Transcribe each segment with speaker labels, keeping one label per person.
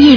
Speaker 1: 意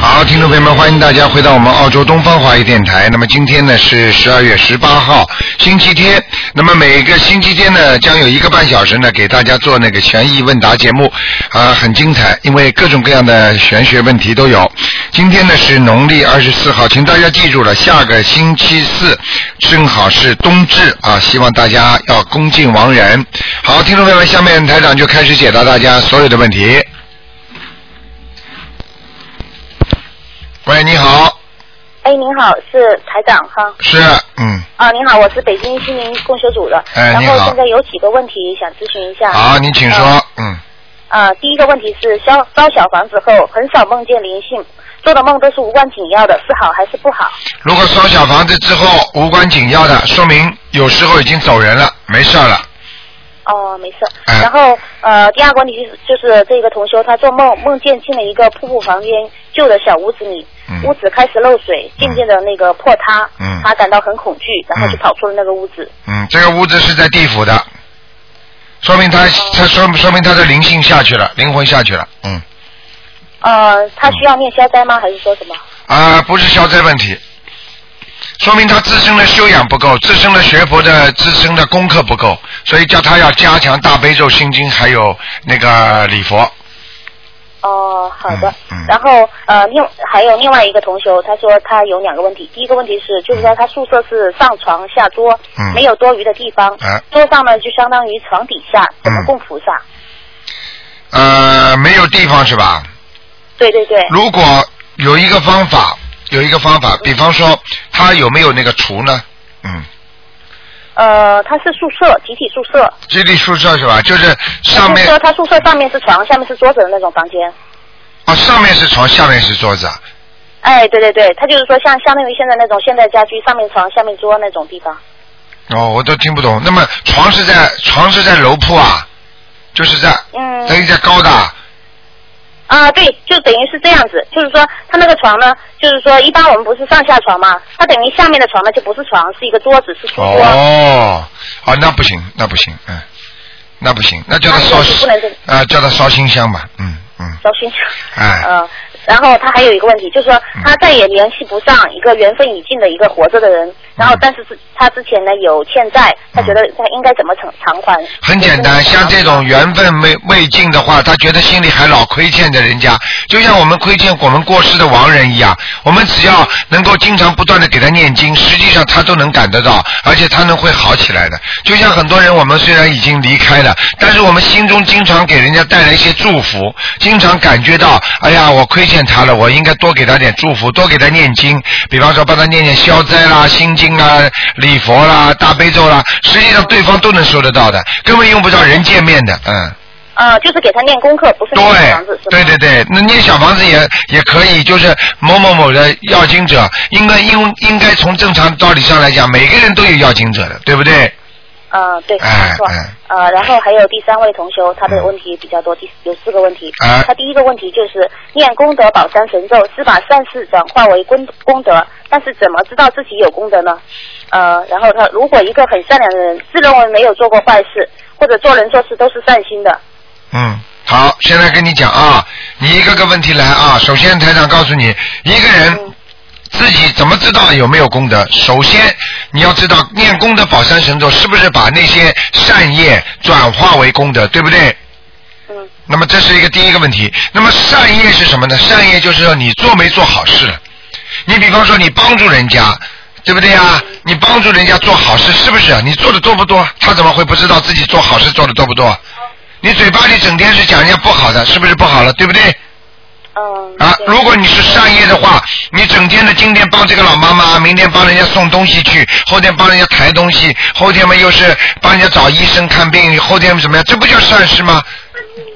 Speaker 2: 好，听众朋友们，欢迎大家回到我们澳洲东方华语电台。那么今天呢是十二月十八号，星期天。那么每个星期天呢，将有一个半小时呢，给大家做那个悬疑问答节目，啊、很精彩，因为各种各样的玄学问题都有。今天呢是农历二十四号，请大家记住了，下个星期四正好是冬至啊，希望大家要恭敬亡人。好，听众朋友们，下面台长就开始解答大家所有的问题。喂，你好，
Speaker 3: 哎，您好，是台长哈。
Speaker 2: 是，嗯。
Speaker 3: 啊，您好，我是北京心灵共修组的。
Speaker 2: 哎
Speaker 3: 然
Speaker 2: 你
Speaker 3: 后
Speaker 2: 好
Speaker 3: 现在有几个问题想咨询一下。
Speaker 2: 好，您请
Speaker 3: 呃
Speaker 2: 说。嗯，
Speaker 3: 啊、第一个问题是烧烧小房子后很少梦见灵性，做的梦都是无关紧要的，是好还是不好？
Speaker 2: 如果烧小房子之后无关紧要的，说明有时候已经走人了，没事儿了。
Speaker 3: 哦，没事。
Speaker 2: 哎
Speaker 3: 然后呃，第二个问题就是就是这个同修他做梦梦见进了一个瀑布旁边旧的小屋子里，
Speaker 2: 嗯
Speaker 3: 屋子开始漏水，渐渐的那个破塌，
Speaker 2: 嗯
Speaker 3: 他感到很恐惧，然后就
Speaker 2: 嗯
Speaker 3: 跑出了那个屋子。
Speaker 2: 嗯，这个屋子是在地府的，说明他他说说明他的灵性下去了，灵魂下去了。嗯，
Speaker 3: 呃，他需要念消灾吗？还是说什么？
Speaker 2: 啊、不是消灾问题，说明他自身的修养不够，自身的学佛的自身的功课不够，所以叫他要加强大悲咒、心经，还有那个礼佛。
Speaker 3: 哦，好的。
Speaker 2: 嗯嗯
Speaker 3: 然后呃，另还有另外一个同学，他说他有两个问题。第一个问题是，就是说他宿舍是上床下桌，
Speaker 2: 嗯
Speaker 3: 没有多余的地方，
Speaker 2: 啊
Speaker 3: 桌上呢就相当于床底下，怎么
Speaker 2: 嗯
Speaker 3: 供菩萨？
Speaker 2: 呃，没有地方是吧？
Speaker 3: 对对对，
Speaker 2: 如果有一个方法，有一个方法，比方说他有没有那个厨呢？嗯，
Speaker 3: 呃，他是宿舍，集体宿舍，
Speaker 2: 集体宿舍是吧？就是上
Speaker 3: 就是
Speaker 2: 面
Speaker 3: 说他宿舍上面是床，下面是桌子的那种房间。
Speaker 2: 哦，上面是床，下面是桌子啊。
Speaker 3: 哎，对对对，他就是说像相当于现在那种现代家居，上面床，下面桌那种地方。
Speaker 2: 哦，我都听不懂。那么床是在床是在楼铺啊，就是在
Speaker 3: 嗯
Speaker 2: 等于在高的啊。
Speaker 3: 啊，对，就等于是这样子，就是说他那个床呢，就是说一般我们不是上下床嘛，它等于下面的床呢就不是床，是一个桌子，是书桌。
Speaker 2: 哦，哦，那不行，那不行，嗯，那不行，那叫他烧
Speaker 3: 那你就不能这
Speaker 2: 啊、叫他烧新香吧，嗯嗯，
Speaker 3: 稍熏。
Speaker 2: 哎嗯
Speaker 3: 嗯，然后他还有一个问题，就是说他再也联系不上一个缘分已尽的一个活着的人，
Speaker 2: 嗯
Speaker 3: 然后但是之他之前呢有欠债，他觉得他应该怎么偿偿还？
Speaker 2: 很简单，像这种缘分未未尽的话，他觉得心里还老亏欠着人家，就像我们亏欠我们过世的亡人一样。我们只要能够经常不断的给他念经，实际上他都能感得到，而且他能会好起来的。就像很多人，我们虽然已经离开了，但是我们心中经常给人家带来一些祝福，经常感觉到，哎呀，我亏欠他了，我应该多给他点祝福，多给他念经，比方说帮他念念消灾啦、心经啊、礼佛啦、大悲咒啦，实际上对方都能收得到的，根本用不着人见面的，嗯。
Speaker 3: 呃，就是给他念功课，不是念小房子，是吧？
Speaker 2: 对对对对，那念小房子也也可以，就是某某某的要经者，应该应应该从正常道理上来讲，每个人都有要经者的，对不对？
Speaker 3: 嗯，对，
Speaker 2: 哎
Speaker 3: 没错
Speaker 2: 哎。
Speaker 3: 呃，然后还有第三位同修，他的问题比较多，第有四个问题。
Speaker 2: 啊
Speaker 3: 他第一个问题就是念功德宝山神咒是把善事转化为功功德，但是怎么知道自己有功德呢？呃，然后他如果一个很善良的人，自认为没有做过坏事，或者做人做事都是善心的，
Speaker 2: 嗯，好，现在跟你讲啊，你一个个问题来啊。首先，台长告诉你，一个人
Speaker 3: 嗯
Speaker 2: 自己怎么知道有没有功德？首先，你要知道念功德宝山神咒是不是把那些善业转化为功德，对不对？
Speaker 3: 嗯
Speaker 2: 那么这是一个第一个问题。那么善业是什么呢？善业就是说你做没做好事。你比方说你帮助人家，对不对呀？你帮助人家做好事，是不是？啊你做的多不多？他怎么会不知道自己做好事做的多不多？你嘴巴里整天是讲人家不好的，是不是不好了？对不对？
Speaker 3: 嗯。
Speaker 2: 啊，
Speaker 3: 对
Speaker 2: 如果你是善业的话，你整天的今天帮这个老妈妈，明天帮人家送东西去，后天帮人家抬东西，后天嘛又是帮人家找医生看病，后天怎么样？这不叫善事吗？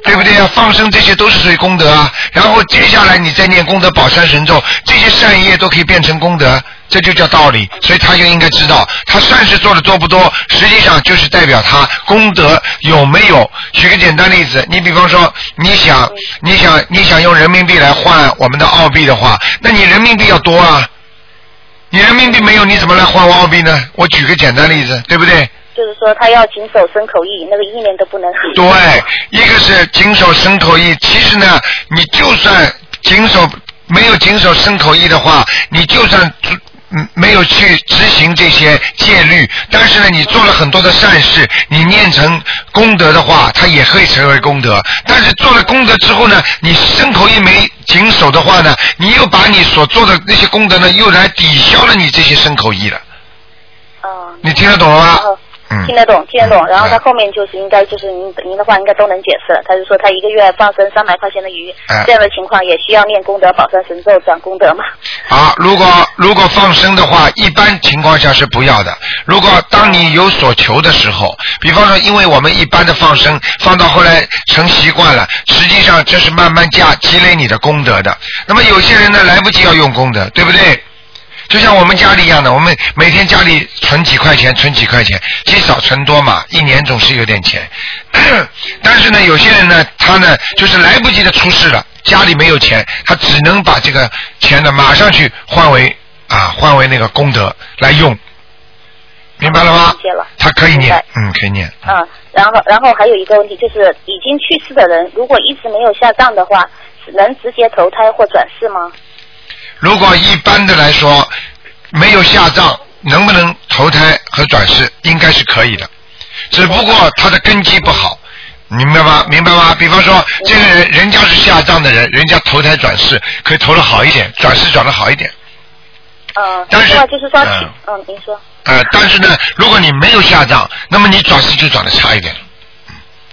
Speaker 2: 对不对啊？放生这些都是属于功德啊。然后接下来你再念功德宝山神咒，这些善业都可以变成功德，这就叫道理，所以他就应该知道，他善事做的多不多，实际上就是代表他功德有没有。举个简单例子，你比方说，你想，你想，你想用人民币来换我们的澳币的话，那你人民币要多啊，你人民币没有，你怎么来换澳币呢？我举个简单例子，对不对？
Speaker 3: 就是说他要谨守身口意，那个意念都不能。
Speaker 2: 对，一个是谨守身口意，其实呢，你就算谨守没有谨守身口意的话，你就算嗯没有去执行这些戒律，但是呢，你做了很多的善事，你念成功德的话，它也会成为功德。但是做了功德之后呢，你身口意没谨守的话呢，你又把你所做的那些功德呢，又来抵消了你这些身口意了。
Speaker 3: 啊、
Speaker 2: 你听得懂了
Speaker 3: 然
Speaker 2: 吗？
Speaker 3: 后
Speaker 2: 嗯
Speaker 3: 听得懂，听得懂。
Speaker 2: 嗯
Speaker 3: 然后他
Speaker 2: 嗯
Speaker 3: 后面就是应该就是您您的话应该都能解释了。他就说他一个月放生三百块钱的鱼
Speaker 2: 哎，
Speaker 3: 这样的情况也需要念功德宝山神咒转功德嘛？
Speaker 2: 好，如果如果放生的话，一般情况下是不要的。如果当你有所求的时候，比方说，因为我们一般的放生，放到后来成习惯了，实际上这是慢慢加积累你的功德的。那么有些人呢，来不及要用功德，对不对？就像我们家里一样的，我们每天家里存几块钱，存几块钱，积少成多嘛，一年总是有点钱。 但是呢，有些人呢，他呢就是来不及的出事了，家里没有钱，他只能把这个钱呢马上去换为啊换为那个功德来用，明白了吗
Speaker 3: 理解嗯了？
Speaker 2: 他可以
Speaker 3: 明
Speaker 2: 念
Speaker 3: 白，
Speaker 2: 嗯，可以念，
Speaker 3: 啊，然后然后还有一个问题就是，已经去世的人如果一直没有下葬的话，能直接投胎或转世吗？
Speaker 2: 如果一般的来说没有下葬，能不能投胎和转世，应该是可以的，只不过他的根基不好，明白吗？明白吗？比方说，这个人人家是下葬的人，人家投胎转世可以投的好一点，转世转的好一点。
Speaker 3: 嗯，
Speaker 2: 但是
Speaker 3: 另外就是说，
Speaker 2: 嗯
Speaker 3: 嗯，您说，
Speaker 2: 呃，但是呢，如果你没有下葬，那么你转世就转的差一点，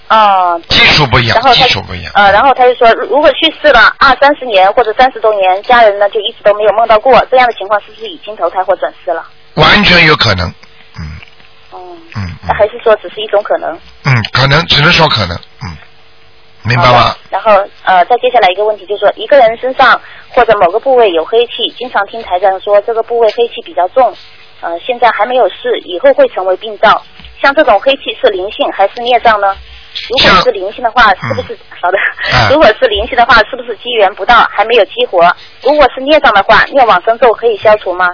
Speaker 3: 哦、
Speaker 2: 基础不一样
Speaker 3: 然，后
Speaker 2: 基
Speaker 3: 他
Speaker 2: 础不一样。
Speaker 3: 呃，然后他就说，如如果去世了二三十年或者三十多年，家人呢就一直都没有梦到过，这样的情况是不是已经投胎或转世了？
Speaker 2: 完全有可能，嗯
Speaker 3: 嗯，
Speaker 2: 嗯
Speaker 3: 那还
Speaker 2: 嗯
Speaker 3: 是说只是一种可能？
Speaker 2: 嗯，可能只能说可能，嗯，明白
Speaker 3: 好
Speaker 2: 吗
Speaker 3: 的？然后呃，再接下来一个问题就是说，一个人身上或者某个部位有黑气，经常听台长说这个部位黑气比较重，呃，现在还没有事，以后会成为病灶。像这种黑气是灵性还是孽障呢？如果
Speaker 2: 像
Speaker 3: 是灵性的话，是不是、好的
Speaker 2: 嗯？
Speaker 3: 如果是灵性的话，是不是机缘不到，还没有激活？如果是孽障的话，念往生咒可以消除吗？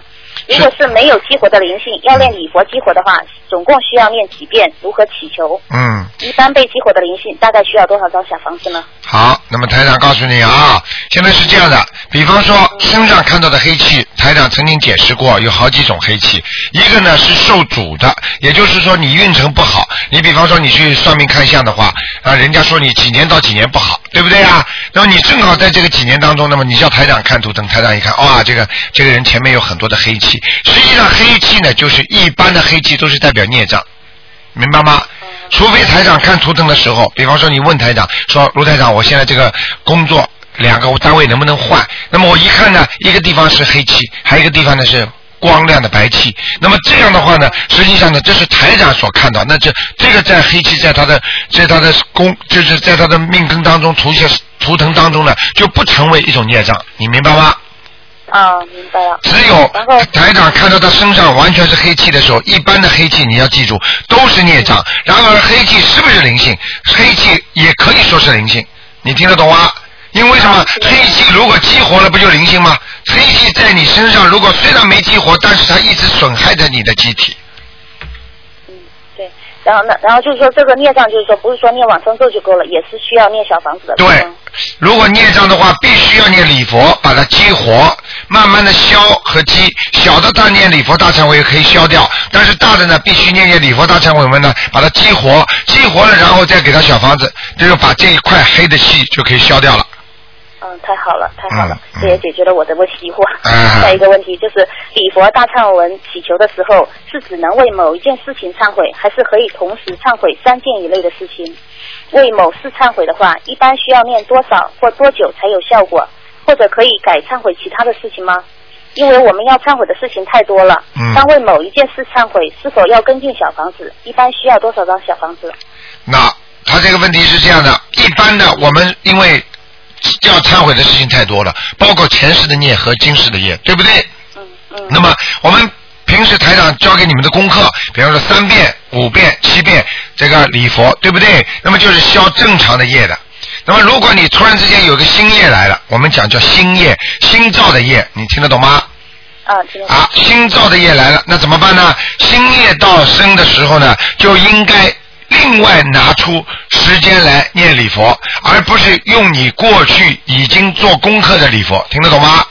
Speaker 3: 如果是没有激活的灵性，要念礼佛激活的话，总共需要念几遍？如何祈求？
Speaker 2: 嗯，
Speaker 3: 一般被激活的灵性大概需要多少张小房子呢？
Speaker 2: 好，那么台长告诉你啊，现在是这样的，比方说身上看到的黑气，台长曾经解释过，有好几种黑气，一个呢是受阻的，也就是说你运程不好，你比方说你去算命看相的话，啊，人家说你几年到几年不好，对不对啊？那么你正好在这个几年当中，那么你叫台长看图腾，台长一看，哇、这个这个人前面有很多的黑气，实际上黑气呢，就是一般的黑气都是代表孽障，明白吗？除非台长看图腾的时候，比方说你问台长说卢台长，我现在这个工作两个单位能不能换？那么我一看呢，一个地方是黑气，还有一个地方呢是光亮的白气。那么这样的话呢，实际上呢，这是台长所看到，那这这个在黑气在他的在他的工就是在他的命根当中图现图腾当中呢，就不成为一种孽障，你明白吗？
Speaker 3: 啊，明白了。
Speaker 2: 只有
Speaker 3: 然后
Speaker 2: 台长看到他身上完全是黑气的时候，一般的黑气你要记住都是孽障。然而黑气是不是灵性？黑气也可以说是灵性，你听得懂吗？因为什么？
Speaker 3: 嗯
Speaker 2: 黑气如果激活了，不就灵性吗？黑气在你身上，如果虽然没激活，但是它一直损害着你的机体。
Speaker 3: 对，然后呢，然后就是说这个孽障，就是说不是说念往生咒就够了，也是需要念小房子的。
Speaker 2: 对
Speaker 3: 嗯，
Speaker 2: 如果孽障的话，必须要念礼佛把它激活，慢慢的消和激。小的它念礼佛大忏悔可以消掉，但是大的呢，必须念念礼佛大忏悔文呢，把它激活，激活了，然后再给它小房子，就是把这一块黑的气就可以消掉了。
Speaker 3: 嗯，太好了，太好了，
Speaker 2: 嗯
Speaker 3: 这也解决了我的问题疑惑。
Speaker 2: 嗯
Speaker 3: 下一个问题就是礼佛大忏文祈求的时候，是只能为某一件事情忏悔，还是可以同时忏悔三件以内的事情？为某事忏悔的话，一般需要念多少或多久才有效果？或者可以改忏悔其他的事情吗？因为我们要忏悔的事情太多了，
Speaker 2: 嗯
Speaker 3: 当为某一件事忏悔，是否要跟进小房子？一般需要多少张小房子？
Speaker 2: 那他这个问题是这样的，一般的我们因为要忏悔的事情太多了，包括前世的孽和今世的业，对不对？
Speaker 3: 嗯嗯
Speaker 2: 那么我们平时台长教给你们的功课，比方说三遍、五遍、七遍这个礼佛，对不对？那么就是消正常的业的。那么如果你突然之间有个新业来了，我们讲叫新业、新造的业，你听得懂吗？
Speaker 3: 啊，听得懂
Speaker 2: 啊，新造的业来了，那怎么办呢？新业到生的时候呢，就应该另外拿出时间来念礼佛，而不是用你过去已经做功课的礼佛，听得懂吗？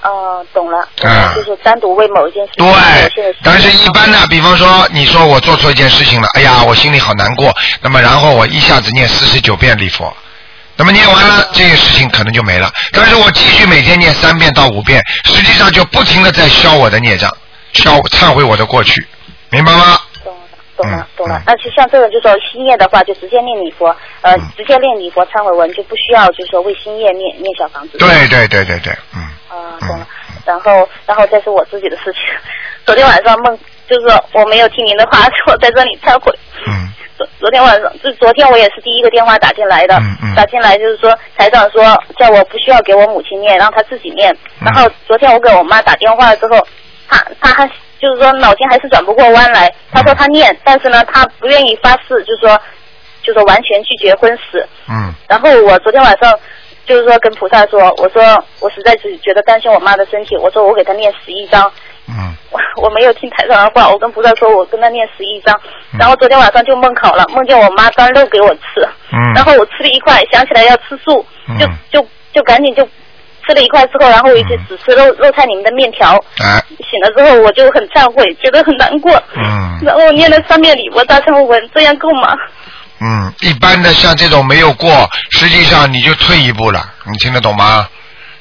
Speaker 3: 嗯，懂了，
Speaker 2: 啊
Speaker 3: 就是单独为某一件事情，
Speaker 2: 对
Speaker 3: 某些事情，
Speaker 2: 但是一般呢，比方说你说我做错一件事情了，哎呀，我心里好难过，那么然后我一下子念四十九遍礼佛，那么念完了
Speaker 3: 嗯
Speaker 2: 这个事情可能就没了，但是我继续每天念三遍到五遍，实际上就不停的在消我的孽障，消忏悔我的过去，明白吗？
Speaker 3: 懂了，懂
Speaker 2: 嗯
Speaker 3: 了，懂了
Speaker 2: 嗯。
Speaker 3: 那就像这个，就说新业的话，就直接念礼佛，呃
Speaker 2: 嗯，
Speaker 3: 直接念礼佛忏悔文，就不需要就是说为新业念念小房子。
Speaker 2: 对对对对对，嗯，
Speaker 3: 啊，懂了。然后，然后再是我自己的事情。 昨天晚上梦，就是我没有听您的话，我在这里忏悔。
Speaker 2: 嗯
Speaker 3: 昨昨天晚上，就昨天我也是第一个电话打进来的，
Speaker 2: 嗯嗯
Speaker 3: 打进来就是说台长说叫我不需要给我母亲念，让她自己念。
Speaker 2: 嗯
Speaker 3: 然后昨天我给我妈打电话之后，她她还就是说脑筋还是转不过弯来，她说她念，但是呢她不愿意发誓，就说就说完全拒绝婚史。
Speaker 2: 嗯
Speaker 3: 然后我昨天晚上就是说跟菩萨说，我说我实在是觉得担心我妈的身体，我说我给她念十一章，
Speaker 2: 嗯
Speaker 3: 我 我没有听台上的话，我跟菩萨说我跟她念十一章，
Speaker 2: 嗯
Speaker 3: 然后昨天晚上就梦考了，梦见我妈端肉给我吃，
Speaker 2: 嗯，
Speaker 3: 然后我吃了一块，想起来要吃素，就
Speaker 2: 嗯
Speaker 3: 就就赶紧就吃了一块之后，然后我一直
Speaker 2: 嗯
Speaker 3: 只吃肉肉菜里面的面条，
Speaker 2: 哎，
Speaker 3: 醒了之后我就很忏悔，觉得很难过，
Speaker 2: 嗯
Speaker 3: 然后我念了三遍礼佛大忏悔文，这样够吗？
Speaker 2: 嗯，一般的像这种没有过，实际上你就退一步了，你听得懂吗？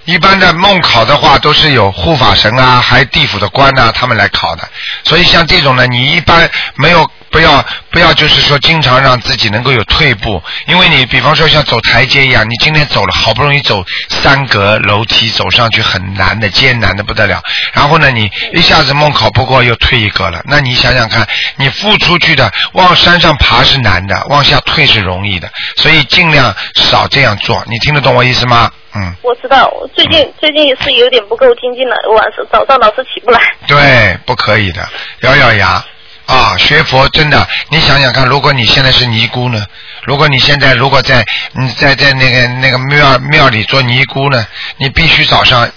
Speaker 2: 一般的梦考的话，都是有护法神啊，还地府的官呐、啊他们来考的。所以像这种呢，你一般没有不要不要，就是说经常让自己能够有退步，因为你比方说像走台阶一样，你今天走了好不容易走三格楼梯走上去很难的，艰难的不得了。然后呢，你一下子梦考不过又退一格了，那你想想看，你付出去的往山上爬是难的，往下退是容易的，所以尽量少这样做。你听得懂我意思吗？嗯。
Speaker 3: 我知道，我最近最近也是有点不够精进了，晚上早上老是起 不来。
Speaker 2: 对，不可以的，咬咬牙啊！学佛真的，你想想看，如果你现在是尼姑呢？如果你现在如果在你在在那个那个庙庙里做尼姑呢，你必须早上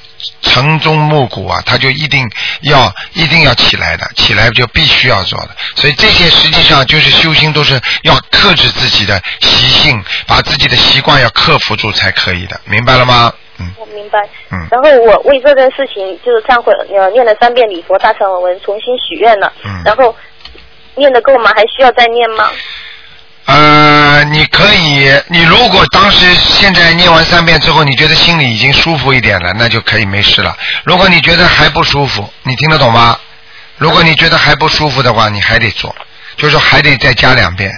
Speaker 2: 晨钟暮鼓啊，他就一定要一定要起来的，起来就必须要做的。所以这些实际上就是修心，都是要克制自己的习性，把自己的习惯要克服住才可以的，明白了吗？嗯
Speaker 3: 我明白。
Speaker 2: 嗯
Speaker 3: 然后我为这件事情就是忏悔，呃，念了三遍礼佛大忏悔文，重新许愿了。
Speaker 2: 嗯
Speaker 3: 然后念的够吗？还需要再念吗？
Speaker 2: 呃，你可以，你如果当时现在念完三遍之后，你觉得心里已经舒服一点了，那就可以没事了。如果你觉得还不舒服，你听得懂吗？如果你觉得还不舒服的话，你还得做，就是说还得再加两遍，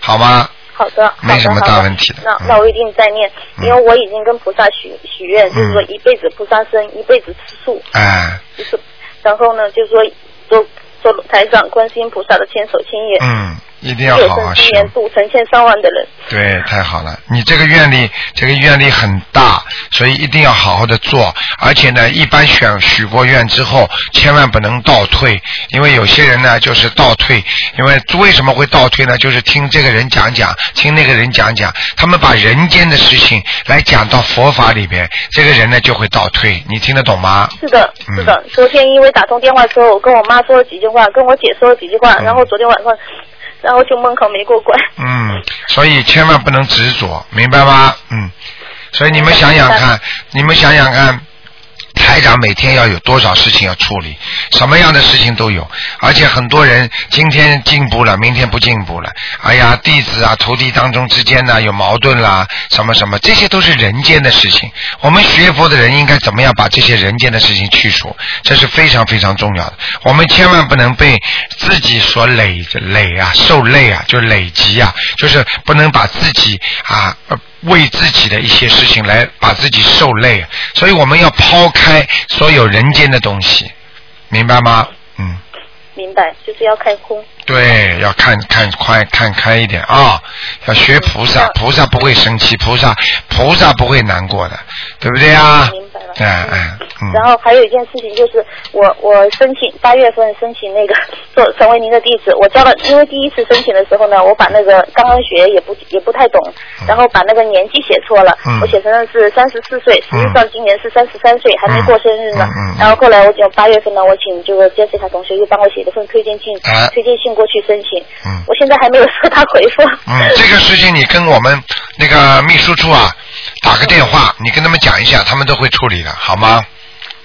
Speaker 2: 好吗？
Speaker 3: 好的，好的
Speaker 2: 没什么大
Speaker 3: 好的
Speaker 2: 问题的
Speaker 3: 那
Speaker 2: 嗯
Speaker 3: 那我一定再念，
Speaker 2: 嗯
Speaker 3: 因为我已经跟菩萨许许愿，就是说
Speaker 2: 嗯
Speaker 3: 一辈子不杀生，一辈子吃素，
Speaker 2: 哎，
Speaker 3: 就是然后呢，就是说做做台长观世音菩萨的千手千眼，
Speaker 2: 嗯，一定要
Speaker 3: 有
Speaker 2: 好
Speaker 3: 生
Speaker 2: 好
Speaker 3: 之
Speaker 2: 修。
Speaker 3: 年度成千上万的人。
Speaker 2: 对，太好了，你这个愿力，这个愿力很大，所以一定要好好的做。而且呢，一般选许过愿之后，千万不能倒退，因为有些人呢就是倒退，因为为什么会倒退呢？就是听这个人讲讲，听那个人讲讲，他们把人间的事情来讲到佛法里边，这个人呢就会倒退。你听得懂吗？
Speaker 3: 是的，
Speaker 2: 嗯
Speaker 3: 是的。昨天因为打通电话之后，我跟我妈说了几句话，跟我姐说了几句话，
Speaker 2: 嗯
Speaker 3: 然后昨天晚上，然后就梦考没过关。
Speaker 2: 嗯，所以千万不能执着，明白吗？嗯，所以你们想想
Speaker 3: 明
Speaker 2: 看，你们想想看，台长每天要有多少事情要处理，什么样的事情都有，而且很多人今天进步了，明天不进步了，哎呀，弟子啊、徒弟当中之间呢、有矛盾啦，什么什么，这些都是人间的事情。我们学佛的人应该怎么样把这些人间的事情去除，这是非常非常重要的。我们千万不能被自己所累累啊、受累啊，就累积啊，就是不能把自己啊。呃为自己的一些事情来把自己受累，所以我们要抛开所有人间的东西，明白吗？嗯，
Speaker 3: 明白，就是要看空。
Speaker 2: 对，要看看宽看开一点啊、要学菩
Speaker 3: 嗯
Speaker 2: 萨，菩萨不会生气，菩萨菩萨不会难过的，对不对啊？
Speaker 3: 明白了
Speaker 2: 嗯嗯，嗯
Speaker 3: 然后还有一件事情就是我我申请八月份申请那个 做成为您的弟子，我交了，因为第一次申请的时候呢，我把那个刚刚学也不也不太懂，然后把那个年纪写错了，
Speaker 2: 嗯
Speaker 3: 我写成了是三十四岁，实际上今年是三十三岁，还没过生日呢。
Speaker 2: 嗯嗯嗯
Speaker 3: 然后后来我就八月份呢，我请这个 Jessica 同学又帮我写了份推荐信，
Speaker 2: 哎
Speaker 3: 推荐信过去申请，
Speaker 2: 嗯
Speaker 3: 我现在还没有收到回复。
Speaker 2: 嗯，这个事情你跟我们那个秘书处啊打个电话，你跟他们讲一下，他们都会处理的，好吗？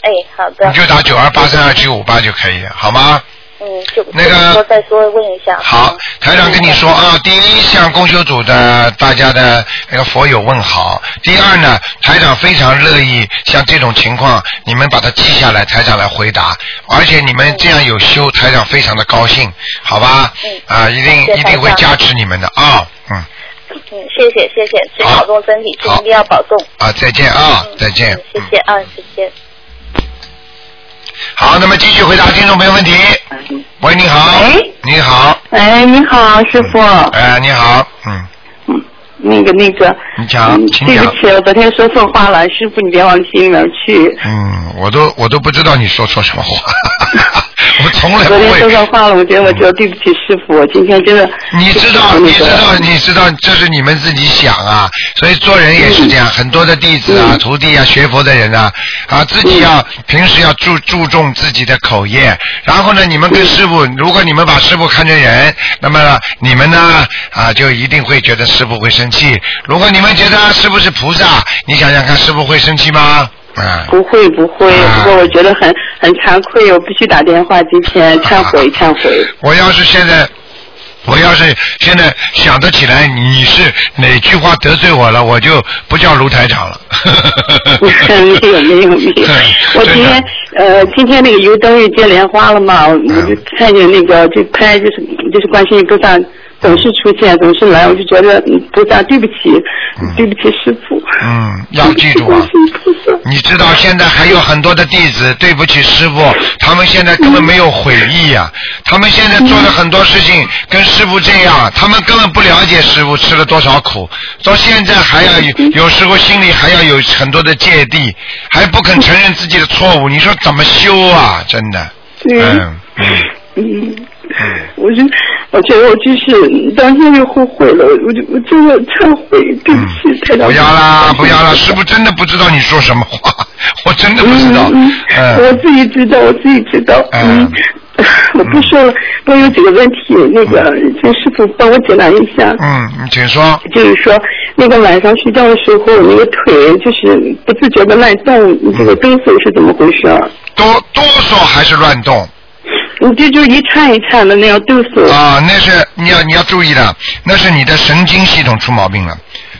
Speaker 3: 哎，好的
Speaker 2: 你，就打九二八三二七五八就可以，好吗？
Speaker 3: 嗯，就
Speaker 2: 那个
Speaker 3: 说再说问一下。
Speaker 2: 好
Speaker 3: 嗯，
Speaker 2: 台长跟你说啊，第一向公修组的大家的那个佛友问好。第二呢，台长非常乐意像这种情况，你们把它记下来，台长来回答。而且你们这样有修，台长非常的高兴，好吧？啊，一定
Speaker 3: 谢谢
Speaker 2: 一定会
Speaker 3: 台长
Speaker 2: 加持你们的啊，嗯，
Speaker 3: 嗯，谢谢谢谢，请
Speaker 2: 好
Speaker 3: 保重身体，请
Speaker 2: 好
Speaker 3: 一定要保重。
Speaker 2: 啊，再见啊，再见
Speaker 3: 嗯，谢谢啊，谢谢。
Speaker 2: 好，那么继续回答听众朋友问题。喂，你好
Speaker 4: 喂，
Speaker 2: 你好，
Speaker 4: 哎，你好，师傅。
Speaker 2: 哎，你好，嗯，
Speaker 4: 嗯，那个那个，
Speaker 2: 你讲
Speaker 4: 嗯
Speaker 2: 请
Speaker 4: 对
Speaker 2: 讲
Speaker 4: 不起，我昨天说错话了，师傅你别往心里面去。
Speaker 2: 嗯，我都我都不知道你说错什么话，我从来
Speaker 4: 昨
Speaker 2: 不
Speaker 4: 天说错
Speaker 2: 会。嗯
Speaker 4: 话了，我觉得我觉得对不起师傅，我今天真的。
Speaker 2: 你知道，
Speaker 4: 那
Speaker 2: 你
Speaker 4: 个
Speaker 2: 知道，你知道，这是你们自己想啊。所以做人也是这样，很多的弟子啊、
Speaker 4: 嗯
Speaker 2: 徒弟啊、学佛的人啊，啊，自己要平时要注注重自己的口业。然后呢，你们跟师傅，如果你们把师傅看成人，那么你们呢啊，就一定会觉得师傅会生气。如果你们觉得啊师傅是菩萨，你想想看，师傅会生气吗？啊，
Speaker 4: 不会不会，
Speaker 2: 啊
Speaker 4: 不过我觉得很很惭愧，我必须打电话今天忏悔忏悔。
Speaker 2: 我要是现在，我要是现在想得起来你是哪句话得罪我了，我就不叫卢台长了。
Speaker 4: 没有没有没有，
Speaker 2: 哎
Speaker 4: 我今天呃今天那个油灯又接莲花了嘛，
Speaker 2: 嗯
Speaker 4: 我我就看见那个就拍就是就是观世音菩萨总是出现总是来，我就觉得嗯菩萨对不起、对不起师傅。
Speaker 2: 嗯，要记住啊
Speaker 4: 观。世音菩萨。
Speaker 2: 你知道现在还有很多的弟子，对不起师傅，他们现在根本没有悔意呀、他们现在做的很多事情跟师傅这样，他们根本不了解师傅吃了多少苦，到现在还要有有时候心里还要有很多的芥蒂，还不肯承认自己的错误，你说怎么修啊？真的，嗯嗯嗯，
Speaker 4: 嗯，我就我觉得我就是当天就后悔了，我就我真的忏悔，对不起，太长。
Speaker 2: 不要啦，不要啦，师傅真的不知道你说什么话，我真的不知道，
Speaker 4: 嗯嗯我
Speaker 2: 嗯
Speaker 4: 自己知道，我自己知道。
Speaker 2: 嗯
Speaker 4: 嗯， 我不说了。我有几个问题，那个请师傅帮我解答一下。
Speaker 2: 嗯，你请说，
Speaker 4: 就是说，那个晚上睡觉的时候，我那个腿就是不自觉的乱动，你这个哆嗦是怎么回事啊？
Speaker 2: 哆哆嗦还是乱动？
Speaker 4: 你这就一颤一颤的那样哆嗦。
Speaker 2: 啊，那是你要你要注意的，那是你的神经系统出毛病了。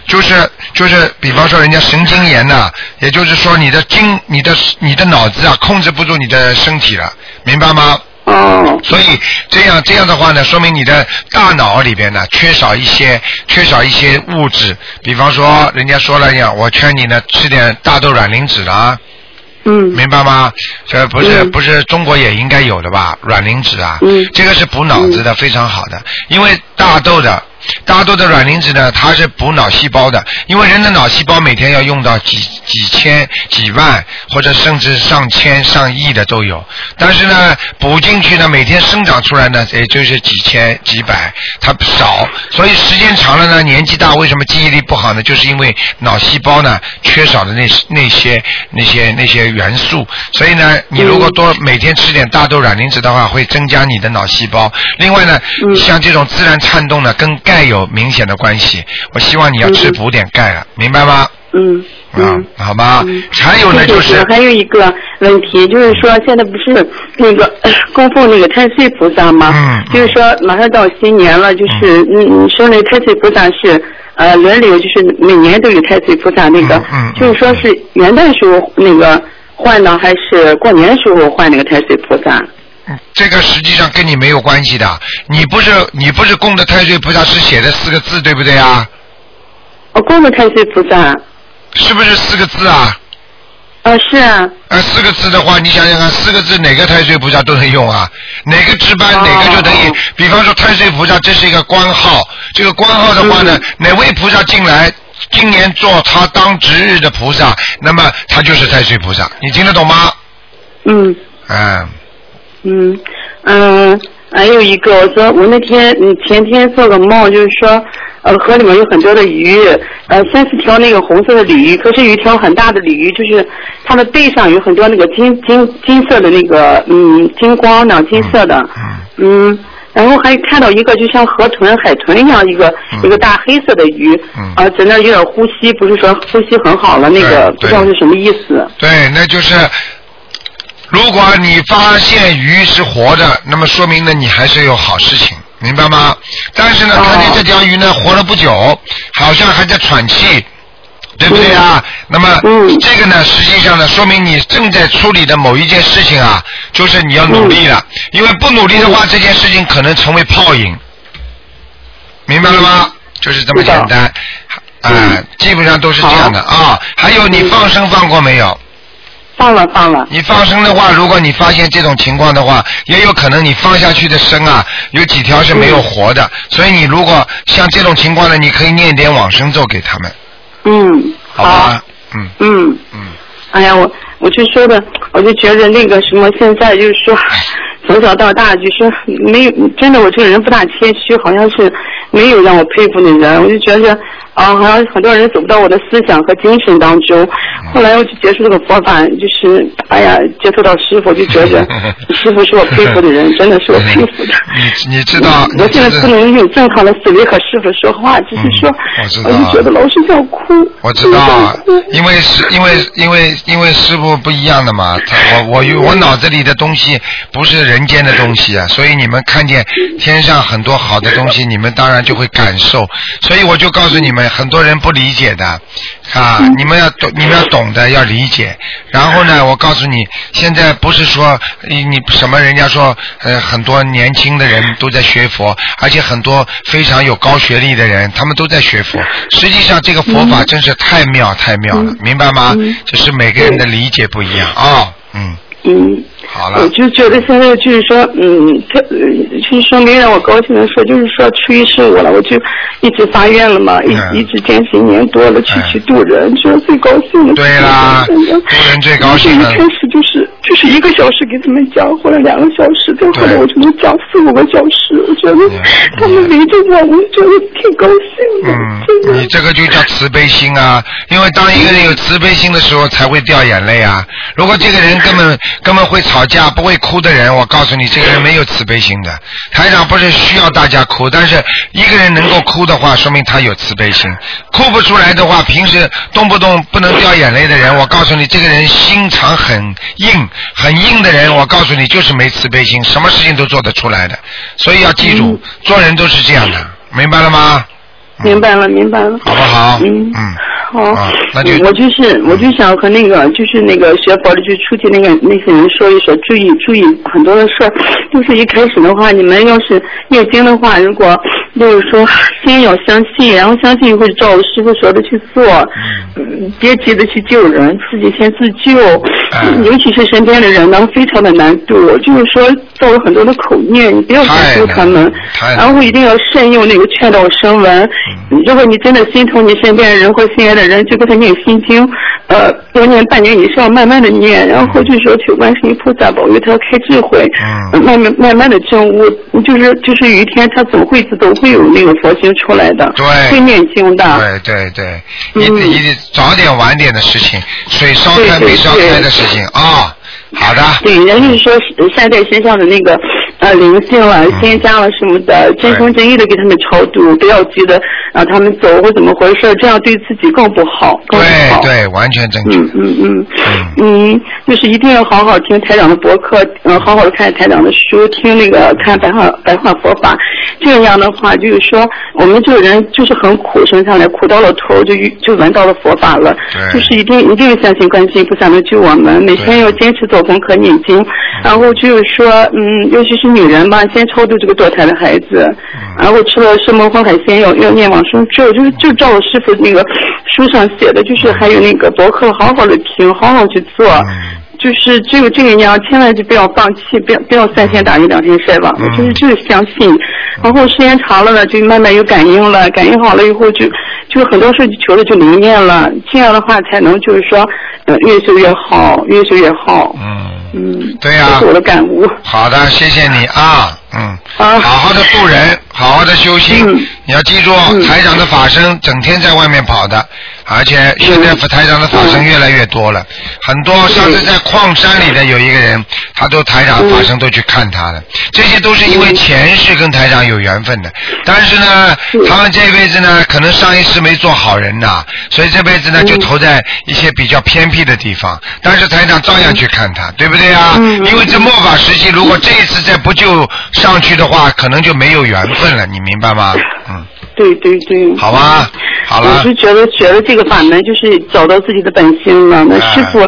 Speaker 2: 就是就是，比方说人家神经炎呐、也就是说你的经、你的你的脑子啊，控制不住你的身体了，明白吗？
Speaker 4: 哦，
Speaker 2: 所以这样这样的话呢，说明你的大脑里边呢缺少一些缺少一些物质，比方说人家说了呀，我劝你呢吃点大豆卵磷脂啊，
Speaker 4: 嗯，
Speaker 2: 明白吗？这不是、
Speaker 4: 嗯
Speaker 2: 不是中国也应该有的吧？卵磷脂啊，
Speaker 4: 嗯
Speaker 2: 这个是补脑子的，非常好的。因为大豆的大豆的卵磷脂呢，它是补脑细胞的，因为人的脑细胞每天要用到几几千、几万或者甚至上千、上亿的都有。但是呢，补进去呢，每天生长出来呢，也就是几千、几百，它少。所以时间长了呢，年纪大，为什么记忆力不好呢？就是因为脑细胞呢缺少的那那些那些那些元素。所以呢，你如果
Speaker 4: 嗯
Speaker 2: 多每天吃点大豆卵磷脂的话，会增加你的脑细胞。另外呢，
Speaker 4: 嗯
Speaker 2: 像这种自然颤动呢，跟钙有明显的关系。我希望你要吃
Speaker 4: 嗯
Speaker 2: 补点钙了，明白吗？
Speaker 4: 嗯，
Speaker 2: 啊
Speaker 4: 嗯。，
Speaker 2: 好吧
Speaker 4: 嗯。
Speaker 2: 还有呢，
Speaker 4: 谢谢
Speaker 2: 就是
Speaker 4: 我还有一个问题，就是说现在不是那个 供奉那个太岁菩萨吗？
Speaker 2: 嗯嗯
Speaker 4: 就是说马上到新年了，就是嗯，嗯说那个太岁菩萨是呃轮流，就是每年都有太岁菩萨那个，
Speaker 2: 嗯嗯嗯
Speaker 4: 就是说是元旦时候那个换呢，还是过年时候换那个太岁菩萨？
Speaker 2: 这个实际上跟你没有关系的。你不是你不是供的太岁菩萨是写的四个字对不对啊？
Speaker 4: 哦，供的太岁菩萨。
Speaker 2: 是不是四个字啊？
Speaker 4: 哦，是啊，
Speaker 2: 呃，四个字的话，你想想看，四个字哪个太岁菩萨都能用啊？哪个值班
Speaker 4: 哦
Speaker 2: 哪个就等于，
Speaker 4: 嗯
Speaker 2: 比方说太岁菩萨这是一个官号，这个官号的话呢，哪位菩萨进来今年做他当值日的菩萨，那么他就是太岁菩萨，你听得懂吗？
Speaker 4: 嗯
Speaker 2: 嗯，
Speaker 4: 嗯嗯，还有一个，我说我那天嗯前天做个梦，就是说呃河里面有很多的鱼，呃三四条那个红色的鲤鱼，可是有一条很大的鲤鱼，就是它的背上有很多那个金金金色的那个嗯金光呢，金色的，嗯。然后还看到一个就像河豚、海豚一样一个、一个大黑色的鱼，
Speaker 2: 嗯
Speaker 4: 啊，在那儿有点呼吸，不是说呼吸很好了，那个
Speaker 2: 对
Speaker 4: 不知道是什么意思。
Speaker 2: 对，那就是如果你发现鱼是活的，那么说明呢你还是有好事情，明白吗？但是呢，
Speaker 4: 哦
Speaker 2: 看见这条鱼呢活了不久，好像还在喘气。对不对啊？那么、
Speaker 4: 嗯
Speaker 2: 这个呢，实际上呢，说明你正在处理的某一件事情啊，就是你要努力了，
Speaker 4: 嗯
Speaker 2: 因为不努力的话，这件事情可能成为泡影，明白了
Speaker 4: 嗯
Speaker 2: 吗？就是这么简单，啊、基本上都是这样的啊。还有，
Speaker 4: 嗯
Speaker 2: 你放生放过没有？
Speaker 4: 放了放了，
Speaker 2: 你放生的话，如果你发现这种情况的话，也有可能你放下去的生啊，有几条是没有活的，所以你如果像这种情况呢，你可以念一点往生咒给他们，
Speaker 4: 嗯，
Speaker 2: 好吧？嗯
Speaker 4: 嗯。
Speaker 2: 嗯，
Speaker 4: 哎呀，我我就说的，我就觉得那个什么，现在就是说，
Speaker 2: 哎
Speaker 4: 从小到大就是没有，真的我这个人不大谦虚，好像是没有让我佩服的人，我就觉得啊，好像很多人走不到我的思想和精神当中。
Speaker 2: 嗯
Speaker 4: 后来我就接触这个佛法，就是哎呀，接触到师傅，就觉
Speaker 5: 嗯
Speaker 4: 得师傅是我佩服的人，真的是我佩服的。
Speaker 2: 你你知道，
Speaker 4: 我
Speaker 2: 你
Speaker 4: 现在
Speaker 2: 知道
Speaker 4: 不能用正常的思维和师傅说话，只是说，
Speaker 2: 嗯我知道
Speaker 4: 我就觉得老是想哭，
Speaker 2: 我知道啊
Speaker 4: 老是想哭，
Speaker 2: 因为是因为因为因为师傅不一样的嘛，他我我有我脑子里的东西不是人间的东西啊，所以你们看见天上很多好的东西，你们当然就会感受。所以我就告诉你们，很多人不理解的啊，你们要懂，你们要懂得要理解。然后呢，我告诉你，现在不是说你你什么人家说呃很多年轻的人都在学佛，而且很多非常有高学历的人，他们都在学佛。实际上，这个佛法真是太妙太妙了，明白吗？就是每个人的理解不一样啊、嗯，
Speaker 4: 嗯。
Speaker 2: 好
Speaker 4: 我
Speaker 2: 了，
Speaker 4: 就觉得现在就是说，嗯，这呃就是说没让我高兴的说，就是说初一十五了，我就一直发愿了嘛，一、
Speaker 2: 嗯
Speaker 4: 一直坚持一年多了，去
Speaker 2: 嗯
Speaker 4: 去度人，这是最高兴的。
Speaker 2: 对啦
Speaker 4: 真的
Speaker 2: 度人最高兴
Speaker 4: 我
Speaker 2: 了
Speaker 4: 就一开始就是就是一个小时给他们讲，或者两个小时，再后来
Speaker 2: 对
Speaker 4: 我就能讲四五个小时，我觉得
Speaker 2: 嗯
Speaker 4: 他们围着我，我觉得挺高兴的，
Speaker 2: 嗯，
Speaker 4: 真的
Speaker 2: 你。这个就叫慈悲心啊，因为当一个人有慈悲心的时候，才会掉眼泪啊。如果这个人根本根本会吵架、不会哭的人，我告诉你，这个人没有慈悲心的。台长不是需要大家哭，但是一个人能够哭的话，说明他有慈悲心。哭不出来的话，平时动不动不能掉眼泪的人，我告诉你，这个人心肠很硬、很硬的人，我告诉你，就是没慈悲心，什么事情都做得出来的。所以要记住，做人都是这样的，明白了吗？
Speaker 4: 嗯明白了，明白了。
Speaker 2: 好不好？
Speaker 4: 嗯
Speaker 2: 嗯，
Speaker 4: 好，
Speaker 2: 啊那就
Speaker 4: 嗯我就是我就想和那个就是那个学佛的就出去那个那些人说一说，注意注意很多的事儿。就是一开始的话，你们要是念经的话，如果就是说先要相信，然后相信会照师傅说的去做，嗯，别急着去救人，自己先自救。
Speaker 2: 嗯
Speaker 4: 尤其是身边的人呢，非常的难度，就是说造了很多的口业，你不要
Speaker 2: 太
Speaker 4: 去救他们
Speaker 2: 难，太难嗯
Speaker 4: 然后一定要慎用那个劝导声闻。如果你真的心疼你身边的人或心爱的人，就给他念心经，呃，多念半年以上，慢慢的念，然后就说求观世音菩萨保佑他开智慧，呃
Speaker 2: 嗯
Speaker 4: 慢慢慢慢的证悟，就是就是有一天他总会自动会有那个佛性出来的，
Speaker 2: 对
Speaker 4: 会念经的，
Speaker 2: 对对对，一
Speaker 4: 嗯
Speaker 2: 得一得早点晚点的事情，水烧开
Speaker 4: 对对
Speaker 2: 没烧开的
Speaker 4: 对
Speaker 2: 事情啊、好的，
Speaker 4: 对，人就是说善待身上的那个呃灵性啊、
Speaker 2: 嗯
Speaker 4: 仙家啊什么的，真心真意的给他们超度，不要急着让他们走或怎么回事，这样对自己更不好，更不
Speaker 2: 对
Speaker 4: 好。
Speaker 2: 对，完全正确。
Speaker 4: 嗯嗯嗯嗯，就是一定要好好听台长的博客，嗯，好好的看台长的书，听那个看白话白话佛法，这样的话就是说，我们这个人就是很苦，生下来苦到了头，就遇就闻到了佛法了，
Speaker 2: 对
Speaker 4: 就是一定一定相信观世音菩萨能救我们，每
Speaker 2: 对
Speaker 4: 天要坚持做功课念经，然后就是说，嗯，尤其是女人吧，先超度这个堕胎的孩子，然后吃了生蒙风海鲜要要念往生咒，就是就照我师傅那个书上写的，就是还有那个博客好好的听，好好去做。就是只有这个样，千万就不要放弃，不要不要三天打鱼两天晒网，
Speaker 2: 嗯
Speaker 4: 就是就是相信，然后时间长了呢，就慢慢有感应了，感应好了以后就就是很多事求着就灵验了，这样的话才能就是说，呃，越修越好，越修越好。
Speaker 2: 嗯
Speaker 4: 嗯，
Speaker 2: 对呀
Speaker 4: 这是我的感悟。
Speaker 2: 好的，谢谢你啊，嗯，好
Speaker 4: 啊
Speaker 2: 好的度人，好好的修心，
Speaker 4: 嗯
Speaker 2: 你要记住，台长的法身整天在外面跑的，而且现在台长的法身越来越多了，很多上次在矿山里的有一个人，他都台长法身都去看他了，这些都是因为前世跟台长有缘分的，但是呢，
Speaker 4: 嗯
Speaker 2: 他们这辈子呢，可能上一世没做好人呐，所以这辈子呢
Speaker 4: 嗯
Speaker 2: 就投在一些比较偏僻的地方，但是台长照样去看他，对不对啊？
Speaker 4: 嗯
Speaker 2: 因为这末法时期，如果这一次再不救上去的话，可能就没有缘分了，你明白吗？嗯，
Speaker 4: 对对对。
Speaker 2: 好吧，好
Speaker 4: 我
Speaker 2: 了
Speaker 4: 就，觉得学了这个法门，就是找到自己的本心了。那
Speaker 2: 哎
Speaker 4: 师傅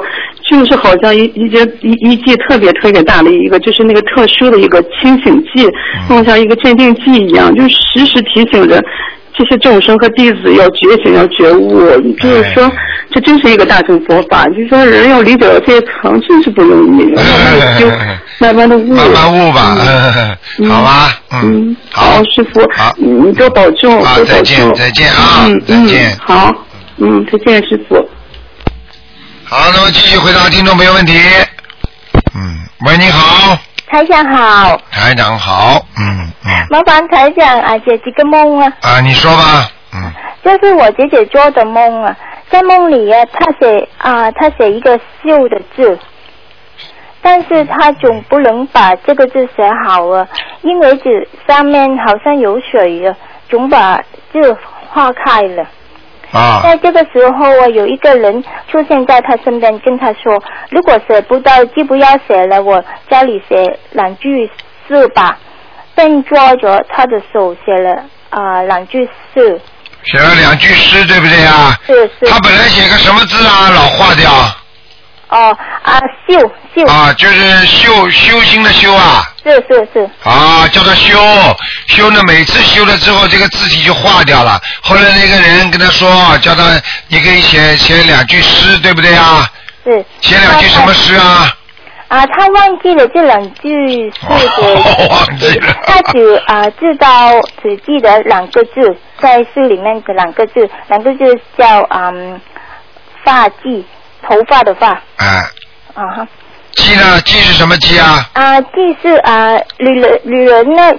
Speaker 4: 就是好像一一节一一剂特别特别大的一个，就是那个特殊的一个清醒剂，
Speaker 2: 嗯
Speaker 4: 弄像一个镇定剂一样，就是时时提醒着。这些众生和弟子要觉醒，要觉悟，就是说
Speaker 2: 哎，
Speaker 4: 这真是一个大乘佛法。就是说，人要理解到这一层，真是不容易。慢慢的 修，
Speaker 2: 啊
Speaker 4: 慢慢的悟，
Speaker 2: 哎慢慢悟吧，
Speaker 4: 嗯
Speaker 2: 好吧，嗯，好
Speaker 4: 好，，师傅，
Speaker 2: 好
Speaker 4: 你多保重，
Speaker 2: 好
Speaker 4: 多保重，
Speaker 2: 再见再见啊
Speaker 4: 嗯
Speaker 2: 再见
Speaker 4: 嗯，好，嗯，再见，师傅。
Speaker 2: 好，那么继续回答听众朋友问题。嗯，喂，你好，
Speaker 6: 台长好，
Speaker 2: 台长好，嗯嗯，
Speaker 6: 麻烦台长啊解几个梦啊，
Speaker 2: 啊，你说吧，嗯，
Speaker 6: 就是我姐姐做的梦啊，在梦里啊，她写啊，她写一个秀的字，但是她总不能把这个字写好啊，因为纸上面好像有水啊，总把字化开了。
Speaker 2: 啊，
Speaker 6: 在这个时候啊，有一个人出现在他身边，跟他说：“如果写不到，就不要写了，我教你写两句诗吧。”便抓着他的手写了啊、两句诗，
Speaker 2: 写了两句诗，对不对啊？
Speaker 6: 是是
Speaker 2: 他本来写个什么字啊，老化掉
Speaker 6: 哦啊秀秀、
Speaker 2: 啊，就是修修心的修啊，
Speaker 6: 是是是
Speaker 2: 啊，叫他修，修呢，每次修了之后，这个字体就化掉了。后来那个人跟他说，叫他你可以写写两句诗，对不对啊？
Speaker 6: 是。
Speaker 2: 写两句什么诗啊？
Speaker 6: 啊，他忘记了这两句诗
Speaker 2: 哦
Speaker 6: 的，
Speaker 2: 忘记了
Speaker 6: 他只啊知道只记得两个字，在诗里面的两个字，两个字叫嗯发髻，头发的发
Speaker 2: 哎，
Speaker 6: 啊哈
Speaker 2: 鸡呢？鸡是什么鸡啊？
Speaker 6: 啊，既是啊女人女人呢，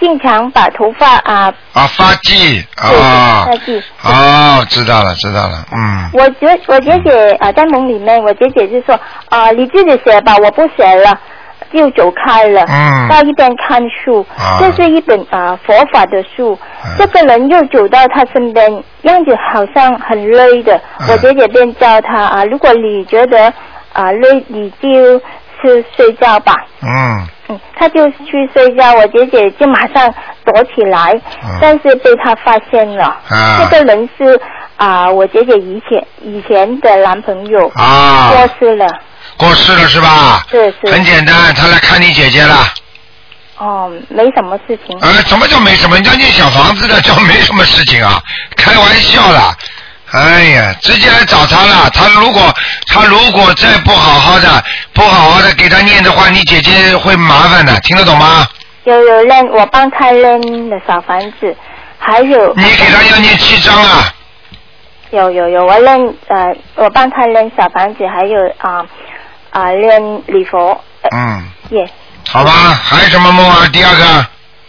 Speaker 6: 经常把头发啊
Speaker 2: 啊，发髻啊
Speaker 6: 发。髻。
Speaker 2: 哦，知道了，知道了，嗯。
Speaker 6: 我姐我姐姐啊，在梦里面，我姐姐就说啊，你自己写吧，我不写了，就走开了，
Speaker 2: 嗯
Speaker 6: 到一边看书，
Speaker 2: 啊
Speaker 6: 这是一本啊佛法的书。
Speaker 2: 嗯
Speaker 6: 这个人又走到他身边，样子好像很累的，
Speaker 2: 嗯
Speaker 6: 我姐姐便叫他啊，如果你觉得啊累，你就去睡觉吧。
Speaker 2: 嗯，
Speaker 6: 嗯，他就去睡觉，我姐姐就马上躲起来，
Speaker 2: 嗯
Speaker 6: 但是被他发现了。
Speaker 2: 啊
Speaker 6: 这个人是啊、我姐姐以前以前的男朋友
Speaker 2: 啊，
Speaker 6: 过世了，
Speaker 2: 过世了是吧？
Speaker 6: 是是
Speaker 2: 很简单，他来看你姐姐了。
Speaker 6: 哦，没什么事情。
Speaker 2: 呃，什么叫没什么？人家念小房子的叫没什么事情啊？ 开玩笑啦！哎呀，直接来找他了。他如果他如果再不好好的不好好的给他念的话，你姐姐会麻烦的，听得懂吗？
Speaker 6: 有有练，我帮他练的小房子，还有
Speaker 2: 你给他要念七章啊，
Speaker 6: 有有有，我练呃，我帮他练小房子，还有啊啊练礼佛，呃
Speaker 2: 嗯，
Speaker 6: 也、
Speaker 2: 好吧？还有什么梦啊？第二个，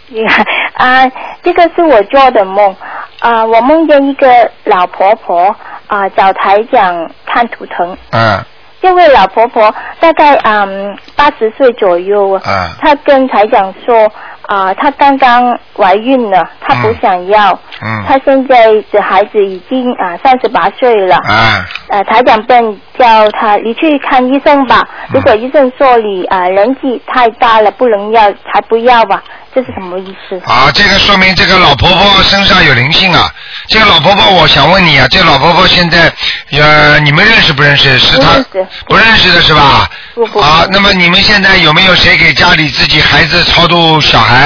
Speaker 6: 厉害啊！这个是我做的梦啊，我梦见一个老婆婆啊，找台长看图腾。
Speaker 7: 哎
Speaker 2: 嗯
Speaker 6: 这位老婆婆大概嗯八十岁左右啊，
Speaker 2: 嗯
Speaker 6: 她跟台长说啊、她刚刚怀孕了，她不
Speaker 2: 嗯
Speaker 6: 想要，
Speaker 2: 嗯，
Speaker 6: 她现在的孩子已经啊三十八岁了，
Speaker 2: 啊
Speaker 6: 呃，台长便叫他你去看医生吧。
Speaker 2: 嗯
Speaker 6: 如果医生说你啊、呃年纪太大了，不能要，才不要吧。这是什么意思？
Speaker 2: 啊，这个说明这个老婆婆身上有灵性啊。这个老婆婆，我想问你啊，这个老婆婆现在，呃，你们认识不认识？是她
Speaker 6: 不认识
Speaker 2: 不认识的是吧？
Speaker 6: 不不
Speaker 2: 啊，那么你们现在有没有谁给家里自己孩子超度小孩？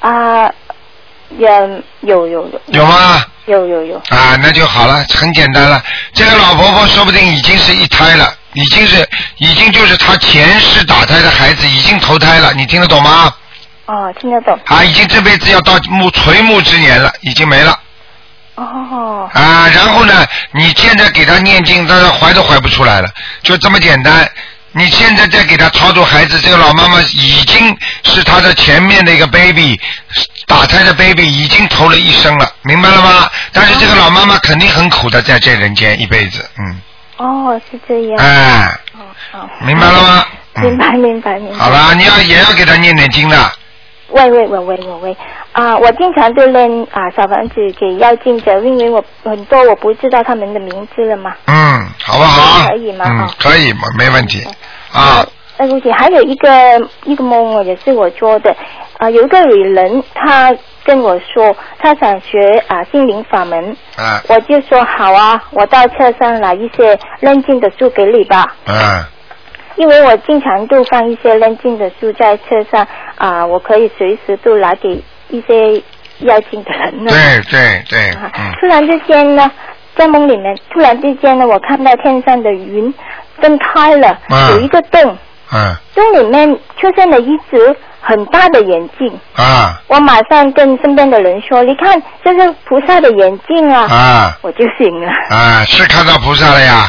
Speaker 6: 啊，也有有有
Speaker 2: 有吗？
Speaker 6: 有有有
Speaker 2: 啊，那就好了，很简单了。这个老婆婆说不定已经是一胎了，已经是已经就是她前世打胎的孩子，已经投胎了，你听得懂吗？
Speaker 6: 哦，听得懂
Speaker 2: 啊，已经这辈子要到暮垂暮之年了，已经没了。
Speaker 6: 哦，
Speaker 2: 啊，然后呢，你现在给他念经，他怀都怀不出来了，就这么简单。你现在再给他操作孩子，这个老妈妈已经是他的前面的一个 baby，打胎的 baby 已经投了一生了，明白了吗？但是这个老妈妈肯定很苦的，在这人间一辈子，嗯，
Speaker 6: 哦，是这样。
Speaker 2: 哎，
Speaker 6: 哦哦，
Speaker 2: 明白了吗？
Speaker 6: 明
Speaker 2: 嗯，
Speaker 6: 白明白明白。
Speaker 2: 好啦，你要也要给他念点经的，
Speaker 6: 喂喂喂喂喂喂，啊、我经常都练啊、小房子给要进者，因为我很多我不知道他们的名字了嘛。
Speaker 2: 嗯，好不好？
Speaker 6: 可以吗
Speaker 2: 嗯
Speaker 6: 哦，
Speaker 2: 可以，没问题。啊，
Speaker 6: 呃，而且还有一个一个梦哦，也是我做的，啊、有一个女人她跟我说，她想学啊、心灵法门，
Speaker 2: 啊，
Speaker 6: 我就说好啊，我到车上拿一些认经的书给你吧，
Speaker 2: 嗯，
Speaker 6: 因为我经常都放一些认经的书在车上啊、我可以随时都拿给一些要经的人呢。
Speaker 2: 对对对，
Speaker 6: 啊
Speaker 2: 嗯，
Speaker 6: 突然之间呢，在梦里面，突然之间呢，我看到天上的云分开了，
Speaker 2: 啊
Speaker 6: 有一个洞，
Speaker 2: 嗯
Speaker 6: 洞里面出现了一只很大的眼睛。
Speaker 2: 啊
Speaker 6: 我马上跟身边的人说：“你看，这是菩萨的眼睛啊！”
Speaker 2: 啊。
Speaker 6: 我就醒了。
Speaker 2: 啊，是看到菩萨了呀。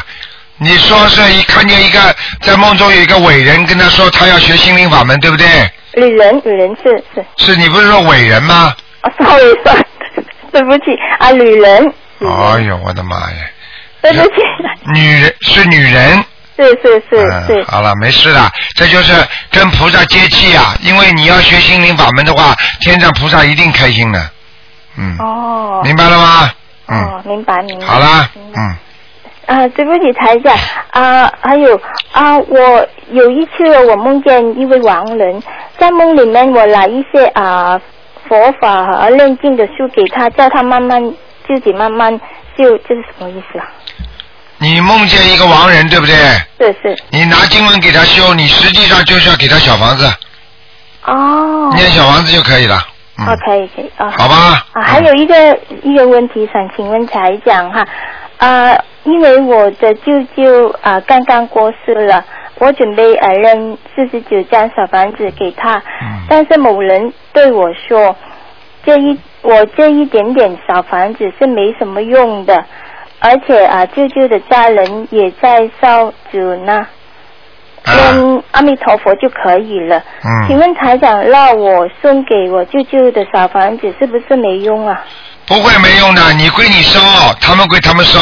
Speaker 2: 你说是一看见一个在梦中有一个伟人跟他说他要学心灵法门，对不对？
Speaker 6: 女人，女人是是，
Speaker 2: 是你不是说伟人吗？
Speaker 6: 哦，sorry sorry，对 不起啊，女人，嗯
Speaker 2: 哎呦，我的妈呀！
Speaker 6: 对不起，
Speaker 2: 女人是女人，
Speaker 6: 是是是
Speaker 2: 嗯，
Speaker 6: 是，
Speaker 2: 好了，没事的，这就是跟菩萨接气啊。因为你要学心灵法门的话，天上菩萨一定开心的，嗯，
Speaker 6: 哦
Speaker 2: 明白了吗？嗯，
Speaker 6: 哦，明白明白。
Speaker 2: 好啦，
Speaker 6: 明白
Speaker 2: 嗯，
Speaker 6: 啊，对不起，台长啊，还有啊，我有一次我梦见一位亡人，在梦里面我拿一些啊佛法和念经的书给他，叫他慢慢自己慢慢修，这是什么意思啊？
Speaker 2: 你梦见一个亡人，对不对？
Speaker 6: 是是
Speaker 2: 你拿经文给他修，你实际上就是要给他小房子。
Speaker 6: 哦
Speaker 2: 念小房子就可以了。嗯，
Speaker 6: 哦，可以可以啊。
Speaker 2: 好吧。
Speaker 6: 啊，还有一个一个问题想请问台长哈，啊，因为我的舅舅啊、刚刚过世了，我准备呃扔四十九张小房子给他，
Speaker 2: 嗯
Speaker 6: 但是某人对我说，这一我这一点点小房子是没什么用的，而且啊、舅舅的家人也在烧纸呢，
Speaker 2: 嗯啊，
Speaker 6: 念阿弥陀佛就可以了。请
Speaker 2: 嗯，
Speaker 6: 问台长，那我送给我舅舅的小房子是不是没用啊？
Speaker 2: 不会没用的，你归你收，他们归他们收，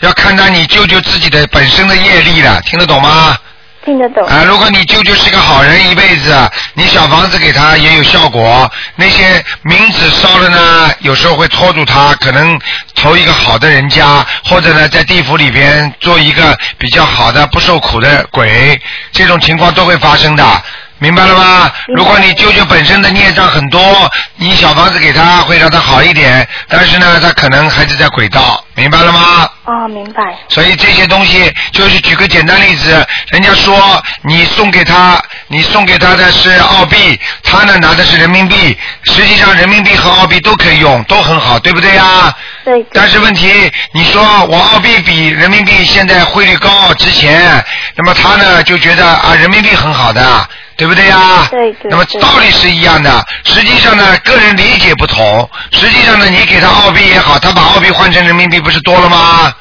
Speaker 2: 要看到你舅舅自己的本身的业力了，听得懂吗？
Speaker 6: 听得懂？
Speaker 2: 啊，如果你舅舅是个好人，一辈子，你小房子给他也有效果。那些冥纸烧了呢，有时候会拖住他，可能投一个好的人家，或者呢在地府里边做一个比较好的、不受苦的鬼，这种情况都会发生的。明白了吗？
Speaker 6: 明白
Speaker 2: 如果你舅舅本身的孽障很多，你小房子给他会让他好一点，但是呢，他可能还是在轨道，明白了吗？
Speaker 6: 哦，明白。
Speaker 2: 所以这些东西就是举个简单例子，人家说你送给他，你送给他的是澳币，他呢拿的是人民币，实际上人民币和澳币都可以用，都很好，对不对呀？
Speaker 6: 对，对
Speaker 2: 但是问题，你说我澳币比人民币现在汇率高值钱，那么他呢就觉得啊人民币很好的，对不对呀？
Speaker 6: 对对
Speaker 2: 那么
Speaker 6: 对
Speaker 2: 道理是一样的，实际上呢个人理解不同，实际上呢你给他澳币也好，他把澳币换成人民币不是多了吗？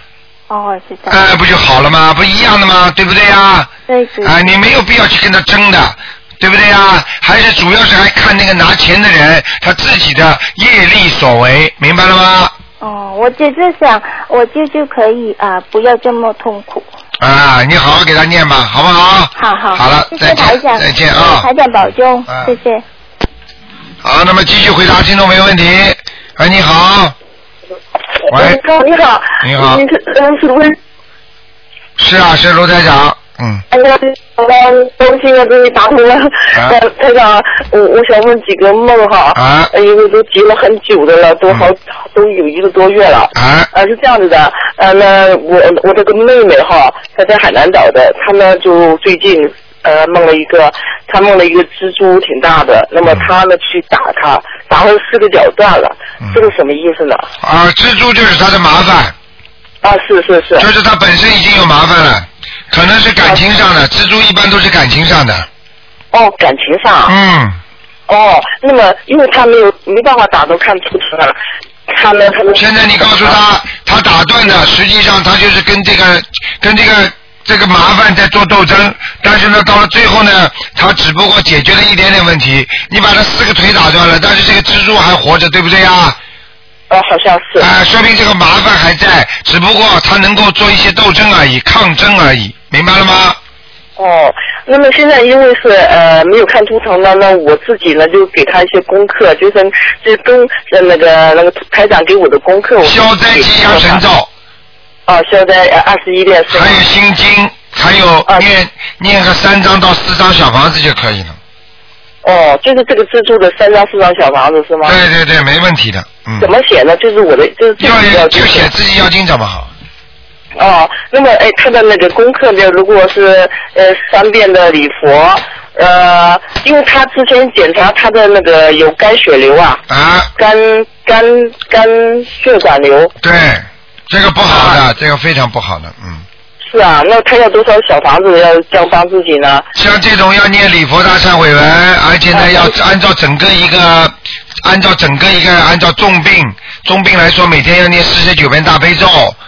Speaker 6: 哦，是这样。
Speaker 2: 哎，不就好了吗？不一样的吗？对不对呀、啊？
Speaker 6: 对对。
Speaker 2: 你没有必要去跟他争的，对不对呀、还是主要是还看那个拿钱的人他自己的业力所为，明白了吗？
Speaker 6: 哦，我只是想，我舅舅可以啊、不要这么痛苦。
Speaker 2: 啊，你好好给他念吧，好不好？
Speaker 6: 好好。
Speaker 2: 好了，
Speaker 6: 谢
Speaker 2: 再
Speaker 6: 谢台
Speaker 2: 见，
Speaker 6: 长。
Speaker 2: 再见啊！
Speaker 6: 台长保重，
Speaker 2: 啊
Speaker 6: 谢谢。
Speaker 2: 好，那么继续回答听众没问题。哎，你好。喂，
Speaker 5: 哥，你好。
Speaker 2: 你好
Speaker 5: 嗯呃，请问，
Speaker 2: 是啊，是卢台长。嗯，
Speaker 5: 哎呀，好吧，恭喜我终于打通了。 呃，台长，我我想问几个梦哈。
Speaker 2: 啊嗯
Speaker 5: 呃因为都急了很久的了，都好、都有一个多月了。
Speaker 2: 啊
Speaker 5: 呃，是这样子的，呃，那我我这个妹妹哈，她在海南岛的，她呢就最近呃梦了一个，她梦了一个蜘蛛挺大的，那么
Speaker 2: 嗯
Speaker 5: 她呢去打它，打完四个脚断了，
Speaker 2: 嗯
Speaker 5: 这个什么意思呢？
Speaker 2: 啊，蜘蛛就是他的麻烦。
Speaker 5: 啊，是是是，
Speaker 2: 就是他本身已经有麻烦了，可能是感情上的，蜘蛛一般都是感情上的。
Speaker 5: 哦，感情上。
Speaker 2: 嗯，
Speaker 5: 哦，那么因为他没有没办法打通看图腾啊，他们他们
Speaker 2: 现在你告诉他，他打断的，实际上他就是跟这个跟这个这个麻烦在做斗争。但是呢，到了最后呢，他只不过解决了一点点问题。你把他四个腿打断了，但是这个蜘蛛还活着，对不对呀？
Speaker 5: 呃，好像是
Speaker 2: 啊、说明这个麻烦还在，只不过他能够做一些斗争而已，抗争而已，明白了吗？
Speaker 5: 哦。那么现在因为是呃没有看图腾呢，那我自己呢就给他一些功课，就是就是跟呃那个那个台长给我的功课，我
Speaker 2: 消灾吉祥神咒，
Speaker 5: 哦，消灾二十一遍是吧
Speaker 2: 还有心经，还有念念个三张到四张小房子就可以了。
Speaker 5: 哦，就是这个蜘蛛的三张四张小房子是吗？
Speaker 2: 对对对，没问题的。嗯，
Speaker 5: 怎么写呢？就是我的，就是自己
Speaker 2: 要
Speaker 5: 要
Speaker 2: 就写自己要经怎么好？
Speaker 5: 哦，那么哎，他的那个功课呢，如果是呃三遍的礼佛，呃，因为他之前检查他的那个有肝血瘤啊，
Speaker 2: 啊，
Speaker 5: 肝肝肝血管瘤，
Speaker 2: 对，这个不好
Speaker 5: 啊
Speaker 2: 的，这个非常不好的，嗯。
Speaker 5: 是啊，那他要多少小房子要这样帮自己呢？
Speaker 2: 像这种要念礼佛大忏悔文，而且呢要按照整个一个，按照整个一个按照重病重病来说，每天要念四十九遍大悲咒，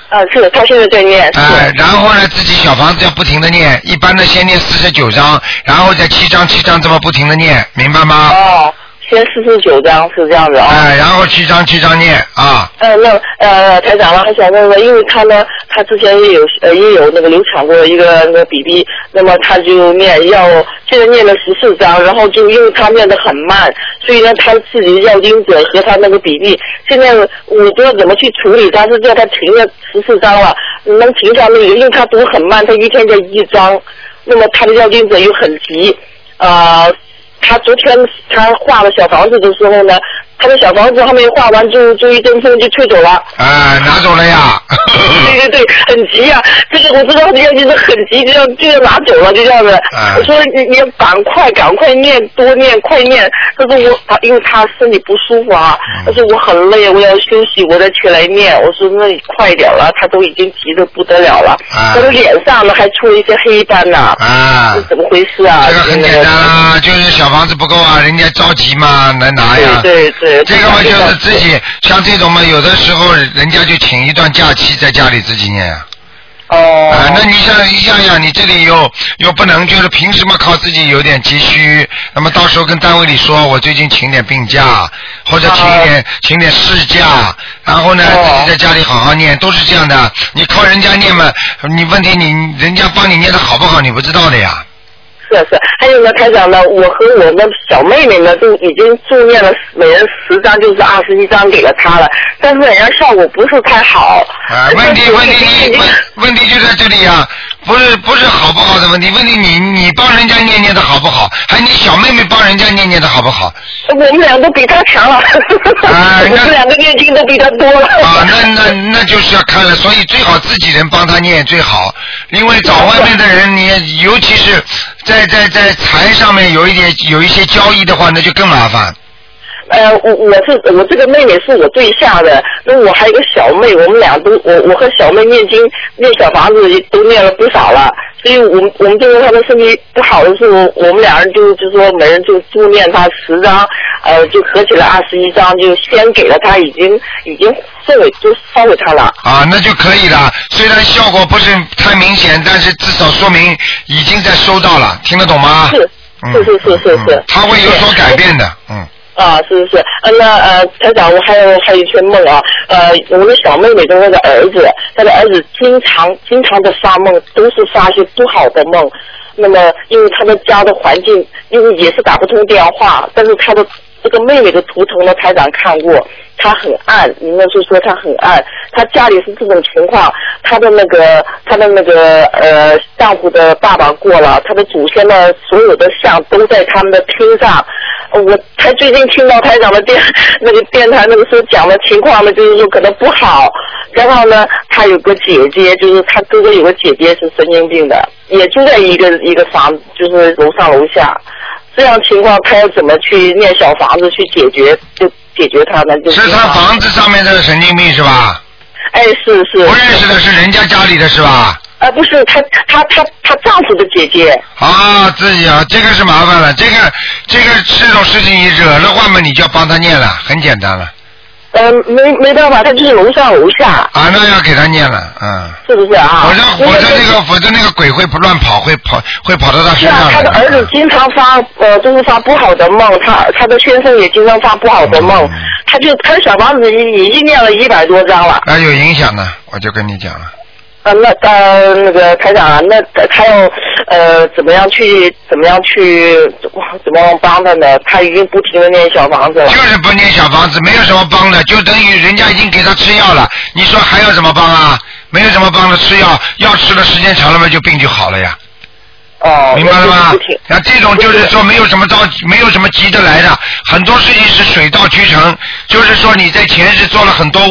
Speaker 5: 啊，是他现在在念，是、
Speaker 2: 哎、然后呢自己小房子要不停的念，一般的先念四十九章，然后再七章七章这么不停的念，明白吗？
Speaker 5: 哦，先四十九张是这样子啊、
Speaker 2: 啊哎，然后七章七章念啊，
Speaker 5: 呃，那呃，台长了，还想问问，因为他呢，他之前也有呃也有那个流产过一个那个 BB，那么他就念要现在念了十四章，然后就因为他念的很慢，所以呢，他自己要经者和他那个 BB，现在我不知道怎么去处理，但是叫他停了十四章了，能停下那个，因为他读很慢，他一天就一章，那么他的要经者又很急，啊、他昨天他画了小房子的时候呢，他的小房子后面画完就就一阵风就吹走了。
Speaker 2: 哎，拿走了呀。
Speaker 5: 对对对，很急啊！这个我知道，这样就是很急，就要就要拿走了，就这样子。
Speaker 2: 哎
Speaker 5: 我说你你要赶快赶快念，多念快念。他说我他因为他身体不舒服啊，
Speaker 2: 嗯
Speaker 5: 他说我很累，我要休息，我再起来念。我说那你快点了，他都已经急得不得了了。
Speaker 2: 哎
Speaker 5: 他的脸上呢还出了一些黑斑呐、
Speaker 2: 啊
Speaker 5: 是，怎么回事啊？
Speaker 2: 这个很
Speaker 5: 那
Speaker 2: 简单啦，就是小房子不够啊，人家着急嘛，来拿呀。
Speaker 5: 对对对
Speaker 2: 这个嘛
Speaker 5: 对
Speaker 2: 就是自己，像这种嘛，有的时候人家就请一段假期在家里自己念呀。
Speaker 5: 哦。
Speaker 2: 啊，那你想你想想，你这里又又不能就是凭什么靠自己有点急需，那么到时候跟单位里说我最近请点病假，或者请一点、请点事假，然后呢、
Speaker 5: 啊哦
Speaker 2: 自己在家里好好念，都是这样的。你靠人家念嘛，你问题你人家帮你念的好不好你不知道的呀。
Speaker 5: 是啊是啊，还有呢，台长呢，我和我的小妹妹呢，就已经助念了每人十张，就是二十一张给了她了，但是人家效果不是太好。
Speaker 2: 啊，问题问题你问 问题就在这里呀、不是不是好不好的问题，问题你你帮人家念念的好不好，还你小妹妹帮人家念念的好不好？
Speaker 5: 我们俩都比她强了，
Speaker 2: 啊
Speaker 5: 我们
Speaker 2: 那
Speaker 5: 两个念经都比她多了。
Speaker 2: 啊，那那那就是要看了，所以最好自己人帮他念最好，因为找外面的人，你也尤其是在在在财上面有一点有一些交易的话，那就更麻烦。
Speaker 5: 呃，我我是我这个妹妹是我对象的，那我还有个小妹，我们俩都我我和小妹念经念小房子也都念了不少了，所以我们我们就是她的身体不好的时候，我们俩人就就说每人就助念她十张，呃，就合起来二十一张，就先给了她，已经已经送给就送给她了。
Speaker 2: 啊，那就可以了。虽然效果不是太明显，但是至少说明已经在收到了，听得懂吗？
Speaker 5: 是
Speaker 2: 嗯
Speaker 5: 是是是是
Speaker 2: 嗯
Speaker 5: 是
Speaker 2: 嗯他会有所改变的，嗯。
Speaker 5: 啊，是是是，呃，那呃，台长，我还有还有一圈梦啊，呃，我的小妹妹的那个儿子，他的儿子经常经常的发梦，都是发一些不好的梦。那么，因为他们家的环境，因为也是打不通电话，但是他的这个妹妹的图腾呢，台长看过，她很暗，你们是说她很暗，她家里是这种情况，她的那个她的那个呃丈夫的爸爸过了，她的祖先呢所有的像都在他们的厅上。呃我才最近听到台长的电那个电台那个时候讲的情况呢，就是说可能不好。然后呢，她有个姐姐，就是她哥哥有个姐姐是神经病的，也住在一个一个房，就是楼上楼下。这样情况，他要怎么去念小房子去解决，就解决他呢？就是
Speaker 2: 他房子上面这个神经病是吧？
Speaker 5: 啊哎，是是，
Speaker 2: 不认识的是人家家里的是吧？
Speaker 5: 啊，不是他他他他丈夫的姐姐，
Speaker 2: 啊，自己啊，这个是麻烦了，这个这个这种事情你惹了话嘛，你就要帮他念了，很简单了。
Speaker 5: 呃，没没办法，他就是楼上楼下，
Speaker 2: 啊，那要给他念了，嗯。
Speaker 5: 是不是啊？
Speaker 2: 否则否
Speaker 5: 因为
Speaker 2: 则那个否则那个鬼会不乱跑，会跑会跑到他
Speaker 5: 是
Speaker 2: 身上
Speaker 5: 啊，他
Speaker 2: 来
Speaker 5: 的儿子经常发呃，就是发不好的梦，他他的先生也经常发不好的
Speaker 2: 嗯
Speaker 5: 梦，他就他的小房子已已经念了一百多张了。
Speaker 2: 啊，有影响的，我就跟你讲了。
Speaker 5: 呃，那呃那个台长啊，那他他要呃怎么样去怎么样去哇怎么样帮他呢？他已经不停的念小房子了
Speaker 2: 就。是不念小房子，没有什么帮的，就等于人家已经给他吃药了，你说还有什么帮啊？没有什么帮的，吃药，药吃了时间长了嘛，就病就好了呀。
Speaker 5: 哦，
Speaker 2: 明白了吗
Speaker 5: 不停？
Speaker 2: 那这种就是说没有什么着急，没有什么急得来的，很多事情是水到渠成，就是说你在前世做了很多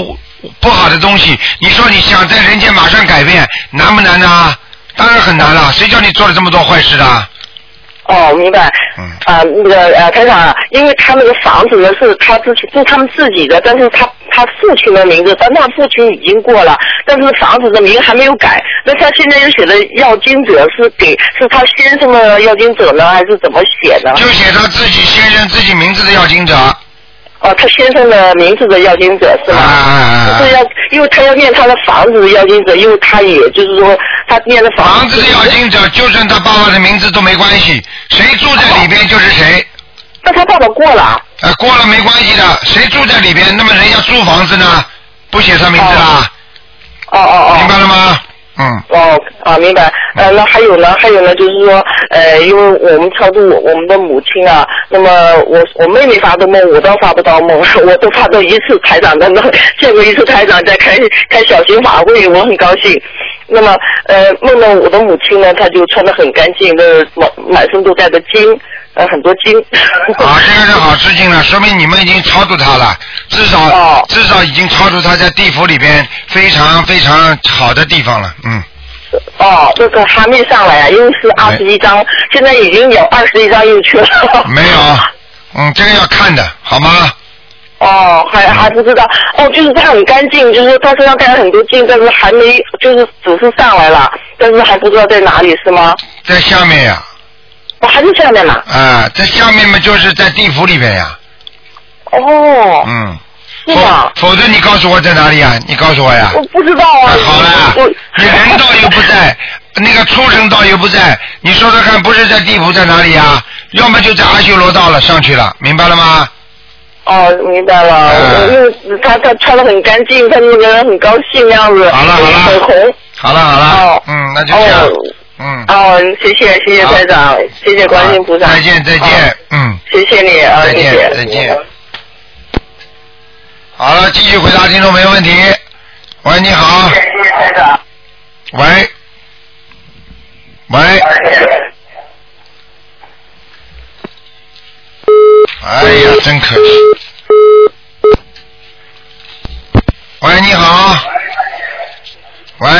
Speaker 2: 不好的东西，你说你想在人间马上改变，难不难呢？当然很难了，谁叫你做了这么多坏事的？
Speaker 5: 哦，明白。
Speaker 2: 嗯
Speaker 5: 啊、那个呃，台长啊，因为他那个房子呢是他之前是他们自己的，但是他他父亲的名字，但他父亲已经过了，但是房子的名还没有改。那他现在又写的要经者是给是他先生的要经者呢，还是怎么写呢？
Speaker 2: 就写他自己先生自己名字的要经者，啊
Speaker 5: 哦、他先生的名字的要经者是
Speaker 2: 啊
Speaker 5: 吗？
Speaker 2: 啊！
Speaker 5: 是要，因为他要念他的房子的要经者，因为他也就是说他念的房
Speaker 2: 房子的要经者，就算他爸爸的名字都没关系，谁住在里边就是谁。
Speaker 5: 哦那他爸爸过了。啊
Speaker 2: 呃，过了没关系的，谁住在里边，那么人家租房子呢，不写他名字啦，
Speaker 5: 哦哦哦。
Speaker 2: 明白了吗？嗯，
Speaker 5: 哦，啊，明白。呃，那还有呢，还有呢，就是说，呃，因为我们超度我们的母亲啊，那么我我妹妹发的梦，我倒发不到梦， 我都发到一次台长的梦，见过一次台长在开开小型法会，我很高兴。那么，呃，梦到我的母亲呢，她就穿的很干净，那满满身都带着金，呃，很多金。
Speaker 2: 啊，这个是好事情了，说明你们已经超度他了，至少、
Speaker 5: 哦
Speaker 2: 至少已经超度他在地府里边非常非常好的地方了，嗯，
Speaker 5: 哦，那个还没上来啊，因为是二十一张，现在已经有二十一张进去了。
Speaker 2: 没有，嗯，这个要看的，好吗？
Speaker 5: 哦，还还不知道哦，就是他很干净，就是他身上带了很多劲，但是还没，就是只是上来了，但是还不知道在哪里是吗？
Speaker 2: 在下面呀、
Speaker 5: 我、哦、还是下面呢。
Speaker 2: 啊，在下面嘛，就是在地府里边呀、
Speaker 5: 哦，
Speaker 2: 嗯，
Speaker 5: 是吗？
Speaker 2: 否否则你告诉我在哪里呀？你告诉我呀。
Speaker 5: 我不知道啊。
Speaker 2: 啊好
Speaker 5: 我
Speaker 2: 了，你人道又不 在，那个畜生道又不在，你说说看，不是在地府在哪里呀、要么就在阿修罗道了，上去了，明白了吗？
Speaker 5: 哦，明白了，
Speaker 2: 嗯
Speaker 5: 我因为他他穿的很干净，他那个人很高兴样子，
Speaker 2: 好了好了
Speaker 5: 很红。
Speaker 2: 好了好了，
Speaker 5: 哦
Speaker 2: 嗯，那就这样，
Speaker 5: 哦
Speaker 2: 嗯，
Speaker 5: 哦，谢谢谢谢
Speaker 2: 好
Speaker 5: 台长，谢谢观音菩萨。
Speaker 2: 再见再见，
Speaker 5: 哦
Speaker 2: 嗯，
Speaker 5: 谢谢你啊，
Speaker 2: 再见
Speaker 5: 谢谢
Speaker 2: 再见好了，继续回答听众没问题。喂，你好，
Speaker 5: 谢谢台长。
Speaker 2: 喂，喂，哎呀，真可惜。喂，你好，喂，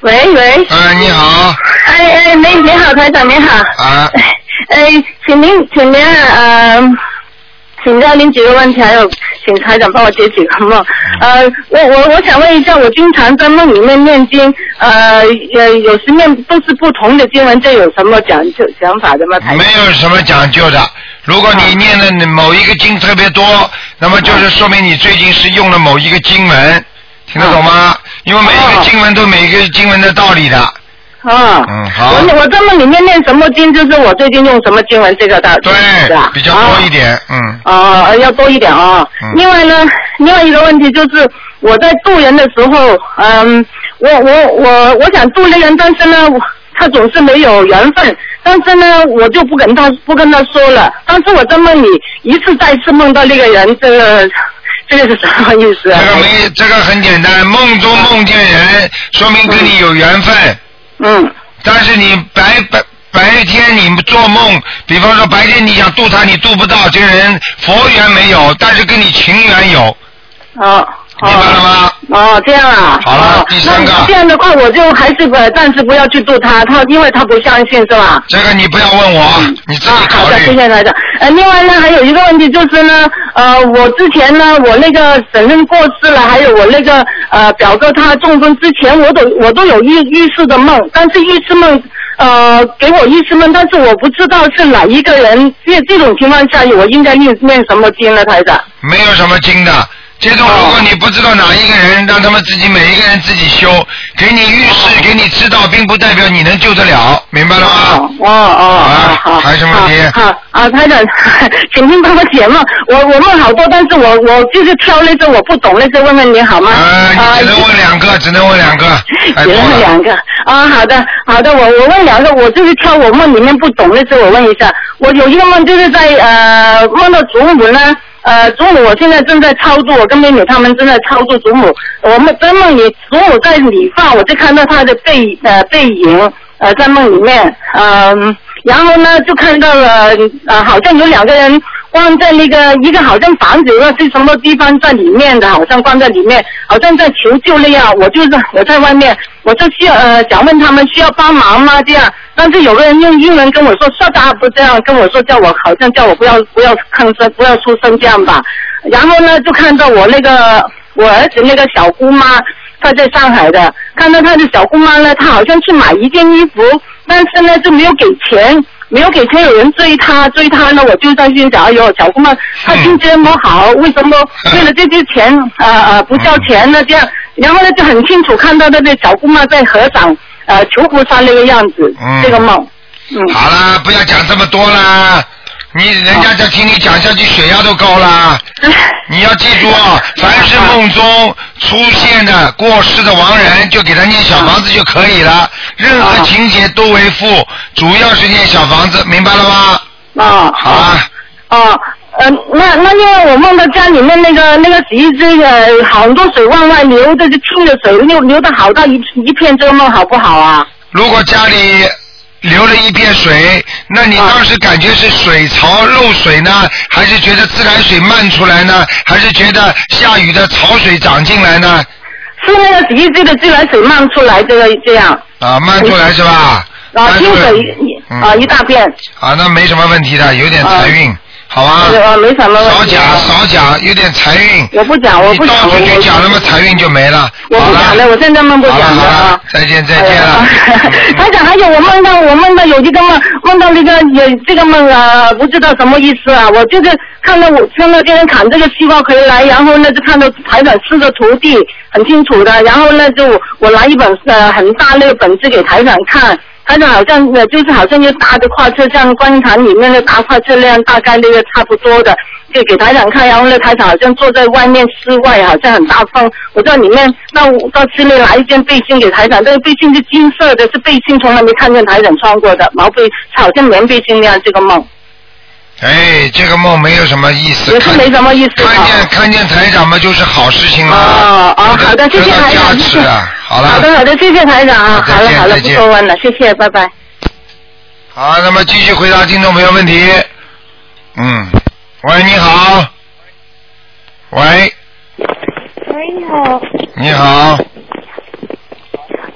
Speaker 7: 喂喂，
Speaker 2: 嗯、你好，
Speaker 7: 哎哎，您您好，台长您好，
Speaker 2: 啊，
Speaker 7: 哎，请您请您呃，请教您几个问题，还有请台长帮我解几个梦。呃，
Speaker 2: 嗯
Speaker 7: 我我我想问一下，我经常在梦里面念经，呃呃，有时念都是不同的经文，这有什么讲究讲法的吗？台长
Speaker 2: 没有什么讲究的。如果你念的某一个经特别多，那么就是说明你最近是用了某一个经文，听得懂吗？因为每一个经文都有每一个经文的道理的。
Speaker 7: 啊。
Speaker 2: 嗯好
Speaker 7: 我我在梦里面念什么经，就是我最近用什么经文，这个道理是
Speaker 2: 对
Speaker 7: 吧，
Speaker 2: 比较多一
Speaker 7: 啊
Speaker 2: 点，嗯，
Speaker 7: 哦、呃要多一点哦。
Speaker 2: 嗯
Speaker 7: 另外呢，另外一个问题就是我在渡人的时候，嗯，我我我我想渡那个人，但是呢，我他总是没有缘分。但是呢，我就不跟他不跟他说了。但是我在梦里一次再次梦到那个人，这个这个是什么意思
Speaker 2: 这
Speaker 7: 啊？
Speaker 2: 个没，这个很简单，梦中梦见人，说明跟你有缘分。
Speaker 7: 嗯
Speaker 2: 但是你白白白天你做梦，比方说白天你想渡他，你渡不到，这个人佛缘没有，但是跟你情缘有，
Speaker 7: 哦。
Speaker 2: 明白了吗？
Speaker 7: 哦，这样啊。
Speaker 2: 好了
Speaker 7: 哦
Speaker 2: 第三个
Speaker 7: 那这样的话，我就还是呃，暂时不要去渡他，他因为他不相信是吧？
Speaker 2: 这个你不要问我，啊你自己考
Speaker 7: 嗯啊好的，谢
Speaker 2: 虑。
Speaker 7: 谢台长。呃，另外呢，还有一个问题就是呢，呃，我之前呢，我那个婶婶过世了，还有我那个呃表哥他中风之前，我都我都有预预示的梦，但是预示梦呃给我医师们，但是我不知道是哪一个人。这这种情况下，我应该念念什么经呢，台长？
Speaker 2: 没有什么经的。这
Speaker 7: 哦
Speaker 2: 种如果你不知道哪一个人，让他们自己每一个人自己修，给你预
Speaker 7: 哦
Speaker 2: 示，给你知道，并不代表你能救得了，明白了吗？
Speaker 7: 哦哦
Speaker 2: 好，还有什么问题？
Speaker 7: 好啊，台长， 请您帮我解梦。我我梦好多，但是我我就是挑那些我不懂那些问问你好吗？
Speaker 2: 啊，只能问两个，只能问两个，太
Speaker 7: 只
Speaker 2: 多
Speaker 7: 能问
Speaker 2: 了。
Speaker 7: 两个啊，好的好的，我我问两个，我就是挑我梦里面不懂的时候我问一下。我有一个梦就是在呃梦到祖母呢，呃祖母我现在正在超度，我跟妹妹他们正在超度祖母。我们在梦里祖母在理发，我就看到她的背呃背影呃在梦里面，嗯、然后呢就看到了呃好像有两个人。关在那个一个好像房子，那是什么地方在里面的，好像关在里面，好像在求救那样。我就是我在外面，我就需要呃想问他们需要帮忙吗？这样，但是有个人用英文跟我说 “shut up” 这样跟我说，叫我好像叫我不要不要吭声，不要出声这样吧。然后呢，就看到我那个我儿子那个小姑妈，她在上海的，看到她的小姑妈呢，她好像去买一件衣服，但是呢就没有给钱，没有给钱，有人追她，追她呢，我就在心想，哎呦，小姑妈她经济那么好，为什么为了这些钱，呃呃不交钱呢？这样，然后呢就很清楚看到那个小姑妈在河上，呃求菩萨那个样子，
Speaker 2: 嗯
Speaker 7: 这个梦，
Speaker 2: 好啦，不要讲这么多啦。你人家在听你讲下去，血压都高啦。你要记住啊，凡是梦中出现的过世的亡人，就给他念小房子就可以了。任何情节都为负，主要是念小房子，明白了吗？
Speaker 7: 啊。
Speaker 2: 好啊，
Speaker 7: 哦，呃，那那因为我梦到家里面那个那个洗衣机呃，好多水往外流，这是清的水流流的好大一一片，这个梦好不好啊？
Speaker 2: 如果家里流了一片水，那你
Speaker 7: 啊
Speaker 2: 当时感觉是水槽漏水呢，还是觉得自来水漫出来呢，还是觉得下雨的潮水涨进来呢？
Speaker 7: 是那个洗衣机的自来水漫出来，这个这样，
Speaker 2: 啊，漫出来是吧？
Speaker 7: 啊，
Speaker 2: 漫出
Speaker 7: 清
Speaker 2: 来
Speaker 7: 水一
Speaker 2: 嗯
Speaker 7: 啊一大片，
Speaker 2: 啊，那没什么问题的，有点财运，好吧？
Speaker 7: 啊没什么问题
Speaker 2: 少讲少讲，有点财运。
Speaker 7: 我不讲，我
Speaker 2: 你
Speaker 7: 不讲，
Speaker 2: 到
Speaker 7: 我
Speaker 2: 处去讲，那么
Speaker 7: 我
Speaker 2: 财运就没了。
Speaker 7: 我不讲了，我现在梦不
Speaker 2: 好
Speaker 7: 讲
Speaker 2: 了
Speaker 7: 了
Speaker 2: 好
Speaker 7: 啊
Speaker 2: 了。，再见再见了。
Speaker 7: 台长，还有我梦到我梦到有一个梦，梦到那个也这个梦啊，不知道什么意思啊。我就是看到我看到别人砍这个西瓜回来，然后呢就看到台长吃着徒弟，很清楚的。然后呢就我拿一本呃很大那个本子给台长看，台长好像呃就是好像就大的跨车，像观音堂里面的大跨车那样，大概那个差不多的。就给台长看，然后呢，台长好像坐在外面室外，啊好像很大方。我到里面到呃到室内拿一件背心给台长，这个背心是金色的，是背心从来没看见台长穿过的毛背，好像棉背心那样。这个梦
Speaker 2: 哎，这个梦没有什么意思
Speaker 7: 也，是
Speaker 2: 看
Speaker 7: 没什么意思
Speaker 2: 看
Speaker 7: 啊。
Speaker 2: 见看见台长嘛，就是好事情
Speaker 7: 哦
Speaker 2: 了。
Speaker 7: 哦，好的，谢
Speaker 2: 得
Speaker 7: 谢
Speaker 2: 到
Speaker 7: 台
Speaker 2: 加持
Speaker 7: 长，谢谢。
Speaker 2: 啊，好了。
Speaker 7: 好的好的，谢谢台长啊，
Speaker 2: 再
Speaker 7: 好了
Speaker 2: 见
Speaker 7: 好了，
Speaker 2: 再
Speaker 7: 不
Speaker 2: 见
Speaker 7: 多问了，谢谢，拜拜。
Speaker 2: 好，那么继续回答听众朋友问题。嗯，喂，你好。喂，
Speaker 8: 喂，你好，
Speaker 2: 你好，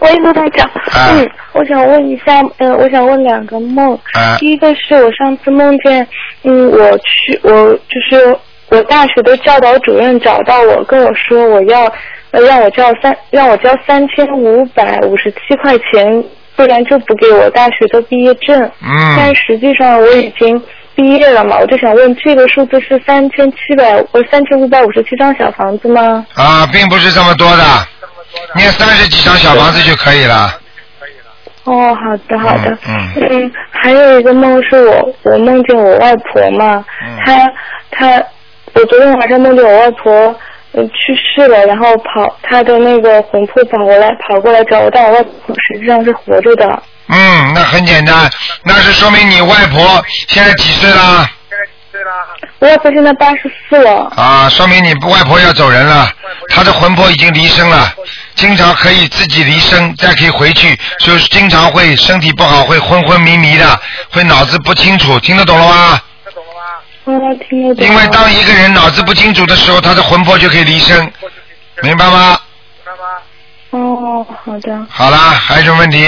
Speaker 8: 喂，卢台长。
Speaker 2: 啊
Speaker 8: 嗯，我想问一下，呃，我想问两个梦。
Speaker 2: 啊
Speaker 8: 第一个是我上次梦见，嗯，我去，我就是我大学的教导主任找到我，跟我说我要，呃让我交三，让我交三千五百五十七块钱，不然就不给我大学的毕业证。但
Speaker 2: 嗯，
Speaker 8: 实际上我已经毕业了嘛，我就想问，这个数字是三千七百，不是三千五百五十七张小房子吗？
Speaker 2: 啊，并不是这么多的，念三十几张小房子就可以了。
Speaker 8: 哦，好的好的，
Speaker 2: 嗯
Speaker 8: 嗯，还有一个梦是我我梦见我外婆嘛，
Speaker 2: 嗯
Speaker 8: 她她我昨天晚上梦见我外婆嗯去世了，然后跑她的那个魂魄跑过来跑过来找我，但我外婆实际上是活着的，
Speaker 2: 嗯，那很简单，那是说明你外婆现在几岁啦？
Speaker 8: 我外婆现在八十四了，
Speaker 2: 啊，说明你外婆要走人了，她的魂魄已经离身了，经常可以自己离身，再可以回去，就是经常会身体不好，会昏昏迷迷的，会脑子不清楚，听得懂了吗？
Speaker 8: 嗯，听得懂
Speaker 2: 因
Speaker 8: 吗。
Speaker 2: 为当一个人脑子不清楚的时候，他的魂魄就可以离身，明白吗？
Speaker 8: 哦，好的，
Speaker 2: 好啦，还有什么问题？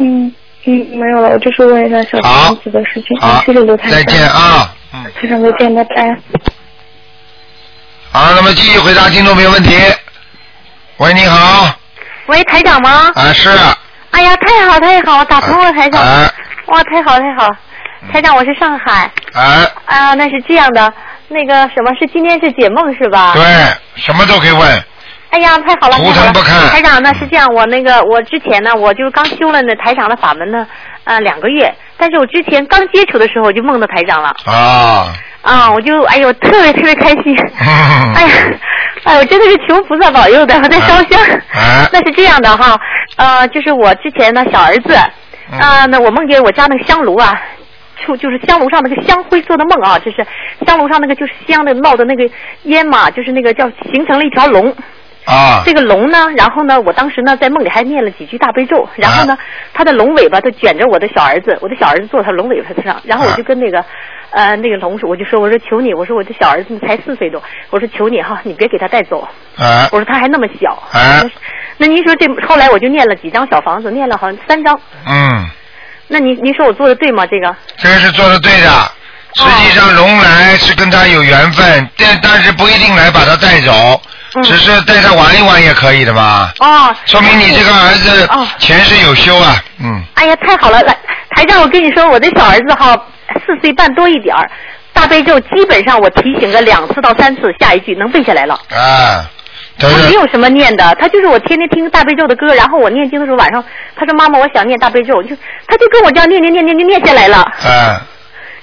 Speaker 8: 嗯嗯，没有了，我就是问一下小
Speaker 2: 好
Speaker 8: 房子的事情，
Speaker 2: 好
Speaker 8: 谢谢卢台，长，
Speaker 2: 再见，啊！嗯，
Speaker 8: 台长再见，拜拜。
Speaker 2: 好，那么继续回答听众朋友问题。喂，你好，
Speaker 9: 喂，台长吗？
Speaker 2: 啊是，
Speaker 9: 哎呀，太好太好，打通了台长，哇，太好太好，台长我是上海，
Speaker 2: 哎，
Speaker 9: 啊，那是这样的，那个什么是今天是解梦是吧？
Speaker 2: 对，什么都可以问。
Speaker 9: 哎呀，太好了，
Speaker 2: 图腾
Speaker 9: 太好了！
Speaker 2: 不看
Speaker 9: 台长呢是这样，我那个我之前呢，我就是刚修了那台长的法门呢，呃，两个月。但是我之前刚接触的时候，我就梦到台长了，
Speaker 2: 啊，
Speaker 9: 啊，我就哎呦，特别特别开 心，哎呀，哎呦，真的是求菩萨保佑的，
Speaker 2: 啊
Speaker 9: 我在烧香。那是这样的哈，呃，就是我之前呢，小儿子，
Speaker 2: 嗯
Speaker 9: 啊，那我梦见我家那个香炉啊，处就是香炉上那个香灰做的梦啊，就是香炉上那个就是香的冒的那个烟嘛，就是那个叫形成了一条龙。
Speaker 2: 啊，
Speaker 9: 这个龙呢，然后呢，我当时呢在梦里还念了几句大悲咒，然后
Speaker 2: 啊
Speaker 9: 呢，他的龙尾巴就卷着我的小儿子，我的小儿子坐他龙尾巴上，然后我就跟那个、
Speaker 2: 啊
Speaker 9: 呃那个龙说，我就说我说求你，我说我的小儿子才四岁多，我说求你哈，你别给他带走，
Speaker 2: 啊
Speaker 9: 我说他还那么小，
Speaker 2: 啊，
Speaker 9: 那您说这后来我就念了几张小房子，念了好像三张，
Speaker 2: 嗯，
Speaker 9: 那您您说我做的对吗？这个
Speaker 2: 这个是做的对的。实际上龙来是跟他有缘分，但但是不一定来把他带走，只是带他玩一玩也可以的嘛。
Speaker 9: 嗯哦，
Speaker 2: 说明你这个儿子
Speaker 9: 哦，
Speaker 2: 前世有修啊，嗯，
Speaker 9: 哎呀，太好了！来，台长，我跟你说，我的小儿子哈，四岁半多一点儿，大悲咒基本上我提醒个两次到三次，下一句能背下来了。
Speaker 2: 啊，
Speaker 9: 他没有什么念的，他就是我天天听大悲咒的歌，然后我念经的时候晚上，他说妈妈我想念大悲咒，我就他就跟我这样念念念念念念下来了，
Speaker 2: 啊，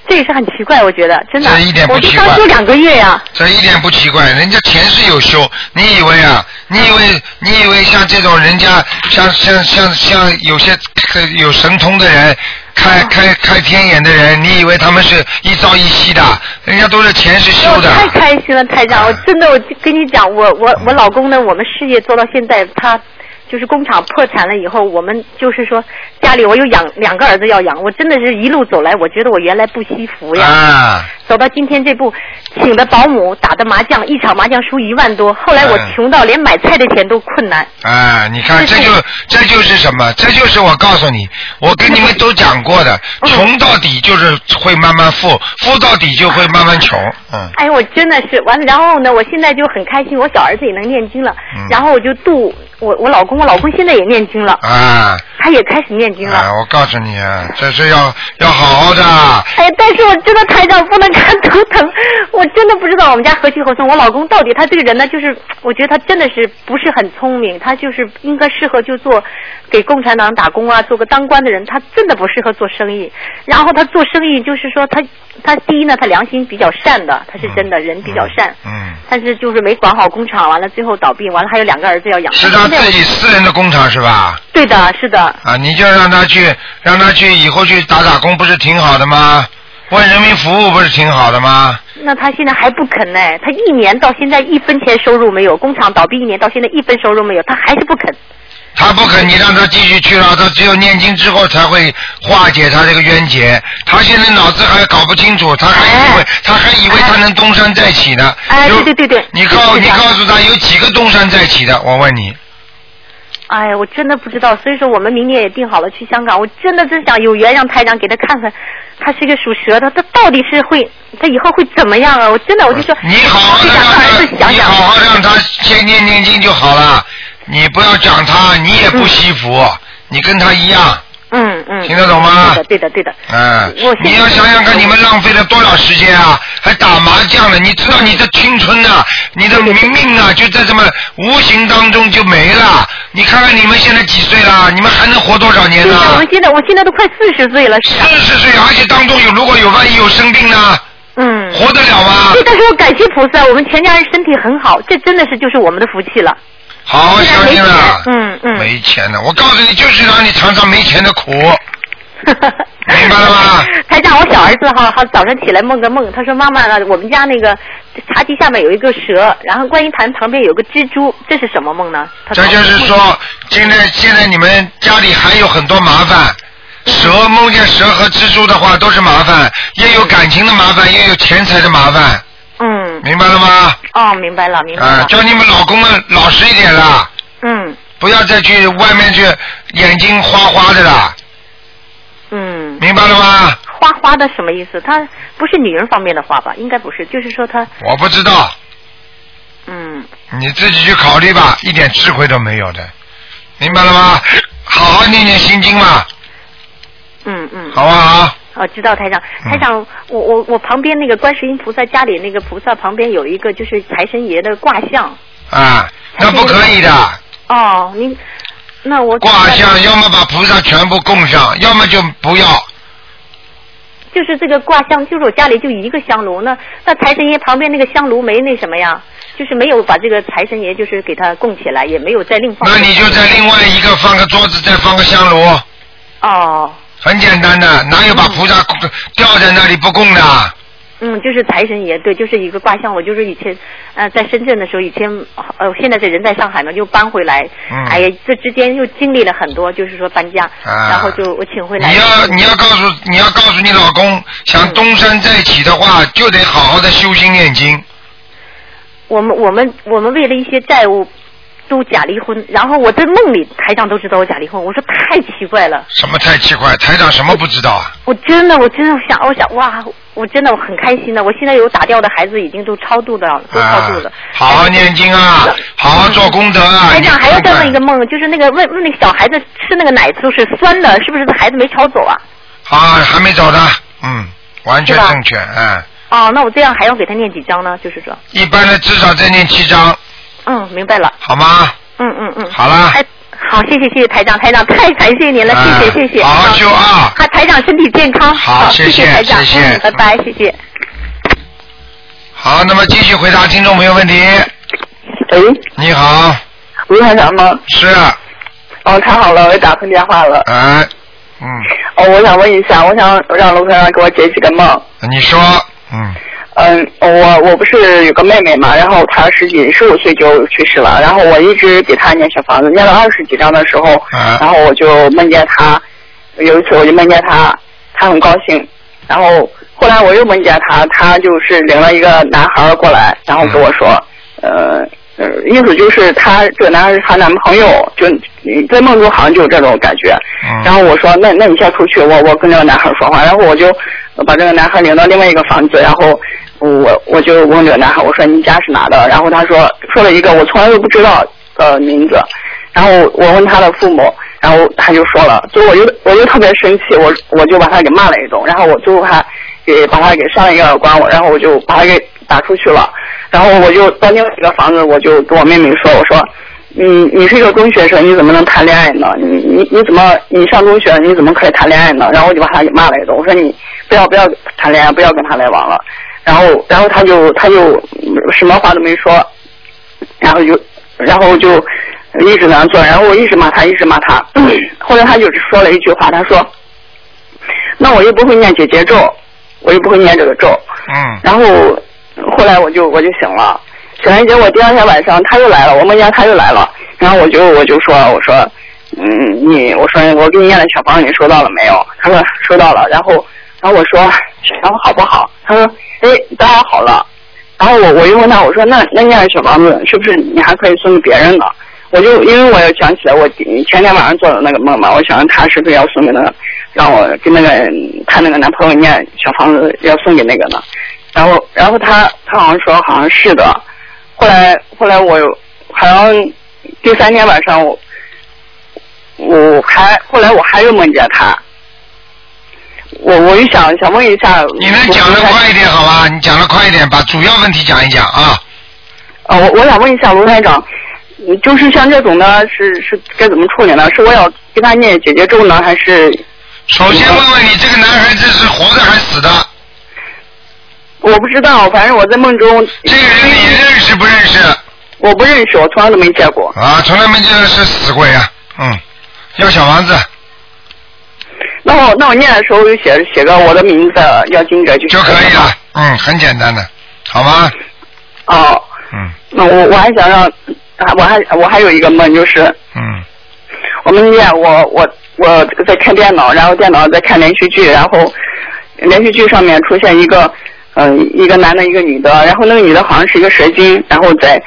Speaker 9: 这也是很奇怪，我觉得真的。
Speaker 2: 这一点不
Speaker 9: 我就
Speaker 2: 奇怪
Speaker 9: 刚修两个月呀、
Speaker 2: 这一点不奇怪，人家前世有修，你以为啊？你以为你以为像这种人家像像像像有些呃有神通的人，开开开天眼的人，你以为他们是一朝一夕的？人家都是前世修的。
Speaker 9: 太开心了，台长！我真的，我跟你讲，我我我老公呢，我们事业做到现在，他就是工厂破产了以后，我们就是说家里我有养两个儿子要养，我真的是一路走来，我觉得我原来不惜福呀。
Speaker 2: 啊
Speaker 9: 走到今天这步，请的保姆，打的麻将，一场麻将输一万多，后来我
Speaker 2: 嗯
Speaker 9: 穷到连买菜的钱都困难。
Speaker 2: 啊，你看，这
Speaker 9: 这是
Speaker 2: 就这就是什么？这就是我告诉你，我跟你们都讲过的，穷到底就是会慢慢富，富到底就会慢慢穷。嗯，
Speaker 9: 哎，我真的是完了，然后呢，我现在就很开心，我小儿子也能念经了，然后我就度我我老公，我老公现在也念经了，
Speaker 2: 啊。
Speaker 9: 他也开始念经了。
Speaker 2: 啊，我告诉你啊，这是要要好好的。
Speaker 9: 哎，但是我真的台长不能看图腾，我真的不知道我们家何去何从。我老公到底他这个人呢，就是我觉得他真的是不是很聪明，他就是应该适合就做给共产党打工啊，做个当官的人，他真的不适合做生意。然后他做生意就是说他他第一呢，他良心比较善的，他是真的人比较善，
Speaker 2: 嗯，
Speaker 9: 但是就是没管好工厂，完了最后倒闭，完了还有两个儿子要养。
Speaker 2: 是他自己私人的工厂是吧？
Speaker 9: 对的，是的。
Speaker 2: 啊，你就让他去，让他去以后去打打工，不是挺好的吗？为人民服务不是挺好的吗？
Speaker 9: 那他现在还不肯呢，他一年到现在一分钱收入没有，工厂倒闭一年到现在一分收入没有，他还是不肯。
Speaker 2: 他不肯，你让他继续去了，他只有念经之后才会化解他这个冤结。他现在脑子还搞不清楚，他还以为、他还以为他能东山再起呢。
Speaker 9: 哎
Speaker 2: 有
Speaker 9: 对对对对
Speaker 2: 你告
Speaker 9: 是
Speaker 2: 你
Speaker 9: 的
Speaker 2: 告诉他有几个东山再起的？我问你，
Speaker 9: 哎，我真的不知道，所以说我们明年也定好了去香港，我真的真想有缘让台长给他看看，他是一个属蛇的，他到底是会他以后会怎么样啊？我真的我就说，
Speaker 2: 你好好的让他，你好好让他 先念念经就好了。你不要讲他，你也不惜福，你跟他一样，
Speaker 9: 嗯嗯，
Speaker 2: 听得懂吗
Speaker 9: 对的对的对的，
Speaker 2: 嗯
Speaker 9: 我。
Speaker 2: 你要想想看，你们浪费了多少时间啊？还打麻将呢？你知道你的青春呐、你的命命啊，就在这么无形当中就没了。你看看你们现在几岁了？你们还能活多少年
Speaker 9: 对
Speaker 2: 呢
Speaker 9: 的，？我现在我现在都快四十岁了，是啊
Speaker 2: 四十岁，而且当中有如果有万一有生病呢，
Speaker 9: 嗯，
Speaker 2: 活得了吗？
Speaker 9: 对，但是我感谢菩萨，我们全家人身体很好，这真的是就是我们的福气了。
Speaker 2: 好好相信了。
Speaker 9: 嗯嗯，
Speaker 2: 没钱的，我告诉你，就是让你尝尝没钱的苦。明白了吗？
Speaker 9: 台长，我小儿子哈，他早上起来梦个梦，他说妈妈呢，我们家那个茶几下面有一个蛇，然后观音坛旁边有个蜘蛛，这是什么梦呢？他
Speaker 2: 这就是说，现在现在你们家里还有很多麻烦。
Speaker 9: 嗯
Speaker 2: 蛇梦见蛇和蜘蛛的话都是麻烦，也有感情的麻烦，也有钱财的麻烦，
Speaker 9: 嗯，
Speaker 2: 明白了吗？
Speaker 9: 哦，明白了，明白
Speaker 2: 啊、
Speaker 9: 了，
Speaker 2: 叫你们老公们老实一点啦，
Speaker 9: 嗯
Speaker 2: 不要再去外面去眼睛花花的啦，
Speaker 9: 嗯，
Speaker 2: 明白了吗？
Speaker 9: 花花的什么意思？他不是女人方面的花吧？应该不是，就是说他
Speaker 2: 我不知道，
Speaker 9: 嗯
Speaker 2: 你自己去考虑吧，一点智慧都没有的，明白了吗？好好念念心经嘛，
Speaker 9: 嗯嗯。
Speaker 2: 好不嗯好？
Speaker 9: 哦，知道台长，台长，我我我旁边那个观世音菩萨家里那个菩萨旁边有一个就是财神爷的卦像。
Speaker 2: 啊，那不可以的。
Speaker 9: 哦，您，那我
Speaker 2: 卦象要么把菩萨全部供上，要么就不要。
Speaker 9: 就是这个卦香，就是我家里就一个香炉，那那财神爷旁边那个香炉没那什么呀，就是没有把这个财神爷就是给它供起来，也没有再另放。
Speaker 2: 那你就在另外一个放个桌子，再放个香炉，
Speaker 9: 哦，
Speaker 2: 很简单的，哪有把菩萨吊在那里不供的？啊
Speaker 9: 嗯，就是财神爷，对，就是一个卦象。我就是以前，呃，在深圳的时候，以前呃，现在这人在上海嘛，又搬回来。
Speaker 2: 嗯
Speaker 9: 哎呀，这之间又经历了很多，就是说搬家，
Speaker 2: 啊
Speaker 9: 然后就我请回来。嗯
Speaker 2: 你要你要告诉你要告诉你老公，想东山再起的话，就得好好的修心念经。
Speaker 9: 我们我们我们为了一些债务都假离婚，然后我在梦里台上都知道我假离婚，我说太奇怪了，
Speaker 2: 什么太奇怪，台长什么不知道啊？
Speaker 9: 我真的我真的想我想哇，我真的我很开心的，我现在有打掉的孩子已经都超度了，都超
Speaker 2: 啊
Speaker 9: 度了。，嗯
Speaker 2: 好好念经啊，好好做功德啊。
Speaker 9: 台长还要
Speaker 2: 你看
Speaker 9: 再
Speaker 2: 看
Speaker 9: 问一个梦，就是那个问问那个小孩子吃那个奶就是酸的，是不是孩子没吵走啊？
Speaker 2: 啊，还没找到，嗯，完全
Speaker 9: 是吧
Speaker 2: 正确，嗯，
Speaker 9: 哦，那我这样还要给他念几张呢？就是说，
Speaker 2: 一般的至少再念七章，
Speaker 9: 嗯，明白了，
Speaker 2: 好吗？
Speaker 9: 嗯嗯嗯，
Speaker 2: 好啦
Speaker 9: 哎，好，谢谢谢谢台长，台长太感谢您了，
Speaker 2: 啊
Speaker 9: 谢谢谢谢，
Speaker 2: 好好修啊
Speaker 9: 啊，台长身体健康，
Speaker 2: 好
Speaker 9: 谢
Speaker 2: 谢谢
Speaker 9: 台长，
Speaker 2: 谢谢
Speaker 9: 嗯，拜拜，谢谢。
Speaker 2: 好，那么继续回答听众朋友问题。
Speaker 10: 喂，
Speaker 2: 你好，
Speaker 10: 卢台长吗？
Speaker 2: 是啊，
Speaker 10: 哦，太好了，我也打通电话了。
Speaker 2: 哎，
Speaker 10: 哦，我想问一下，我想让卢台长给我解几个梦。
Speaker 2: 你说，
Speaker 10: 嗯，我我不是有个妹妹嘛，然后她十几十五岁就去世了，然后我一直给她念小房子，念到二十几章的时候，
Speaker 2: 啊
Speaker 10: 然后我就梦见她，有一次我就梦见她，她很高兴，然后后来我又梦见她，她就是领了一个男孩儿过来，然后跟我说，呃。呃，意思就是她这个男孩是她男朋友，就嗯在梦中好像就有这种感觉。然后我说那那你先出去，我我跟这个男孩说话，然后我就呃把这个男孩领到另外一个房子，然后我我就问这个男孩，我说您家是哪的？然后他说说了一个我从来都不知道的名字，然后我问他的父母，然后他就说了，就我就我就特别生气，我我就把他给骂了一顿，然后我最后还给把他给扇了一个耳光，我然后我就把他给打出去了，然后我就到另外一个房子，我就跟我妹妹说，我说。嗯，你是一个中学生，你怎么能谈恋爱呢？你你你怎么你上中学，你怎么可以谈恋爱呢？然后我就把他给骂了一顿，我说你不要不要谈恋爱，不要跟他来往了。然后然后他就他就嗯什么话都没说，然后就然后就一直那样做，然后我一直骂他，一直骂他。后来他就说了一句话，他说：“那我又不会念姐姐咒，我又不会念这个咒。”
Speaker 2: 嗯，
Speaker 10: 然后后来我就我就醒了，醒来结果第二天晚上他又来了，我梦见他又来了，然后我就我就说我说嗯你我说我给你念的小房子你收到了没有？他说收到了，然后然后我说小房子好不好？他说哎当然好了，然后我我就问他我说那那念的小房子是不是你还可以送给别人的？我就因为我又想起来我前天晚上做的那个梦嘛，我想他是不是要送给那个让我跟那个她那个男朋友念小房子要送给那个呢？然后然后他他好像说好像是的，后来后来我好像第三天晚上我我还后来我还又梦见他，我我就想想问一下，
Speaker 2: 你能讲的快一点好吧？你讲的快一点，把主要问题讲一讲啊。
Speaker 10: 呃，我我想问一下卢台长，嗯就是像这种呢，是是该怎么处理呢？是我要给他念姐姐咒呢，还是
Speaker 2: 首先问问你，这个男孩子是活的还是死的？
Speaker 10: 我不知道，反正我在梦中
Speaker 2: 这个人你认识不认识？
Speaker 10: 我不认识，我从来都没见过。
Speaker 2: 啊，从来没见过是死鬼啊，嗯，要小房子，
Speaker 10: 那我那我念的时候就写写个我的名字要经者就就可以了。
Speaker 2: 嗯，很简单的，好吗？
Speaker 10: 哦。
Speaker 2: 嗯。
Speaker 10: 那我我还想让，啊我还我还有一个梦就是。
Speaker 2: 嗯。
Speaker 10: 我们念我我我在看电脑，然后电脑在看连续剧，然后连续剧上面出现一个嗯、一个男的一个女的，然后那个女的好像是一个蛇精，然后在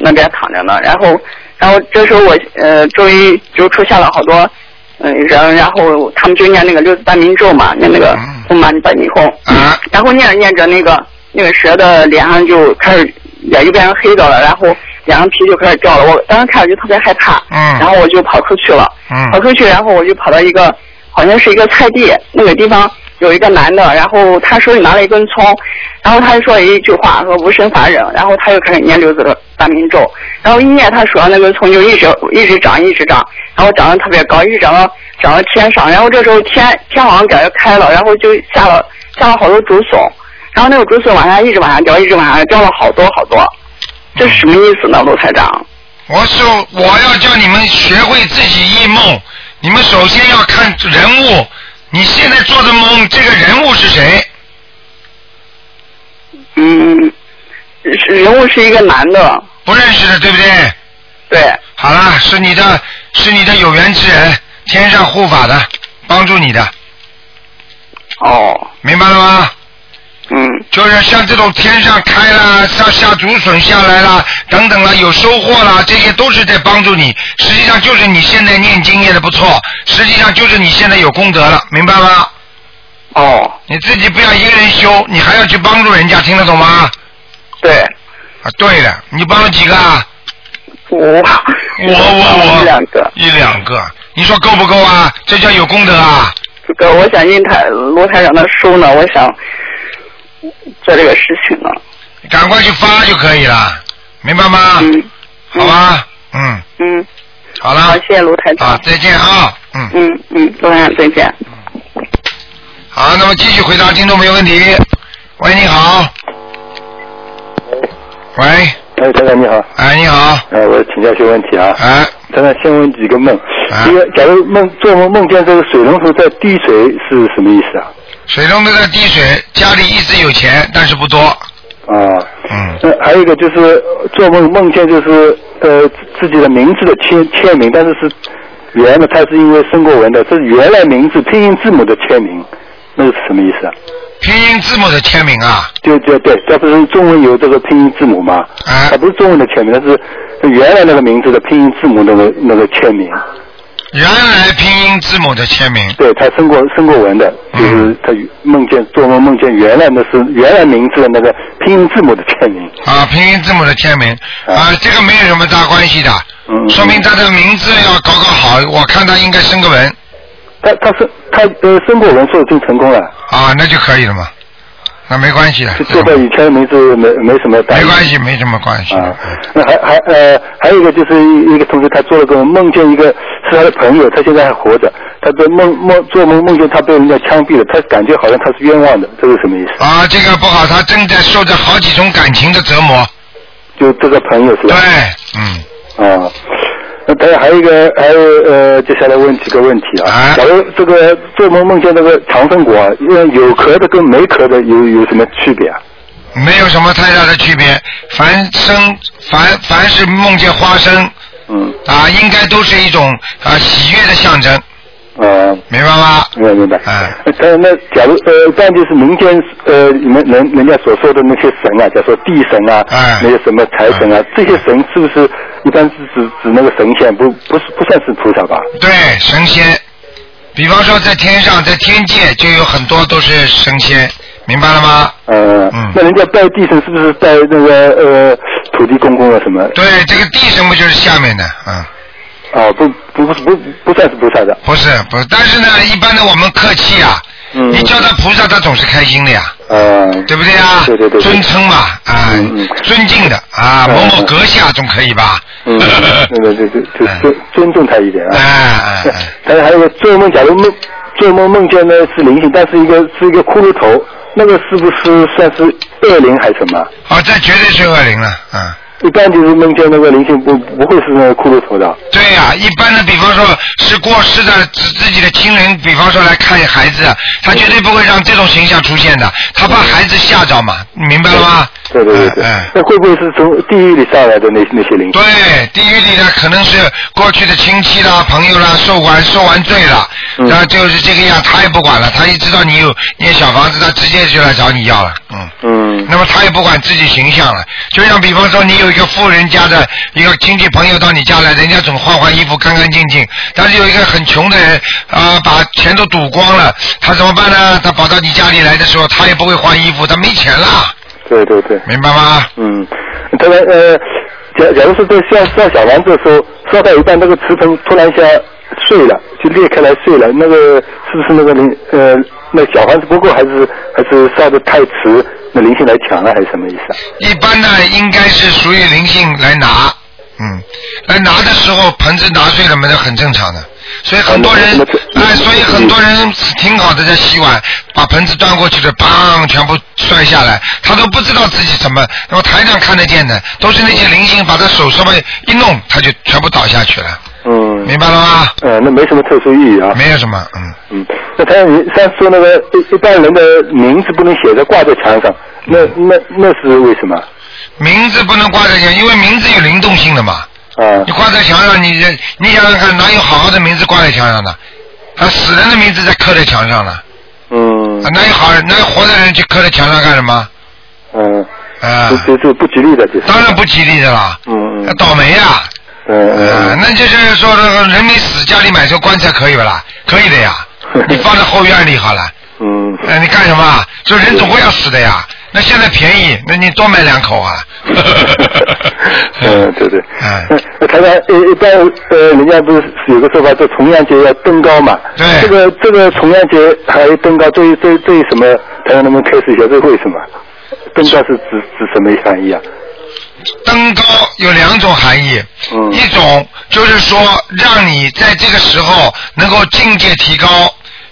Speaker 10: 那边躺着呢，然后然后这时候我呃周围就出现了好多。嗯，人，然后他们就念那个六字大明咒嘛，念那个唵嘛呢叭咪吽，然后念着念着，那个那个蛇的脸上就开始脸就变成黑的了，然后两个皮就开始掉了。我当时看着就特别害怕，
Speaker 2: 嗯
Speaker 10: 然后我就跑出去了，
Speaker 2: 嗯
Speaker 10: 跑出去，然后我就跑到一个好像是一个菜地那个地方，有一个男的，然后他手里拿了一根葱，然后他就说了一句话，说无神法忍，然后他就开始念六字的大明咒，然后一念他手上那根葱就一直一直长一直长，然后长得特别高，一直长到长到天上，然后这时候天天好像感觉开了，然后就下了下了好多竹笋，然后那个竹笋往下一直往下掉，一直往下掉了好多好多，这是什么意思呢，卢台长？
Speaker 2: 我说我要叫你们学会自己忆梦，你们首先要看人物，你现在做的梦，这个人物是谁？
Speaker 10: 嗯，人物是一个男的，
Speaker 2: 不认识的，对不对？
Speaker 10: 对。
Speaker 2: 好了，是你的，是你的有缘之人，天上护法的，帮助你的。
Speaker 10: 哦。
Speaker 2: 明白了吗？
Speaker 10: 嗯。
Speaker 2: 就是像这种天上开啦，像下竹笋下来啦，等等啦，有收获啦，这些都是在帮助你。实际上就是你现在念经念的不错，实际上就是你现在有功德了，明白吗？
Speaker 10: 哦。
Speaker 2: 你自己不要一个人修，你还要去帮助人家，听得懂吗？
Speaker 10: 对。
Speaker 2: 啊，对了，你帮了几个啊？
Speaker 10: 我
Speaker 2: 我我我一两
Speaker 10: 个，
Speaker 2: 一两个，你说够不够啊？这叫有功德啊！
Speaker 10: 这个我想印台卢台长的书呢，我想做这个事情啊呢。
Speaker 2: 赶快去发就可以了，明白吗？
Speaker 10: 嗯。
Speaker 2: 好吧，嗯，
Speaker 10: 嗯，
Speaker 2: 好了。
Speaker 10: 好，谢谢卢台长。
Speaker 2: 啊，再见啊，嗯。
Speaker 10: 嗯嗯，卢台长再见。
Speaker 2: 好，那么继续回答听众朋友问题。喂，你好。喂。
Speaker 11: 哎，台长你好。
Speaker 2: 哎，你好。
Speaker 11: 哎，我请教些问题啊。
Speaker 2: 哎。
Speaker 11: 台长，先问几个梦。第一个，假如梦做梦梦见这个水龙头在滴水，是什么意思啊？
Speaker 2: 水龙头在滴水，家里一直有钱，但是不多。
Speaker 11: 啊。
Speaker 2: 嗯。
Speaker 11: 那还有一个就是做梦梦见就是呃自己的名字的签签名，但是是原的，它是因为申过文的，这是原来名字拼音字母的签名，那是什么意思啊？
Speaker 2: 拼音字母的签名啊，
Speaker 11: 就就对，这不是中文有这个拼音字母吗？
Speaker 2: 啊，
Speaker 11: 它不是中文的签名，它是原来那个名字的拼音字母那个那个签名。
Speaker 2: 原来拼音字母的签名。
Speaker 11: 对他生过生过文的，
Speaker 2: 嗯
Speaker 11: 就是他梦见做梦梦见原来那是原来名字的那个拼音字母的签名。
Speaker 2: 啊，拼音字母的签名
Speaker 11: 嗯
Speaker 2: 啊，这个没有什么大关系的，说明他的名字要搞搞好，我看他应该升个文
Speaker 11: 他他是他呃生过文，说已经成功了，
Speaker 2: 啊，那就可以了嘛，那没关系的，
Speaker 11: 就做到以前的名字没没什么大。
Speaker 2: 没关系，没什么关系。
Speaker 11: 啊，那还还呃，还有一个就是一一个同学，他做了个梦梦见一个是他的朋友，他现在还活着，他的梦梦做梦梦见他被人家枪毙了，他感觉好像他是冤枉的，这是什么意思？
Speaker 2: 啊，这个不好，他正在受着好几种感情的折磨。
Speaker 11: 就这个朋友是吧？
Speaker 2: 对，嗯。
Speaker 11: 啊，那当然还有一个，还有呃，接下来问几个问题啊。假如这个做梦梦见那个长生果，呃有壳的跟没壳的有有什么区别啊？
Speaker 2: 没有什么太大的区别。凡生凡凡是梦见花生，
Speaker 11: 嗯，
Speaker 2: 啊，应该都是一种啊喜悦的象征。
Speaker 11: 呃，
Speaker 2: 明白吗？啊
Speaker 11: 明白明白。嗯。但那假如呃，但就是民间呃，你们人人家所说的那些神啊，假如说地神啊，那些什么财神啊，这些神是不是一般是指指那个神仙，不不是不算是菩萨吧？
Speaker 2: 对，神仙，比方说在天上，在天界就有很多都是神仙，明白了吗？
Speaker 11: 呃，
Speaker 2: 嗯
Speaker 11: 那人家拜地神是不是拜那个呃土地公公啊什么？
Speaker 2: 对，这个地神不就是下面的，嗯。
Speaker 11: 哦，不不不不不算是菩萨的。
Speaker 2: 不是不是，但是呢，一般的我们客气啊，
Speaker 11: 嗯
Speaker 2: 你叫他菩萨，他总是开心的呀，
Speaker 11: 呃，
Speaker 2: 对不对啊？
Speaker 11: 对对对对
Speaker 2: 尊称嘛，啊，尊敬的啊，某某阁下总可以吧？
Speaker 11: 嗯，对 对对，就尊尊重他一点啊。
Speaker 2: 哎哎
Speaker 11: 但是还有个做梦，假如梦做梦梦见呢是灵性，但是一个是一个骷髅头，那个是不是算是恶灵还是什么？
Speaker 2: 哦，这绝对是恶灵了，嗯。
Speaker 11: 一般就是梦见那个灵性不不会是那个骷髅头的。
Speaker 2: 对呀、一般的，比方说是过世的自自己的亲人，比方说来看孩子，啊他绝对不会让这种形象出现的，他怕孩子吓着嘛，你明白了吗？
Speaker 11: 对对对对，那会不会是从地狱里上来的那那些灵？
Speaker 2: 哎对，地狱里呢，可能是过去的亲戚啦、朋友啦，受完受完罪了，然后就是这个样，他也不管了，他一知道你有念小房子，他直接就来找你要了，嗯。
Speaker 11: 嗯。
Speaker 2: 那么他也不管自己形象了，就像比方说你有一个富人家的一个亲戚朋友到你家来，人家总换换衣服干干净净，但是有一个很穷的人啊、把钱都赌光了，他怎么办呢？他跑到你家里来的时候，他也不会换衣服，他没钱了。
Speaker 11: 对对对，
Speaker 2: 明白吗？
Speaker 11: 嗯，这个呃，假假如说在烧烧小房子的时候，烧到一半那个瓷盆突然一下碎了，就裂开来碎了，那个是不是那个灵呃那小房子不够，还是还是烧的太迟，那灵性来抢了还是什么意思啊？
Speaker 2: 一般呢，应该是属于灵性来拿，嗯，来拿的时候盆子拿碎了嘛，那很正常的。所以很多人，哎，所以很多人挺好的在洗碗，把盆子端过去的，砰，全部摔下来，他都不知道自己怎么。那么台上看得见的，都是那些零星把他手稍微一弄，他就全部倒下去了。
Speaker 11: 嗯，
Speaker 2: 明白了吗？
Speaker 11: 呃，那没什么特殊意义啊。
Speaker 2: 没有什么，嗯
Speaker 11: 嗯。那他你上次说那个一一般人的名字不能写在挂在墙上，那那那是为什么？
Speaker 2: 名字不能挂在墙，因为名字有灵动性的嘛。
Speaker 11: 啊。
Speaker 2: 你挂在墙上，你人你想想看，哪有好好的名字挂在墙上的？啊，死人的名字在刻在墙上了。
Speaker 11: 嗯。
Speaker 2: 啊，哪有好人，哪有活的人去刻在墙上干什么？
Speaker 11: 嗯。
Speaker 2: 啊。
Speaker 11: 这这不吉利的，这是。
Speaker 2: 当然不吉利的啦。
Speaker 11: 嗯
Speaker 2: 嗯。倒霉呀、
Speaker 11: 嗯
Speaker 2: 啊，
Speaker 11: 嗯。
Speaker 2: 那就是说，这个人没死，家里买座棺材可以不啦？可以的 呀，你放在后院里好了。
Speaker 11: 嗯。
Speaker 2: 哎，你干什么啊？这人总会要死的呀。那现在便宜，那你多买两口啊。
Speaker 11: 嗯，对对。
Speaker 2: 哎
Speaker 11: 那那台长一一般呃，人家不是有个说法叫重阳节要登高嘛？
Speaker 2: 对
Speaker 11: 这个这个重阳节还登高，这这这什么？台长能不能开示一下？这为什么？登高是指指什么含义啊？
Speaker 2: 登高有两种含义，一种就是说让你在这个时候能够境界提高，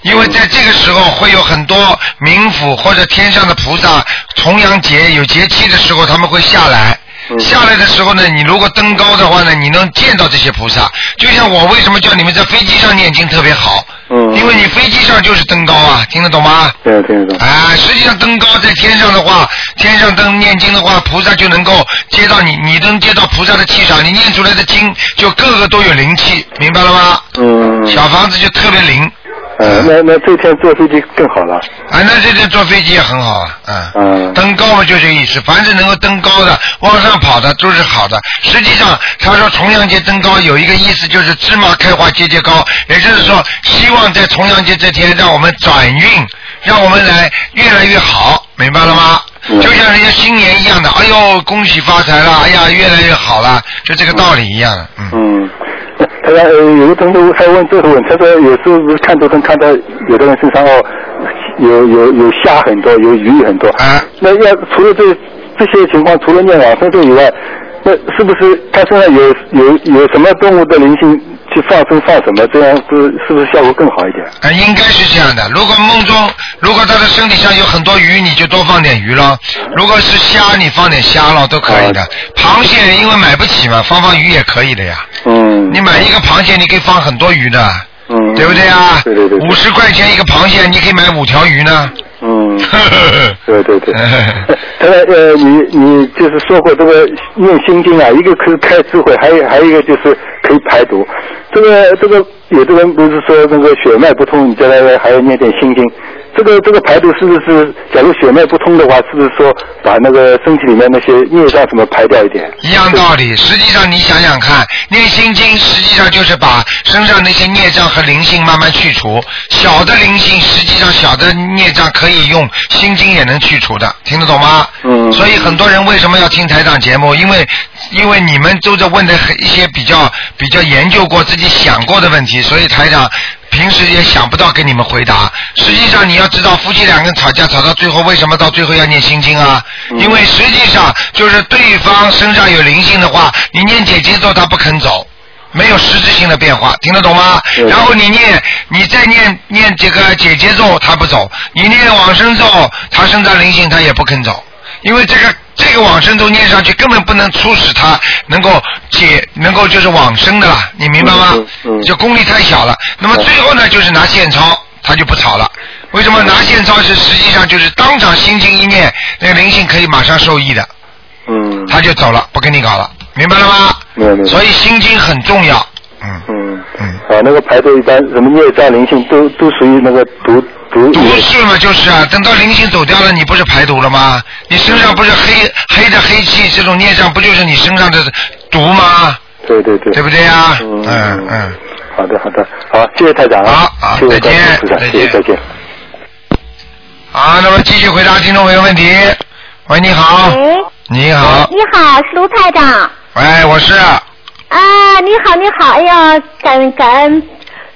Speaker 2: 因为在这个时候会有很多冥府或者天上的菩萨，重阳节有节气的时候他们会下来。下来的时候呢，你如果登高的话呢，你能见到这些菩萨。就像我为什么叫你们在飞机上念经特别好，因为你飞机上就是登高啊，听得懂吗？
Speaker 11: 嗯对，听得懂。
Speaker 2: 啊，实际上登高在天上的话，天上登念经的话，菩萨就能够接到你，你能接到菩萨的气场，你念出来的经就个个都有灵气，明白了吗？
Speaker 11: 嗯。
Speaker 2: 小房子就特别灵，
Speaker 11: 呃，那那这天坐飞机更好了。
Speaker 2: 啊，那这这坐飞机也很好啊，嗯。
Speaker 11: 嗯。
Speaker 2: 登高嘛就这意思，凡是能够登高的、往上跑的都是好的。实际上，他说重阳节登高有一个意思就是芝麻开花节节高，也就是说，希望在重阳节这天让我们转运，让我们来越来越好，明白了吗？
Speaker 11: 嗯
Speaker 2: 就像人家新年一样的，哎呦，恭喜发财了，哎呀，越来越好了，就这个道理一样的。
Speaker 11: 嗯。他说、呃、有个同学还问这个问题，他说有时候不是看图腾看到有的人身上哦，有有有虾很多，有鱼很多。
Speaker 2: 啊。
Speaker 11: 那要除了这这些情况，除了念往生咒以外，那是不是他身上有有有什么动物的灵性去放生放什么？这样是是不是效果更好一点？
Speaker 2: 啊，应该是这样的。如果梦中，如果他的身体上有很多鱼，你就多放点鱼咯；如果是虾，你放点虾咯，都可以
Speaker 11: 嗯
Speaker 2: 的。螃蟹因为买不起嘛，放放鱼也可以的呀。
Speaker 11: 嗯。
Speaker 2: 你买一个螃蟹，你可以放很多鱼的，
Speaker 11: 嗯。
Speaker 2: 对不对啊？
Speaker 11: 对对对。
Speaker 2: 五十块钱一个螃蟹，你可以买五条鱼呢。
Speaker 11: 嗯， 对对对。他说呃，你你就是说过这个念心经啊，一个可以开智慧，还有还有一个就是可以排毒。这个这个有的人不是说那个血脉不通，你再来还要念点心经。这个这个排毒是不是，假如血脉不通的话，是不是说把那个身体里面那些孽障什么排掉一点？
Speaker 2: 一样道理，实际上你想想看，念心经实际上就是把身上那些孽障和灵性慢慢去除，小的灵性实际上小的孽障可以用心经也能去除的，听得懂吗？
Speaker 11: 嗯
Speaker 2: 所以很多人为什么要听台长节目？因为因为你们都在问的一些比较比较研究过、自己想过的问题，所以台长平时也想不到给你们回答。实际上你要知道，夫妻两个人吵架吵到最后，为什么到最后要念心经啊？因为实际上就是对方身上有灵性的话，你念姐姐咒他不肯走。没有实质性的变化，听得懂吗？然后你念，你再念念这个姐姐咒，他不走；你念往生咒，他身上灵性他也不肯走，因为这个这个往生咒念上去根本不能促使他能够解，能够就是往生的啦，你明白吗？就功力太小了。那么最后呢，就是拿现钞，他就不吵了。为什么拿现钞是实际上就是当场心经一念，那个灵性可以马上受益的，
Speaker 11: 嗯，
Speaker 2: 他就走了，不跟你搞了，明白了吗？
Speaker 11: 没有没有。
Speaker 2: 所以心经很重要。
Speaker 11: 嗯嗯啊，那个排毒一般什么孽障灵性都都属于那个毒毒
Speaker 2: 毒是嘛，就是啊，等到灵性走掉了，你不是排毒了吗？你身上不是黑黑的黑气，这种孽障不就是你身上的毒吗？
Speaker 11: 对对对，
Speaker 2: 对不对呀
Speaker 11: 嗯
Speaker 2: 嗯嗯，
Speaker 11: 好的好的，好，谢谢台长啊，
Speaker 2: 好
Speaker 11: 谢谢
Speaker 2: 再见
Speaker 11: 观世音菩萨
Speaker 2: 再见
Speaker 11: 谢谢再见。
Speaker 2: 好，啊那么继续回答听众朋友问题。喂，你好，
Speaker 12: 喂，
Speaker 2: 你好，
Speaker 12: 你好，是卢台长。
Speaker 2: 喂，我是
Speaker 12: 啊，你好，你好，哎呀，感感恩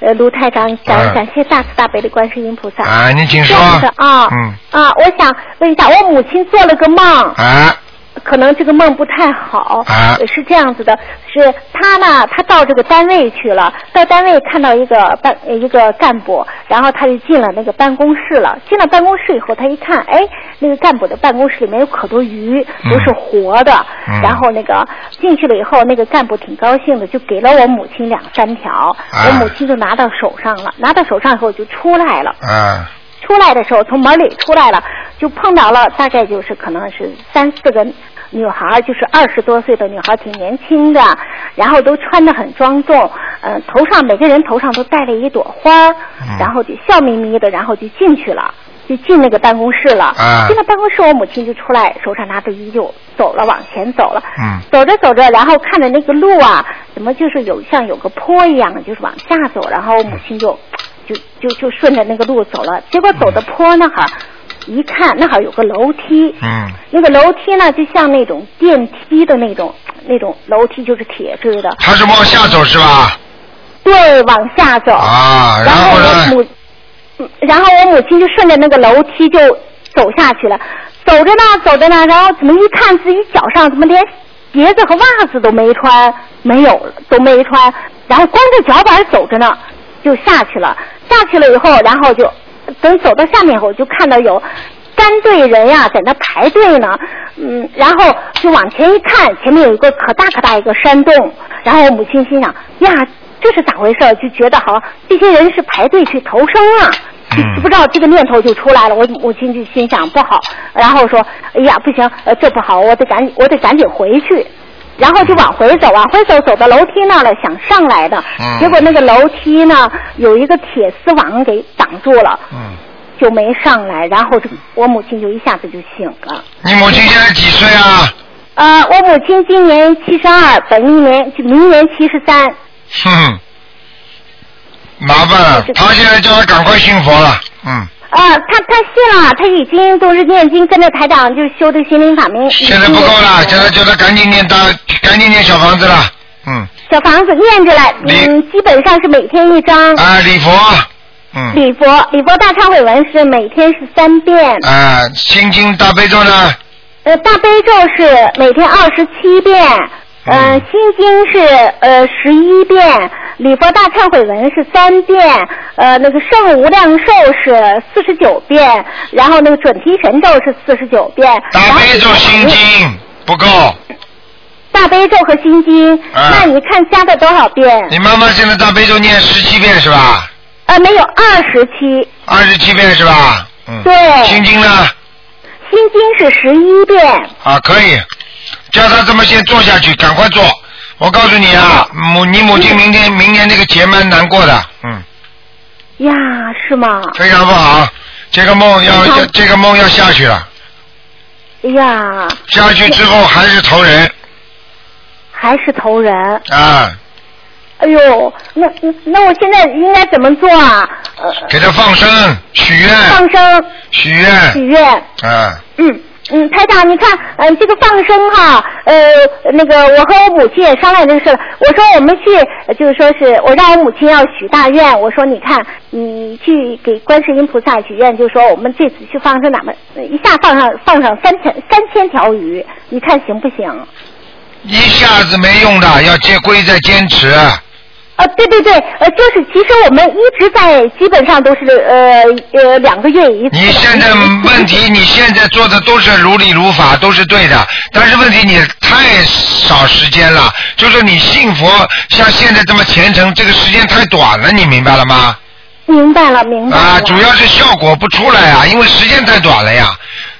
Speaker 12: 呃卢台长，感恩、
Speaker 2: 嗯
Speaker 12: 感谢大慈大悲的观世音菩萨。
Speaker 2: 啊，你请说。
Speaker 12: 这样子啊，
Speaker 2: 嗯
Speaker 12: 啊，我想问一下，我母亲做了个梦，
Speaker 2: 啊
Speaker 12: 可能这个梦不太好，
Speaker 2: 啊
Speaker 12: 呃是这样子的，是他呢，他到这个单位去了，到单位看到一个办呃一个干部，然后他就进了那个办公室了。进了办公室以后，他一看，哎，那个干部的办公室里面有可多鱼，
Speaker 13: 嗯
Speaker 12: 都是活的。
Speaker 13: 嗯
Speaker 12: 然后那个进去了以后，那个干部挺高兴的，就给了我母亲两三条，
Speaker 13: 啊
Speaker 12: 我母亲就拿到手上了，拿到手上以后就出来了。
Speaker 2: 啊
Speaker 12: 出来的时候，从门里出来了，就碰到了大概就是可能是三四个女孩儿，就是二十多岁的女孩儿，挺年轻的，然后都穿得很庄重，嗯、头上每个人头上都戴了一朵花儿，然后就笑眯眯的，然后就进去了。就进那个办公室了，
Speaker 13: 啊
Speaker 12: 进了办公室，我母亲就出来，手上拿着衣就走了，往前走了。
Speaker 13: 嗯
Speaker 12: 走着走着，然后看着那个路啊，怎么就是有像有个坡一样，就是往下走，然后我母亲就就就就顺着那个路走了，结果走到坡那哈儿，一看那哈儿有个楼梯，
Speaker 2: 嗯
Speaker 12: 那个楼梯呢就像那种电梯的那种那种楼梯，就是铁制的，
Speaker 2: 他是往下走是吧？
Speaker 12: 对，往下走。
Speaker 2: 啊，然后
Speaker 12: 我
Speaker 2: 呢？
Speaker 12: 母，嗯然后我母亲就顺着那个楼梯就走下去了，走着呢，走着呢，然后怎么一看自己脚上怎么连鞋子和袜子都没穿，没有都没穿，然后光着脚板走着呢，就下去了。下去了以后，然后就等走到下面以后，就看到有三队人呀、在那排队呢，嗯，然后就往前一看，前面有一个可大可大一个山洞，然后我母亲心想，呀，这是咋回事儿？就觉得好像这些人是排队去投生啊。
Speaker 2: 嗯
Speaker 12: 就不知道这个念头就出来了，我母亲就心想不好，然后说，哎呀不行，呃这不好，我得赶紧我得赶紧回去，然后就往回
Speaker 2: 嗯
Speaker 12: 走，往回走，走到楼梯那儿了，想上来的，
Speaker 13: 嗯
Speaker 12: 结果那个楼梯呢有一个铁丝网给挡住了，
Speaker 2: 嗯
Speaker 12: 就没上来，然后这我母亲就一下子就醒了。
Speaker 2: 你母亲现在几岁啊？
Speaker 12: 呃，我母亲今年七十二，本命年就明年七十三。
Speaker 2: 哼，麻烦了，他现在叫他赶快信佛了，嗯，
Speaker 12: 呃，她她信了，她已经都是念经，跟着台长就修的心灵法门。
Speaker 2: 现在不够
Speaker 12: 嗯
Speaker 2: 了，现在叫他赶紧念大，赶紧念小房子了，嗯，
Speaker 12: 小房子念着了，嗯，基本上是每天一张。
Speaker 2: 啊，礼佛，嗯，
Speaker 12: 礼佛，礼佛大忏悔文是每天是三遍，
Speaker 2: 啊，心经大悲咒呢？
Speaker 12: 呃，大悲咒是每天二十七遍，呃，
Speaker 2: 嗯
Speaker 12: 心经是呃十一遍，礼佛大忏悔文是三遍，呃，那个圣无量寿是四十九遍，然后那个准提神咒是四十九遍，
Speaker 2: 大悲咒心经嗯不够，
Speaker 12: 大悲咒和心经，
Speaker 2: 啊
Speaker 12: 那你看加的多少遍？
Speaker 2: 你妈妈现在大悲咒念十七遍是吧？
Speaker 12: 呃，没有二十七，
Speaker 2: 二十七遍是吧？嗯，
Speaker 12: 对
Speaker 2: 心经呢？
Speaker 12: 心经是十一遍。
Speaker 2: 啊，可以，叫他这么先做下去，赶快做。我告诉你啊，母你母亲明天明年这个节蛮难过的，嗯，
Speaker 12: 呀，是吗？
Speaker 2: 非常不好，这个梦要要这个梦要下去了，
Speaker 12: 哎呀，
Speaker 2: 下去之后还是投人
Speaker 12: 还是投人。
Speaker 2: 啊，
Speaker 12: 哎呦，那那那我现在应该怎么做啊？呃，
Speaker 2: 给他放生许愿
Speaker 12: 放生
Speaker 2: 许愿
Speaker 12: 许愿，
Speaker 2: 啊，
Speaker 12: 嗯。嗯，台长，你看，嗯、这个放生哈，呃，那个我和我母亲也商量这个事了。我说我们去，呃就是说是我让我母亲要许大愿。我说你看，你去给观世音菩萨许愿，就说我们这次去放生，哪怕呃一下放上放上三千三千条鱼，你看行不行？
Speaker 2: 一下子没用的，要接规再坚持，
Speaker 12: 呃，对对对，呃，就是其实我们一直在，基本上都是呃呃两个月一次。
Speaker 2: 你现在问题，你现在做的都是如理如法，都是对的。但是问题你太少时间了，就是你信佛像现在这么虔诚，这个时间太短了，你明白了吗？
Speaker 12: 明白了，明白了。
Speaker 2: 啊，主要是效果不出来啊，因为时间太短了呀。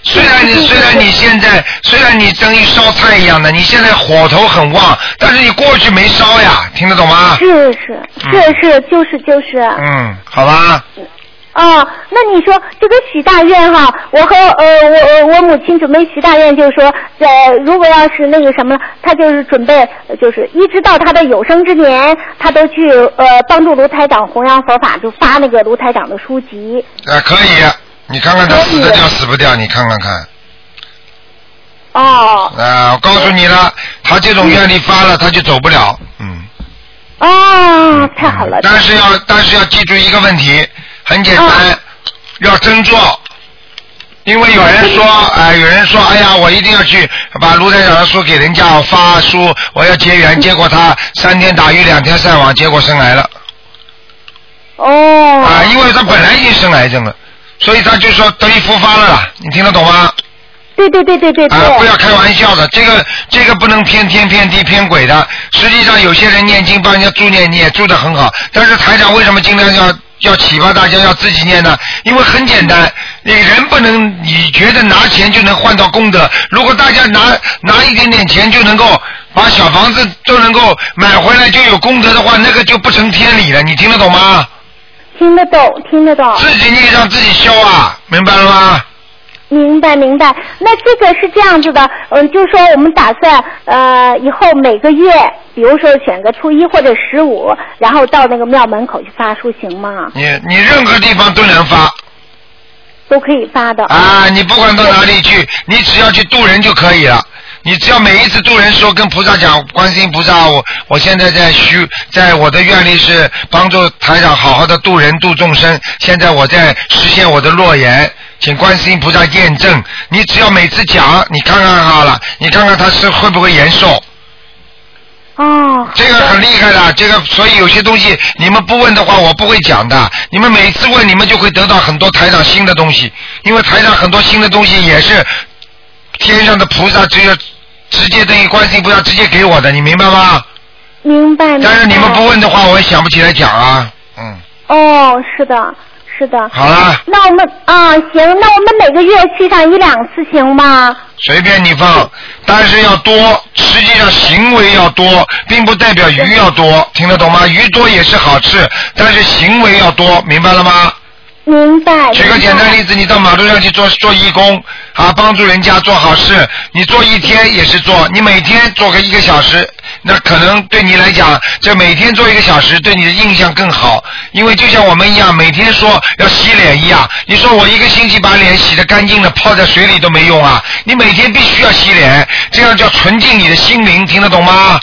Speaker 2: 虽然你虽然你现在虽然你等于烧菜一样的，你现在火头很旺，但是你过去没烧呀，听得懂吗？
Speaker 12: 是是是是，就是就是。
Speaker 2: 嗯，好吧，
Speaker 12: 哦，那你说这个许大愿哈，我和呃我我我母亲准备许大愿，就是说，呃，如果要是那个什么了，她就是准备，呃就是一直到她的有生之年，她都去呃帮助卢台长弘扬佛法，就发那个卢台长的书籍。
Speaker 2: 呃啊，可以，你看看他死得掉死不掉，你看看看，
Speaker 12: 哦
Speaker 2: 啊，我告诉你了，他这种愿力发了，他就走不了。
Speaker 12: 哦，太好了。
Speaker 2: 但是要但是要记住一个问题，很简单，要真做。因为有人说，哎、有人说，哎呀，我一定要去把卢台长的书给人家发书，我要结缘。结果他三天打鱼两天晒网，结果生癌了。
Speaker 12: 哦。
Speaker 2: 啊，因为他本来已经生癌症了，所以他就说得以复发了啦。你听得懂吗？
Speaker 12: 对对对对对对。
Speaker 2: 啊，不要开玩笑的，这个这个不能偏天偏地偏鬼的。实际上，有些人念经帮人家助念，你也助得很好。但是台长为什么尽量要要启发大家要自己念呢？因为很简单，你人不能你觉得拿钱就能换到功德。如果大家拿拿一点点钱就能够把小房子都能够买回来就有功德的话，那个就不成天理了。你听得懂吗？
Speaker 12: 听得懂，听得懂。
Speaker 2: 自己念让自己消啊，明白了吗？
Speaker 12: 明白明白，那这个是这样子的，嗯，就是说我们打算呃以后每个月，比如说选个初一或者十五，然后到那个庙门口去发书，行吗？
Speaker 2: 你你任何地方都能发。
Speaker 12: 都可以发的。
Speaker 2: 啊，你不管到哪里去，你只要去渡人就可以了。你只要每一次渡人说跟菩萨讲，观世音菩萨，我我现在在修，在我的愿力是帮助台长好好的渡人度众生。现在我在实现我的诺言，请观世音菩萨验证。你只要每次讲，你看看好了，你看看他是会不会延寿。
Speaker 12: 哦。
Speaker 2: 这个很厉害的，这个所以有些东西你们不问的话，我不会讲的。你们每次问，你们就会得到很多台长新的东西，因为台长很多新的东西也是天上的菩萨直接直接等于观世音菩萨直接给我的，你明白吗？
Speaker 12: 明白明白。
Speaker 2: 但是你们不问的话，我也想不起来讲啊。嗯，
Speaker 12: 哦，是的，是的。
Speaker 2: 好啦，
Speaker 12: 那我们啊、行，那我们每个月去上一两次行吗？
Speaker 2: 随便你放，但是要多，实际上行为要多，并不代表鱼要多，听得懂吗？鱼多也是好吃，但是行为要多，明白了吗？
Speaker 12: 明白。
Speaker 2: 举个简单例子，你到马路上去做做义工啊，帮助人家做好事，你做一天也是做，你每天做个一个小时，那可能对你来讲，这每天做一个小时对你的印象更好，因为就像我们一样，每天说要洗脸一样，你说我一个星期把脸洗得干净了，泡在水里都没用啊，你每天必须要洗脸，这样叫纯净你的心灵，听得懂吗？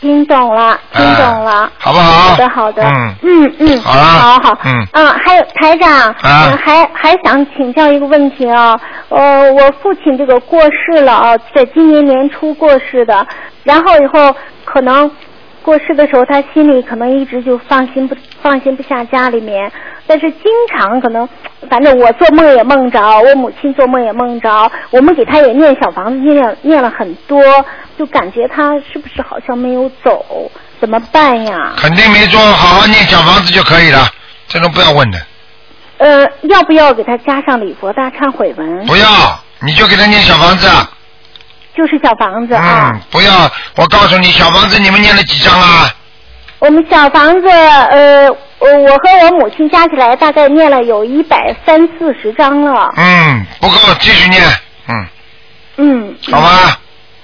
Speaker 12: 听懂了，听懂了。
Speaker 2: 啊好不好
Speaker 12: 好的，好的。
Speaker 2: 嗯
Speaker 12: 嗯嗯。
Speaker 2: 好啦
Speaker 12: 好好。
Speaker 2: 嗯
Speaker 12: 还有台长，
Speaker 2: 啊
Speaker 12: 嗯还还想请教一个问题啊，呃，我父亲这个过世了啊，在今年年初过世的，然后以后可能过世的时候，他心里可能一直就放心不放心不下家里面，但是经常可能，反正我做梦也梦着，我母亲做梦也梦着，我们给他也念小房子，念了念了很多，就感觉他是不是好像没有走，怎么办呀？
Speaker 2: 肯定没做，好好念小房子就可以了，这种不要问的。
Speaker 12: 呃，要不要给他加上礼佛大忏悔文？
Speaker 2: 不要，你就给他念小房子。啊
Speaker 12: 就是小房子啊。
Speaker 2: 嗯，不要，我告诉你，小房子你们念了几张啊啦？
Speaker 12: 我们小房子，呃，我我和我母亲加起来大概念了有一百三四十张了。
Speaker 2: 嗯，不够，继续念，嗯，
Speaker 12: 嗯，
Speaker 2: 好吧，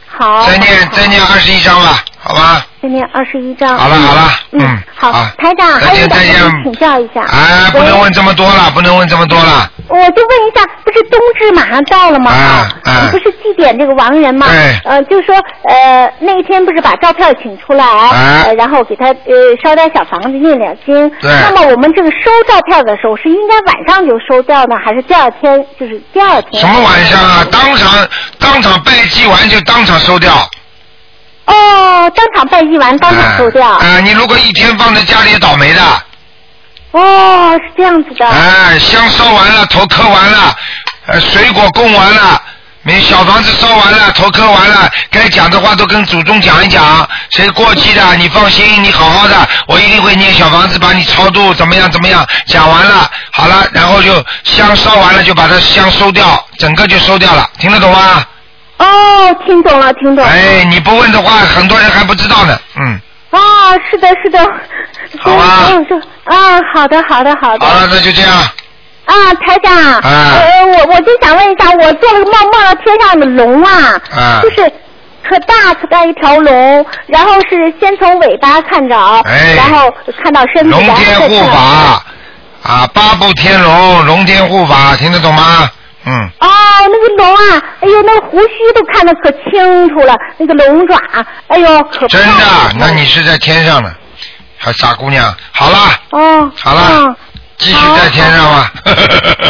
Speaker 12: 好。
Speaker 2: 再念再念二十一张吧，好吧，
Speaker 12: 再念二十一张。
Speaker 2: 好了好了，嗯，
Speaker 12: 好，台长，还有想想请教一下，
Speaker 2: 哎，不能问这么多了，不能问这么多了，
Speaker 12: 我就问一下，不是冬至马上到了吗？
Speaker 2: 啊
Speaker 12: 不是祭奠这个亡人吗？
Speaker 2: 对
Speaker 12: 呃，就说呃那一天不是把照片请出来，
Speaker 2: 哎
Speaker 12: 呃然后给他呃烧点小房子念两经。
Speaker 2: 对
Speaker 12: 那么我们这个收照片的时候，是应该晚上就收掉呢，还是第二天？就是第二天。
Speaker 2: 什么晚上啊？当场当场拜祭完就当场收掉。
Speaker 12: 哦，当场拜祭完，当场收掉。
Speaker 2: 啊、你如果一天放在家里也倒霉的。
Speaker 12: 哦，是这样子的。
Speaker 2: 哎，香烧完了，头磕完了，呃，水果供完了，你小房子烧完了，头磕完了，该讲的话都跟祖宗讲一讲。谁过期的，你放心，你好好的，我一定会念小房子把你超度，怎么样怎么样，讲完了，好了，然后就香烧完了，就把它香收掉，整个就收掉了，听得懂吗？
Speaker 12: 哦，听懂了，听懂了。
Speaker 2: 哎，你不问的话，很多人还不知道呢，嗯。
Speaker 12: 啊，是的， 是的。好啊。嗯，就啊，好的，好的，好的。
Speaker 2: 好了，那就这样。
Speaker 12: 啊，台长，
Speaker 2: 啊
Speaker 12: 呃，我我就想问一下，我做了个梦，梦到天上的龙啊，
Speaker 2: 啊
Speaker 12: 就是特大特大一条龙，然后是先从尾巴看着，
Speaker 2: 哎
Speaker 12: 然后看到身体，
Speaker 2: 龙
Speaker 12: 然后
Speaker 2: 天
Speaker 12: 再
Speaker 2: 护
Speaker 12: 看。
Speaker 2: 法啊，八部天龙，龙天护法，听得懂吗？嗯。嗯，
Speaker 12: 哦，那个龙啊，哎呦，那个胡须都看得可清楚了，那个龙爪，哎呦，可
Speaker 2: 真的，啊那你是在天上呢，还傻姑娘，好 啦，
Speaker 12: 哦，
Speaker 2: 好啦，继续在天上吧，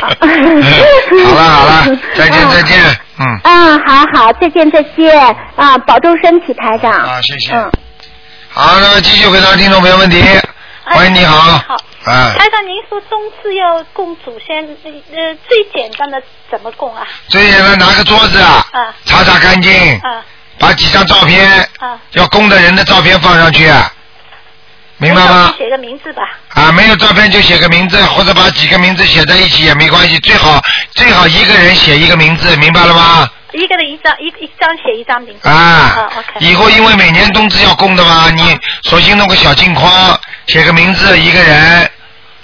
Speaker 2: 好啦好啦，再见再见，嗯，
Speaker 12: 嗯，好好，再见再见啊，保重身体，台长。嗯
Speaker 2: 啊，谢谢。好，那么继续回答听众朋友问题，喂，你好，
Speaker 13: 好，
Speaker 2: 哎，
Speaker 13: 台长，您说中次要供祖先，呃，最简单的怎么供啊？
Speaker 2: 最简单拿个桌子啊，
Speaker 13: 啊
Speaker 2: 擦擦干净，
Speaker 13: 啊
Speaker 2: 把几张照片，
Speaker 13: 啊，
Speaker 2: 要供的人的照片放上去啊，明白吗？
Speaker 13: 写个名字吧。
Speaker 2: 啊，没有照片就写个名字，或者把几个名字写在一起也没关系，最好最好一个人写一个名字，明白了吗？
Speaker 13: 一个人一张，一一张写一张名字。
Speaker 9: 哦
Speaker 2: 啊
Speaker 13: 啊，OK。
Speaker 2: 以后因为每年冬至要供的嘛，你索性弄个小镜框，写个名字，一个人，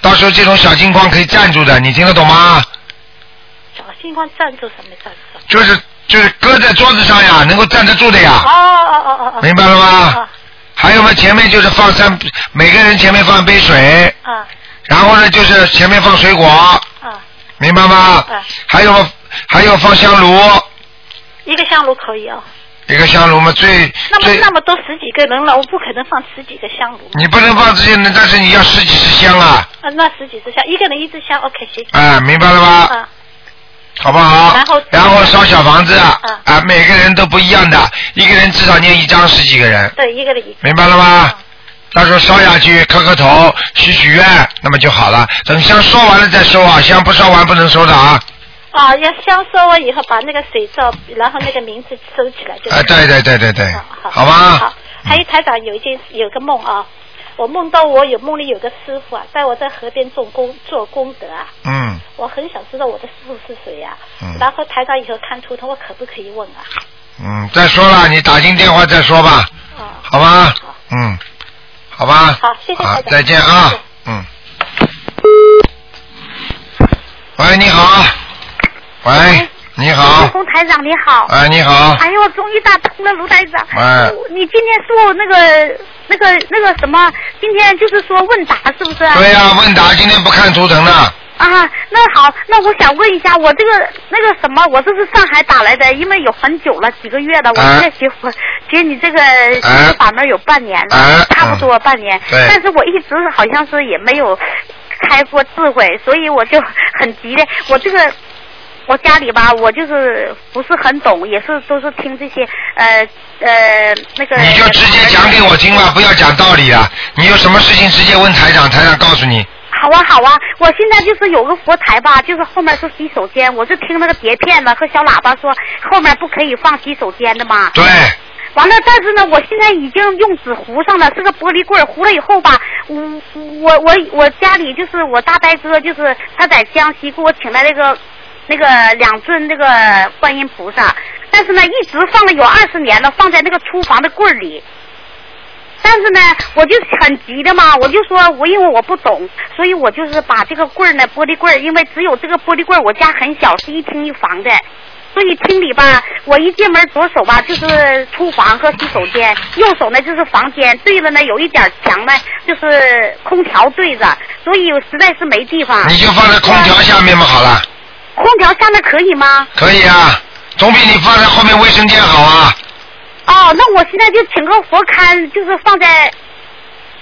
Speaker 2: 到时候这种小镜框可以站住的，你听得懂吗？
Speaker 13: 小星光赞助什么赞助？
Speaker 2: 就是就是搁在桌子上呀，能够站得住的呀。
Speaker 13: 哦哦哦哦哦。
Speaker 2: 明白了吗
Speaker 13: 哦
Speaker 2: 还有嘛，前面就是放三，每个人前面放一杯水。
Speaker 13: 啊。
Speaker 2: 然后呢，就是前面放水果。
Speaker 13: 啊。
Speaker 2: 明白吗？
Speaker 13: 啊。
Speaker 2: 还有嘛还有放香炉，
Speaker 13: 一个香炉可以哦。
Speaker 2: 一个香炉嘛，最
Speaker 13: 那么那么多十几个人了，我不可能放十几个香炉。
Speaker 2: 你不能放这些呢，但是你要十几支香啊，
Speaker 13: 啊，那十几支香，一个人一支香，OK，行。
Speaker 2: 哎明白了吧
Speaker 13: 啊，
Speaker 2: 好不好？
Speaker 13: 然后
Speaker 2: 烧小房子啊，
Speaker 13: 嗯
Speaker 2: 啊，每个人都不一样的，一个人至少念一张，十几个人，
Speaker 13: 对，一个嗯人一
Speaker 2: 明白了吗？到时候烧下去，磕磕头，许许愿，那么就好了。等香烧完了再收啊，香不烧完不能收的啊。
Speaker 13: 啊，要香烧完以后，把那个水照，然后那个名字收起来就。
Speaker 2: 哎，对对对对对，好
Speaker 13: 好
Speaker 2: 吧，
Speaker 13: 还有台长有一件有个梦啊，我梦到我有梦里有个师傅啊，带我在河边做功做功德啊，
Speaker 2: 嗯，
Speaker 13: 我很想知道我的师傅是谁呀、
Speaker 2: 嗯
Speaker 13: 然后台长以后看图腾，我可不可以问啊？
Speaker 2: 嗯，再说了，你打进电话再说吧，好吧，嗯，好吧，
Speaker 13: 好，谢谢台
Speaker 2: 好
Speaker 13: 长，，
Speaker 2: 再见啊，嗯。喂，你好，喂，你好，
Speaker 13: 啊
Speaker 14: 洪台长你好。
Speaker 2: 哎你好
Speaker 14: 哎呦，终于打通了，卢台长。
Speaker 2: 哎
Speaker 14: 你今天说那个那个那个什么，今天就是说问答是不是？
Speaker 2: 对呀、问答今天不看图腾了，
Speaker 14: 啊，那好，那我想问一下，我这个那个什么，我这是上海打来的，因为有很久了，几个月了，我
Speaker 2: 哎
Speaker 14: 现在学佛，学你这个学
Speaker 2: 哎
Speaker 14: 法门有半年了，
Speaker 2: 哎
Speaker 14: 差不多半年，
Speaker 2: 对
Speaker 14: 但是我一直好像是也没有开过智慧，所以我就很急的，我这个。我家里吧，我就是不是很懂，也是都是听这些呃呃那个。
Speaker 2: 你就直接讲给我听吧，不要讲道理啊了。你有什么事情直接问台长，台长告诉你。
Speaker 14: 好啊，好啊，我现在就是有个佛台吧，就是后面是洗手间，我是听那个碟片嘛和小喇叭说后面不可以放洗手间的嘛。
Speaker 2: 对。
Speaker 14: 完了，但是呢，我现在已经用纸糊上了，是个玻璃棍儿糊了以后吧，我我我我家里就是我大伯哥，就是他在江西给我请来那个那个两尊那个观音菩萨，但是呢，一直放了有二十年了，放在那个厨房的柜儿里。但是呢，我就很急的嘛，我就说我因为我不懂，所以我就是把这个棍儿呢，玻璃棍儿，因为只有这个玻璃棍儿，我家很小，是一厅一房的，所以厅里吧，我一进门左手吧就是厨房和洗手间，右手呢就是房间，对着呢有一点墙呢就是空调对着，所以我实在是没地方。
Speaker 2: 你就放在空调下面嘛，好了，
Speaker 14: 空调下面可以吗？
Speaker 2: 可以啊，总比你放在后面卫生间好啊。
Speaker 14: 哦，那我现在就请个佛龛，就是放在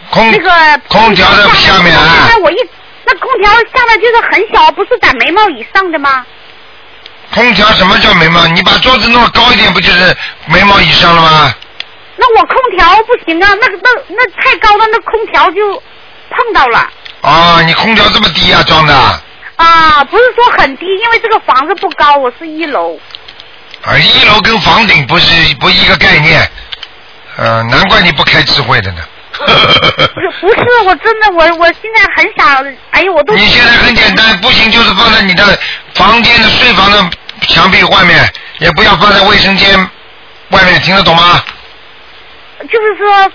Speaker 2: 空
Speaker 14: 那个
Speaker 2: 空调的下面啊
Speaker 14: 那我一那空调下面就是很小，不是在眉毛以上的吗？
Speaker 2: 空调什么叫眉毛？你把桌子弄得高一点，不就是眉毛以上了吗？
Speaker 14: 那我空调不行啊，那那那太高了，那空调就碰到了
Speaker 2: 啊、你空调这么低啊，装的？
Speaker 14: 啊，不是说很低，因为这个房子不高，我是一楼。
Speaker 2: 啊，一楼跟房顶不是不一个概念，呃，难怪你不开智慧的呢。
Speaker 14: 不是不是，我真的我我现在很想，哎呦，我都
Speaker 2: 你现在很简单，不行就是放在你的房间的睡房的墙壁外面，也不要放在卫生间外面，听得懂吗？
Speaker 14: 就是说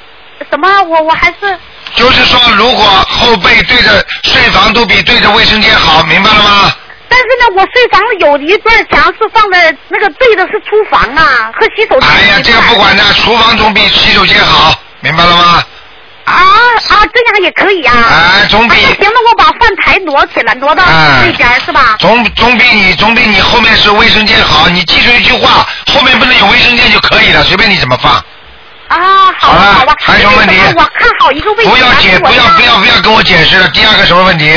Speaker 14: 什么，我我还是
Speaker 2: 就是说，如果后背对着睡房都比对着卫生间好，明白了吗？
Speaker 14: 但是呢，我睡房有一段墙是放的那个对的是厨房啊和洗手间。
Speaker 2: 哎呀，这个不管的，厨房总比洗手间好，明白了吗？
Speaker 14: 啊啊，这样也可以啊。
Speaker 2: 哎，总比
Speaker 14: 行了，我把饭台挪起来，挪到
Speaker 2: 哎
Speaker 14: 这边儿是吧？
Speaker 2: 总总比你总比你后面是卫生间好。你记住一句话，后面不能有卫生间就可以了，随便你怎么放。
Speaker 14: 啊，好了好吧。
Speaker 2: 还有什么问题
Speaker 14: 我看好一个位置。
Speaker 2: 不要解，
Speaker 14: 然后
Speaker 2: 不
Speaker 14: 我
Speaker 2: 要
Speaker 14: 家
Speaker 2: 不要不要跟我解释了。第二个什么问题？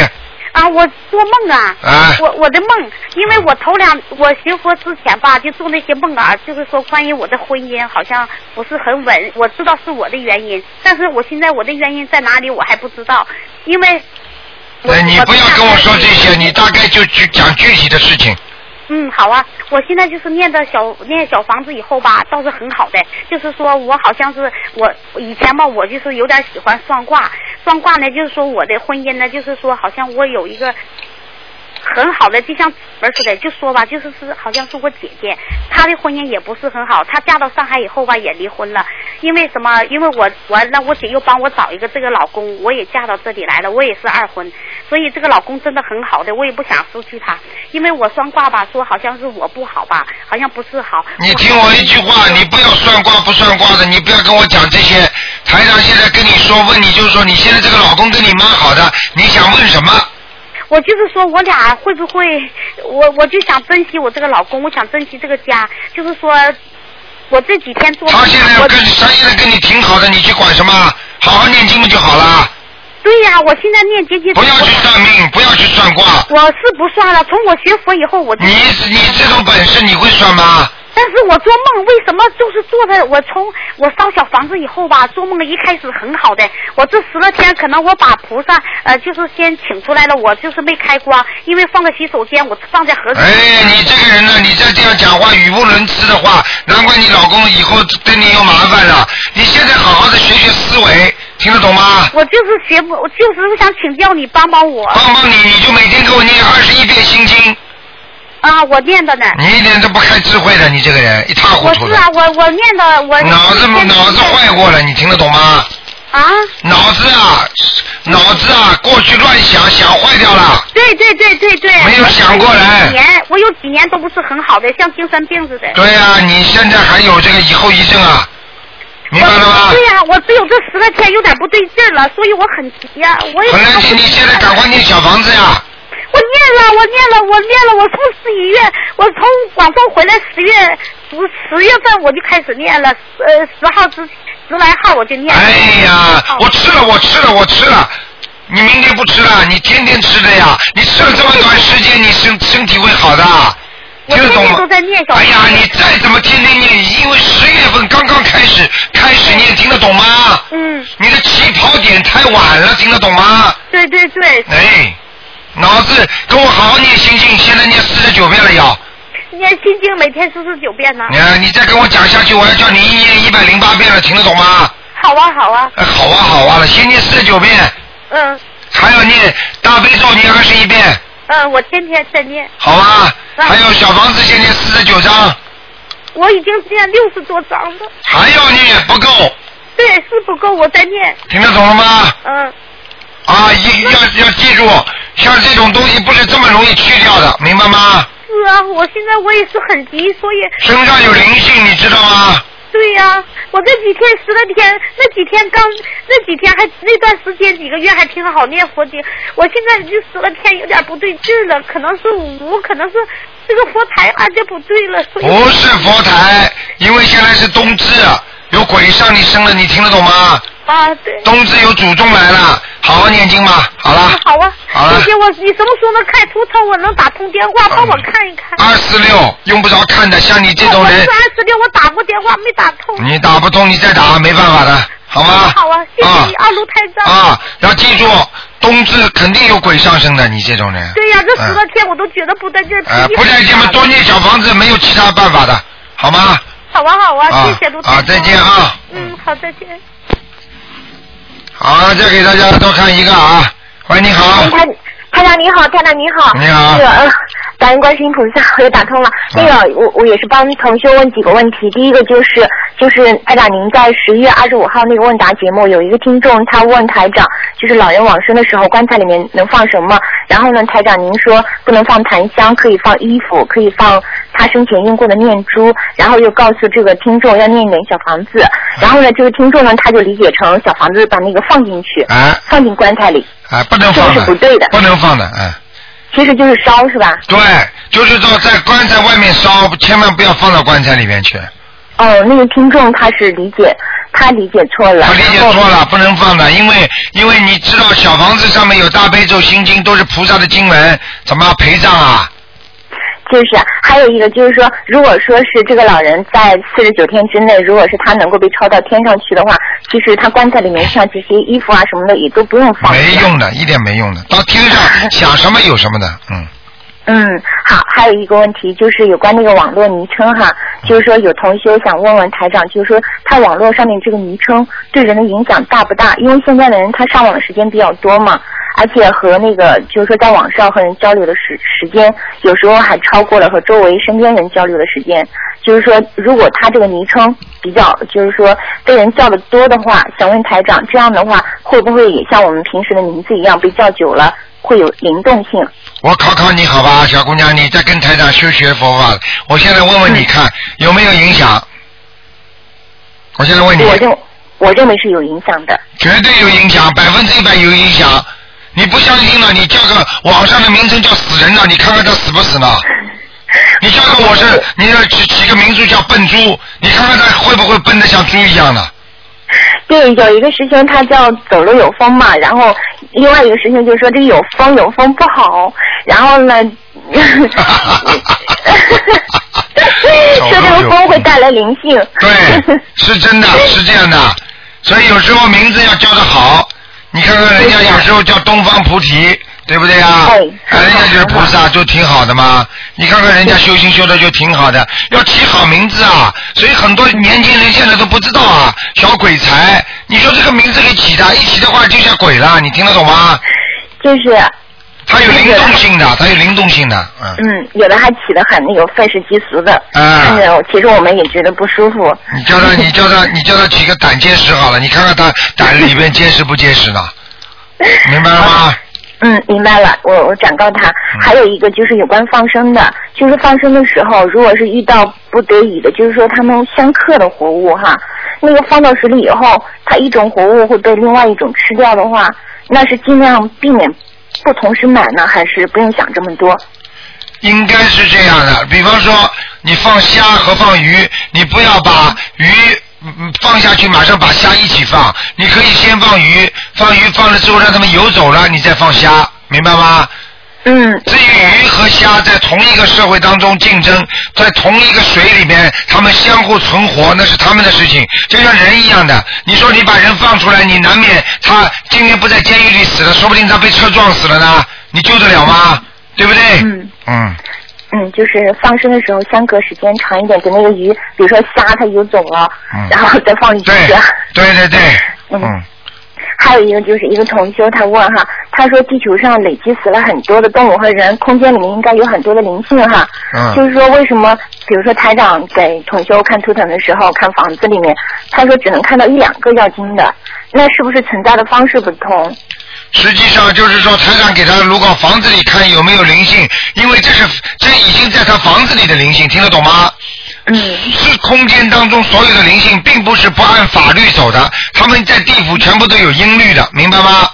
Speaker 14: 啊，我做梦啊，
Speaker 2: 啊
Speaker 14: 我我的梦，因为我头两我学佛之前吧，就做那些梦啊，就是说关于我的婚姻好像不是很稳，我知道是我的原因，但是我现在我的原因在哪里我还不知道，因为
Speaker 2: 哎，你不要跟我说这些，你大概就去讲具体的事情。
Speaker 14: 嗯，好啊，我现在就是念的小念小房子以后吧，倒是很好的，就是说我好像是我以前吧，我就是有点喜欢算卦，算卦呢，就是说我的婚姻呢，就是说好像我有一个很好的，就像儿似的，就说吧，就是是好像是我姐姐，她的婚姻也不是很好，她嫁到上海以后吧也离婚了，因为什么？因为我完了，我姐又帮我找一个这个老公，我也嫁到这里来了，我也是二婚，所以这个老公真的很好的，我也不想失去他，因为我算卦吧，说好像是我不好吧，好像不是好，
Speaker 2: 你听我一句话，你不要算卦不算卦的，你不要跟我讲这些。台长现在跟你说，问你就是说，你现在这个老公跟你蛮好的，你想问什么？
Speaker 14: 我就是说我俩会不会，我我就想珍惜我这个老公，我想珍惜这个家，就是说。我这几天做梦，
Speaker 2: 他现在跟他现在跟你挺好的，你去管什么？啊好好念经不就好了？啊
Speaker 14: 对呀、我现在念结节。
Speaker 2: 不要去算命，不要去算卦。
Speaker 14: 我是不算了，从我学佛以后我就。
Speaker 2: 你你这种本事你会算吗？
Speaker 14: 但是我做梦为什么就是做的？我从我烧小房子以后吧，做梦一开始很好的，我这十来天可能我把菩萨呃就是先请出来了，我就是没开光，因为放在洗手间，我放在 盒子。
Speaker 2: 哎，你这个人呢，你再这样讲话语无伦次的话，难怪你老公以后对你有麻烦了。你现在好好的学学思维，听得懂吗？
Speaker 14: 我就是学不，我就是想请教你帮帮我。
Speaker 2: 帮帮你，你就每天给我念二十一遍心经。
Speaker 14: 啊，我念的呢。
Speaker 2: 你一点都不开智慧的，你这个人一塌糊
Speaker 14: 我
Speaker 2: 涂
Speaker 14: 是
Speaker 2: 的。
Speaker 14: 啊，我我念的我。
Speaker 2: 脑子脑子坏过了，你听得懂吗？
Speaker 14: 啊。
Speaker 2: 脑子啊，脑子啊，过去乱想，想坏掉了。
Speaker 14: 对对对对对。
Speaker 2: 没有想过来
Speaker 14: 我有几年我有几年都不是很好的，像精神病似的。
Speaker 2: 对呀、你现在还有这个以后遗症啊，明白了吗？
Speaker 14: 对呀、我只有这十来天有点不对劲儿了，所以我很急呀、我也
Speaker 2: 本来你现在赶快念小房子呀，
Speaker 14: 我念了，我念了，我念了，我从十一月，我从广州回来十月十十月份我就开始念了，呃，十号之十来号我就念了。
Speaker 2: 哎呀，
Speaker 14: 哦
Speaker 2: 我吃了，我吃了，我吃了。你明天不吃了，你天天吃的呀。你吃了这么短时间，你身身体会好的，
Speaker 14: 我
Speaker 2: 听
Speaker 14: 天
Speaker 2: 得懂
Speaker 14: 天
Speaker 2: 吗
Speaker 14: 都？在念小
Speaker 2: 哎呀，你再怎么天天念，因为十月份刚刚开始开始念，听得懂吗？
Speaker 14: 嗯。
Speaker 2: 你的起跑点太晚了，听得懂吗？
Speaker 14: 对对对，
Speaker 2: 哎，脑子跟我好好念心经，现在念四十九遍了
Speaker 14: 啊
Speaker 2: 要。
Speaker 14: 念心经每天四十九遍呢。
Speaker 2: 你、啊、你再跟我讲下去，我要叫你一念一百零八遍了，听得懂吗？
Speaker 14: 好啊好啊，
Speaker 2: 哎好啊好啊了，先念四十九遍，
Speaker 14: 嗯
Speaker 2: 还要念大悲咒念二十一遍，
Speaker 14: 嗯，我天天在念，
Speaker 2: 好吧？还有小房子先念四十九章，
Speaker 14: 我已经念六十多章了，
Speaker 2: 还要念不够，
Speaker 14: 对，是不够，我在念，
Speaker 2: 听得懂了吗？
Speaker 14: 嗯。
Speaker 2: 啊，一要要记住，像这种东西不是这么容易去掉的，明白吗？
Speaker 14: 是啊，我现在我也是很急，所以
Speaker 2: 身上有灵性，你知道吗？
Speaker 14: 对呀、我这几天十来天，那几天刚那几天还那段时间几个月还挺好念佛经，我现在就十来天有点不对劲儿了，可能是无，可能是这个佛台按的不对了，所以
Speaker 2: 不是佛台，因为现在是冬至，有鬼上你身了，你听得懂吗？
Speaker 14: 啊对。
Speaker 2: 冬至有祖宗来了，好好念经吧。好了，
Speaker 14: 好啊，
Speaker 2: 好了
Speaker 14: 谢谢我，你什么时候能看图腾？我能打通电话帮我看一看。哦
Speaker 2: 二四六用不着看的，像你这种
Speaker 14: 我
Speaker 2: 人
Speaker 14: 是，二十六，我打过电话没打通。
Speaker 2: 你打不通你再打，没办法的，好吗？
Speaker 14: 好啊，谢谢你，啊，卢台长。
Speaker 2: 啊，要记住，冬至肯定有鬼上身的，你这种人。
Speaker 14: 对呀、这十
Speaker 2: 嗯
Speaker 14: 来天我都觉得不对劲儿。
Speaker 2: 呃，不然这么多念小房子没有其他办法的，好吗？
Speaker 14: 好啊好啊，
Speaker 2: 啊
Speaker 14: 谢谢卢台长。
Speaker 2: 啊再见啊。
Speaker 14: 嗯，好，再见。
Speaker 2: 好，再给大
Speaker 15: 哎
Speaker 2: 家多看一个啊。喂，你好。
Speaker 15: 台台长你好，台长你好。
Speaker 2: 你好
Speaker 15: 那个呃，感恩观世音菩萨， 我又打通了。那个，我我也是帮同学问几个问题。第一个就是，就是台长您在十一月二十五号那个问答节目，有一个听众他问台长，就是老人往生的时候棺材里面能放什么？然后呢，台长您说不能放檀香，可以放衣服，可以放他生前用过的念珠，然后又告诉这个听众要念一点小房子。然后呢，这个听众呢他就理解成小房子把那个放进去，
Speaker 2: 啊
Speaker 15: 放进棺材里，
Speaker 2: 啊，不能
Speaker 15: 这个
Speaker 2: 放
Speaker 15: 是
Speaker 2: 的，
Speaker 15: 不对的，
Speaker 2: 不能放的，嗯。
Speaker 15: 其实就是烧是吧？
Speaker 2: 对，就是说在棺材外面烧，千万不要放到棺材里面去。
Speaker 15: 哦，那个听众他是理解，他理解错了。
Speaker 2: 我理解错了，啊不能放的，因为因为你知道小房子上面有大悲咒、心经，都是菩萨的经文，怎么陪葬啊？
Speaker 15: 就是啊还有一个就是说，如果说是这个老人在四十九天之内，如果是他能够被抄到天上去的话，其实他棺材里面像这些衣服啊什么的也都不用放。
Speaker 2: 没用的，一点没用的，到天上想什么有什么的，嗯。
Speaker 15: 嗯，好，还有一个问题就是有关那个网络昵称哈，就是说有同学想问问台长，就是说他网络上面这个昵称对人的影响大不大？因为现在的人他上网的时间比较多嘛，而且和那个就是说在网上和人交流的时时间，有时候还超过了和周围身边人交流的时间。就是说，如果他这个昵称比较，就是说被人叫的多的话，想问台长，这样的话会不会也像我们平时的名字一样，被叫久了会有灵动性？
Speaker 2: 我考考你好吧，小姑娘，你在跟台长修学佛法，我现在问问你看有没有影响？我现在问你，
Speaker 15: 我认我认为是有影响的。
Speaker 2: 绝对有影响，百分之一百有影响。你不相信了，你叫个网上的名称叫死人呢，你看看他死不死呢？你叫个我是，你要起起个名字叫笨猪，你看看他会不会笨的像猪一样的？
Speaker 15: 对，有一个师兄他叫走路有风嘛，然后另外一个师兄就说这个有风有风不好，然后 呢， 说这个风会带来灵性。
Speaker 2: 嗯 对，是真的，是这样的。所以有时候名字要叫的好，你看看人家有时候叫东方菩提，对不对啊？啊人家就是菩萨，就挺好的嘛。你看看人家修行修的就挺好的，要起好名字啊。所以很多年轻人现在都不知道啊，小鬼才，你说这个名字给起的，一起的话就像鬼了，你听得懂吗？
Speaker 15: 就是
Speaker 2: 它有灵动性的，它有灵动性的，嗯。
Speaker 15: 嗯，有的还起的很那个愤世嫉俗的，
Speaker 2: 啊
Speaker 15: 看着其实我们也觉得不舒服。
Speaker 2: 你叫他，你叫他，你叫他起个胆结石好了，你看看他胆里边结实不结实呢？明白了吗？嗯
Speaker 15: 嗯，明白了，我我转告他。还有一个就是有关放生的，就是放生的时候，如果是遇到不得已的，就是说他们相克的活物哈，那个放到水里以后，它一种活物会被另外一种吃掉的话，那是尽量避免不同时买呢，还是不用想这么多？
Speaker 2: 应该是这样的。比方说，你放虾和放鱼，你不要把鱼嗯嗯放下去，马上把虾一起放。你可以先放鱼，放鱼放了之后让它们游走了，你再放虾，明白吗？
Speaker 15: 嗯。
Speaker 2: 至于鱼和虾在同一个社会当中竞争，在同一个水里面，它们相互存活，那是他们的事情，就像人一样的。你说你把人放出来，你难免他今天不在监狱里死了，说不定他被车撞死了呢，你救得了吗？对不对？
Speaker 15: 嗯
Speaker 2: 嗯。
Speaker 15: 嗯，就是放生的时候相隔时间长一点，给那个鱼，比如说虾它游走了，
Speaker 2: 嗯
Speaker 15: 然后再放进去。
Speaker 2: 对对对，
Speaker 15: 嗯，还有一个就是一个同修他问哈，他说地球上累积死了很多的动物和人，空间里面应该有很多的灵性哈。
Speaker 16: 嗯
Speaker 15: 就是说为什么，比如说台长给同修看图腾的时候，看房子里面，他说只能看到一两个要精的，那是不是存在的方式不同？
Speaker 2: 实际上就是说，台长给他如果房子里看有没有灵性，因为这是这已经在他房子里的灵性，听得懂吗？
Speaker 15: 嗯，
Speaker 2: 是空间当中所有的灵性，并不是不按法律走的，他们在地府全部都有音律的，明白吗？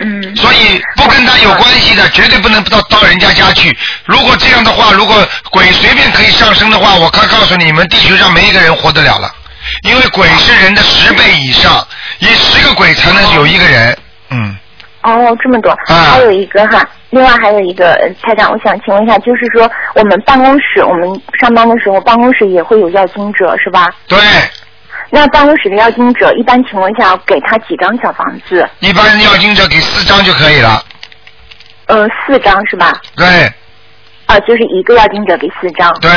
Speaker 15: 嗯。
Speaker 2: 所以不跟他有关系的，绝对不能到到人家家去。如果这样的话，如果鬼随便可以上升的话，我可告诉你们，地球上没一个人活得了了，因为鬼是人的十倍以上，以十个鬼才能有一个人。嗯。
Speaker 15: 哦，这么多，还有一个哈，另外还有一个呃台长，我想请问一下，就是说我们办公室，我们上班的时候，办公室也会有要经者是吧？
Speaker 2: 对。
Speaker 15: 那办公室的要经者，一般情况下给他几张小房子？
Speaker 2: 一般要经者给四张就可以了。
Speaker 15: 呃，四张是吧？
Speaker 2: 对
Speaker 15: 啊，就是一个要经者给四张。
Speaker 2: 对，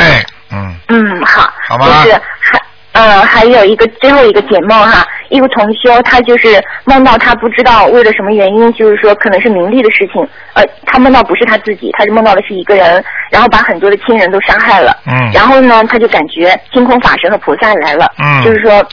Speaker 15: 嗯，好，
Speaker 2: 好
Speaker 15: 就
Speaker 2: 吧
Speaker 15: 是还呃还有一个最后一个解梦哈，一个同修，他就是梦到他不知道为了什么原因，就是说可能是名利的事情，呃，他梦到不是他自己，他是梦到的是一个人，然后把很多的亲人都杀害了。
Speaker 2: 嗯
Speaker 15: 然后呢，他就感觉清空法神和菩萨来了，
Speaker 2: 嗯
Speaker 15: 就是说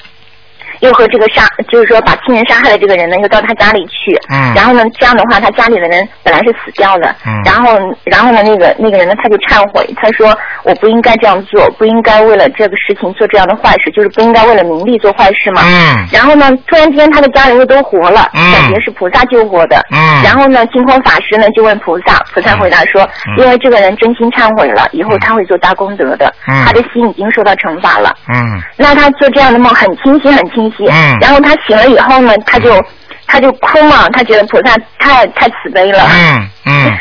Speaker 15: 又和这个杀，就是说把亲人杀害的这个人呢，又到他家里去。
Speaker 2: 嗯
Speaker 15: 然后呢，这样的话，他家里的人本来是死掉的。
Speaker 2: 嗯
Speaker 15: 然后，然后呢，那个那个人呢，他就忏悔，他说我不应该这样做，不应该为了这个事情做这样的坏事，就是不应该为了名利做坏事嘛。
Speaker 2: 嗯
Speaker 15: 然后呢，突然之间他的家人又都活了，
Speaker 2: 嗯
Speaker 15: 感觉是菩萨救活的。
Speaker 2: 嗯
Speaker 15: 然后呢，净空法师呢就问菩萨，菩萨回答说，
Speaker 2: 嗯
Speaker 15: 因为这个人真心忏悔了，以后他会做大功德的，
Speaker 2: 嗯
Speaker 15: 他的心已经受到惩罚了。
Speaker 2: 嗯
Speaker 15: 那他做这样的梦很清晰，很清晰。
Speaker 2: 嗯
Speaker 15: 然后他醒了以后呢，他就他就哭嘛，他觉得菩萨太太慈悲了。
Speaker 2: 嗯嗯，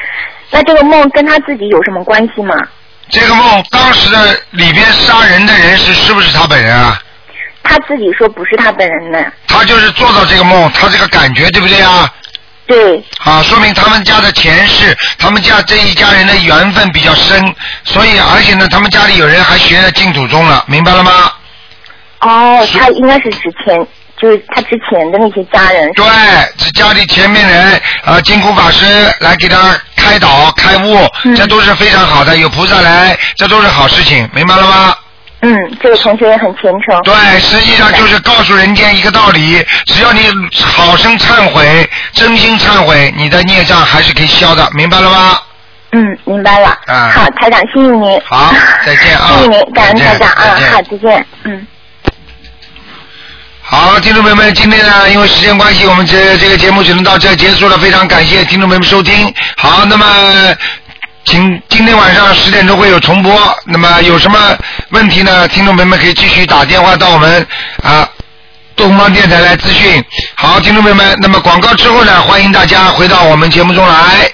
Speaker 15: 那这个梦跟他自己有什么关系吗？
Speaker 2: 这个梦当时的里边杀人的人是是不是他本人啊？
Speaker 15: 他自己说不是他本人呢。
Speaker 2: 他就是做到这个梦，他这个感觉对不对啊？
Speaker 15: 对。
Speaker 2: 啊，说明他们家的前世，他们家这一家人的缘分比较深，所以而且呢，他们家里有人还学了净土宗了，明白了吗？
Speaker 15: 哦，他应该是之前就是他之前的那些家人。
Speaker 2: 对，是家里前面人啊，金箍法师来给他开导开悟，
Speaker 15: 嗯
Speaker 2: 这都是非常好的，有菩萨来，这都是好事情，明白了吗？
Speaker 15: 嗯，这个同学也很虔诚。
Speaker 2: 对，实际上就是告诉人间一个道理，只要你好生忏悔，真心忏悔，你的孽障还是可以消的，明白了吗？
Speaker 15: 嗯，明白了。
Speaker 2: 啊
Speaker 15: 好，台长，谢谢您。
Speaker 2: 好，再见啊！
Speaker 15: 谢谢您，感恩台长啊
Speaker 2: 再见，
Speaker 15: 好，再见。嗯。
Speaker 2: 好，听众朋友们，今天呢，因为时间关系，我们这这个节目只能到这儿结束了。非常感谢听众朋友们收听。好，那么，请今天晚上十点钟会有重播。那么有什么问题呢？听众朋友们可以继续打电话到我们啊东方电台来咨询。好，听众朋友们，那么广告之后呢，欢迎大家回到我们节目中来。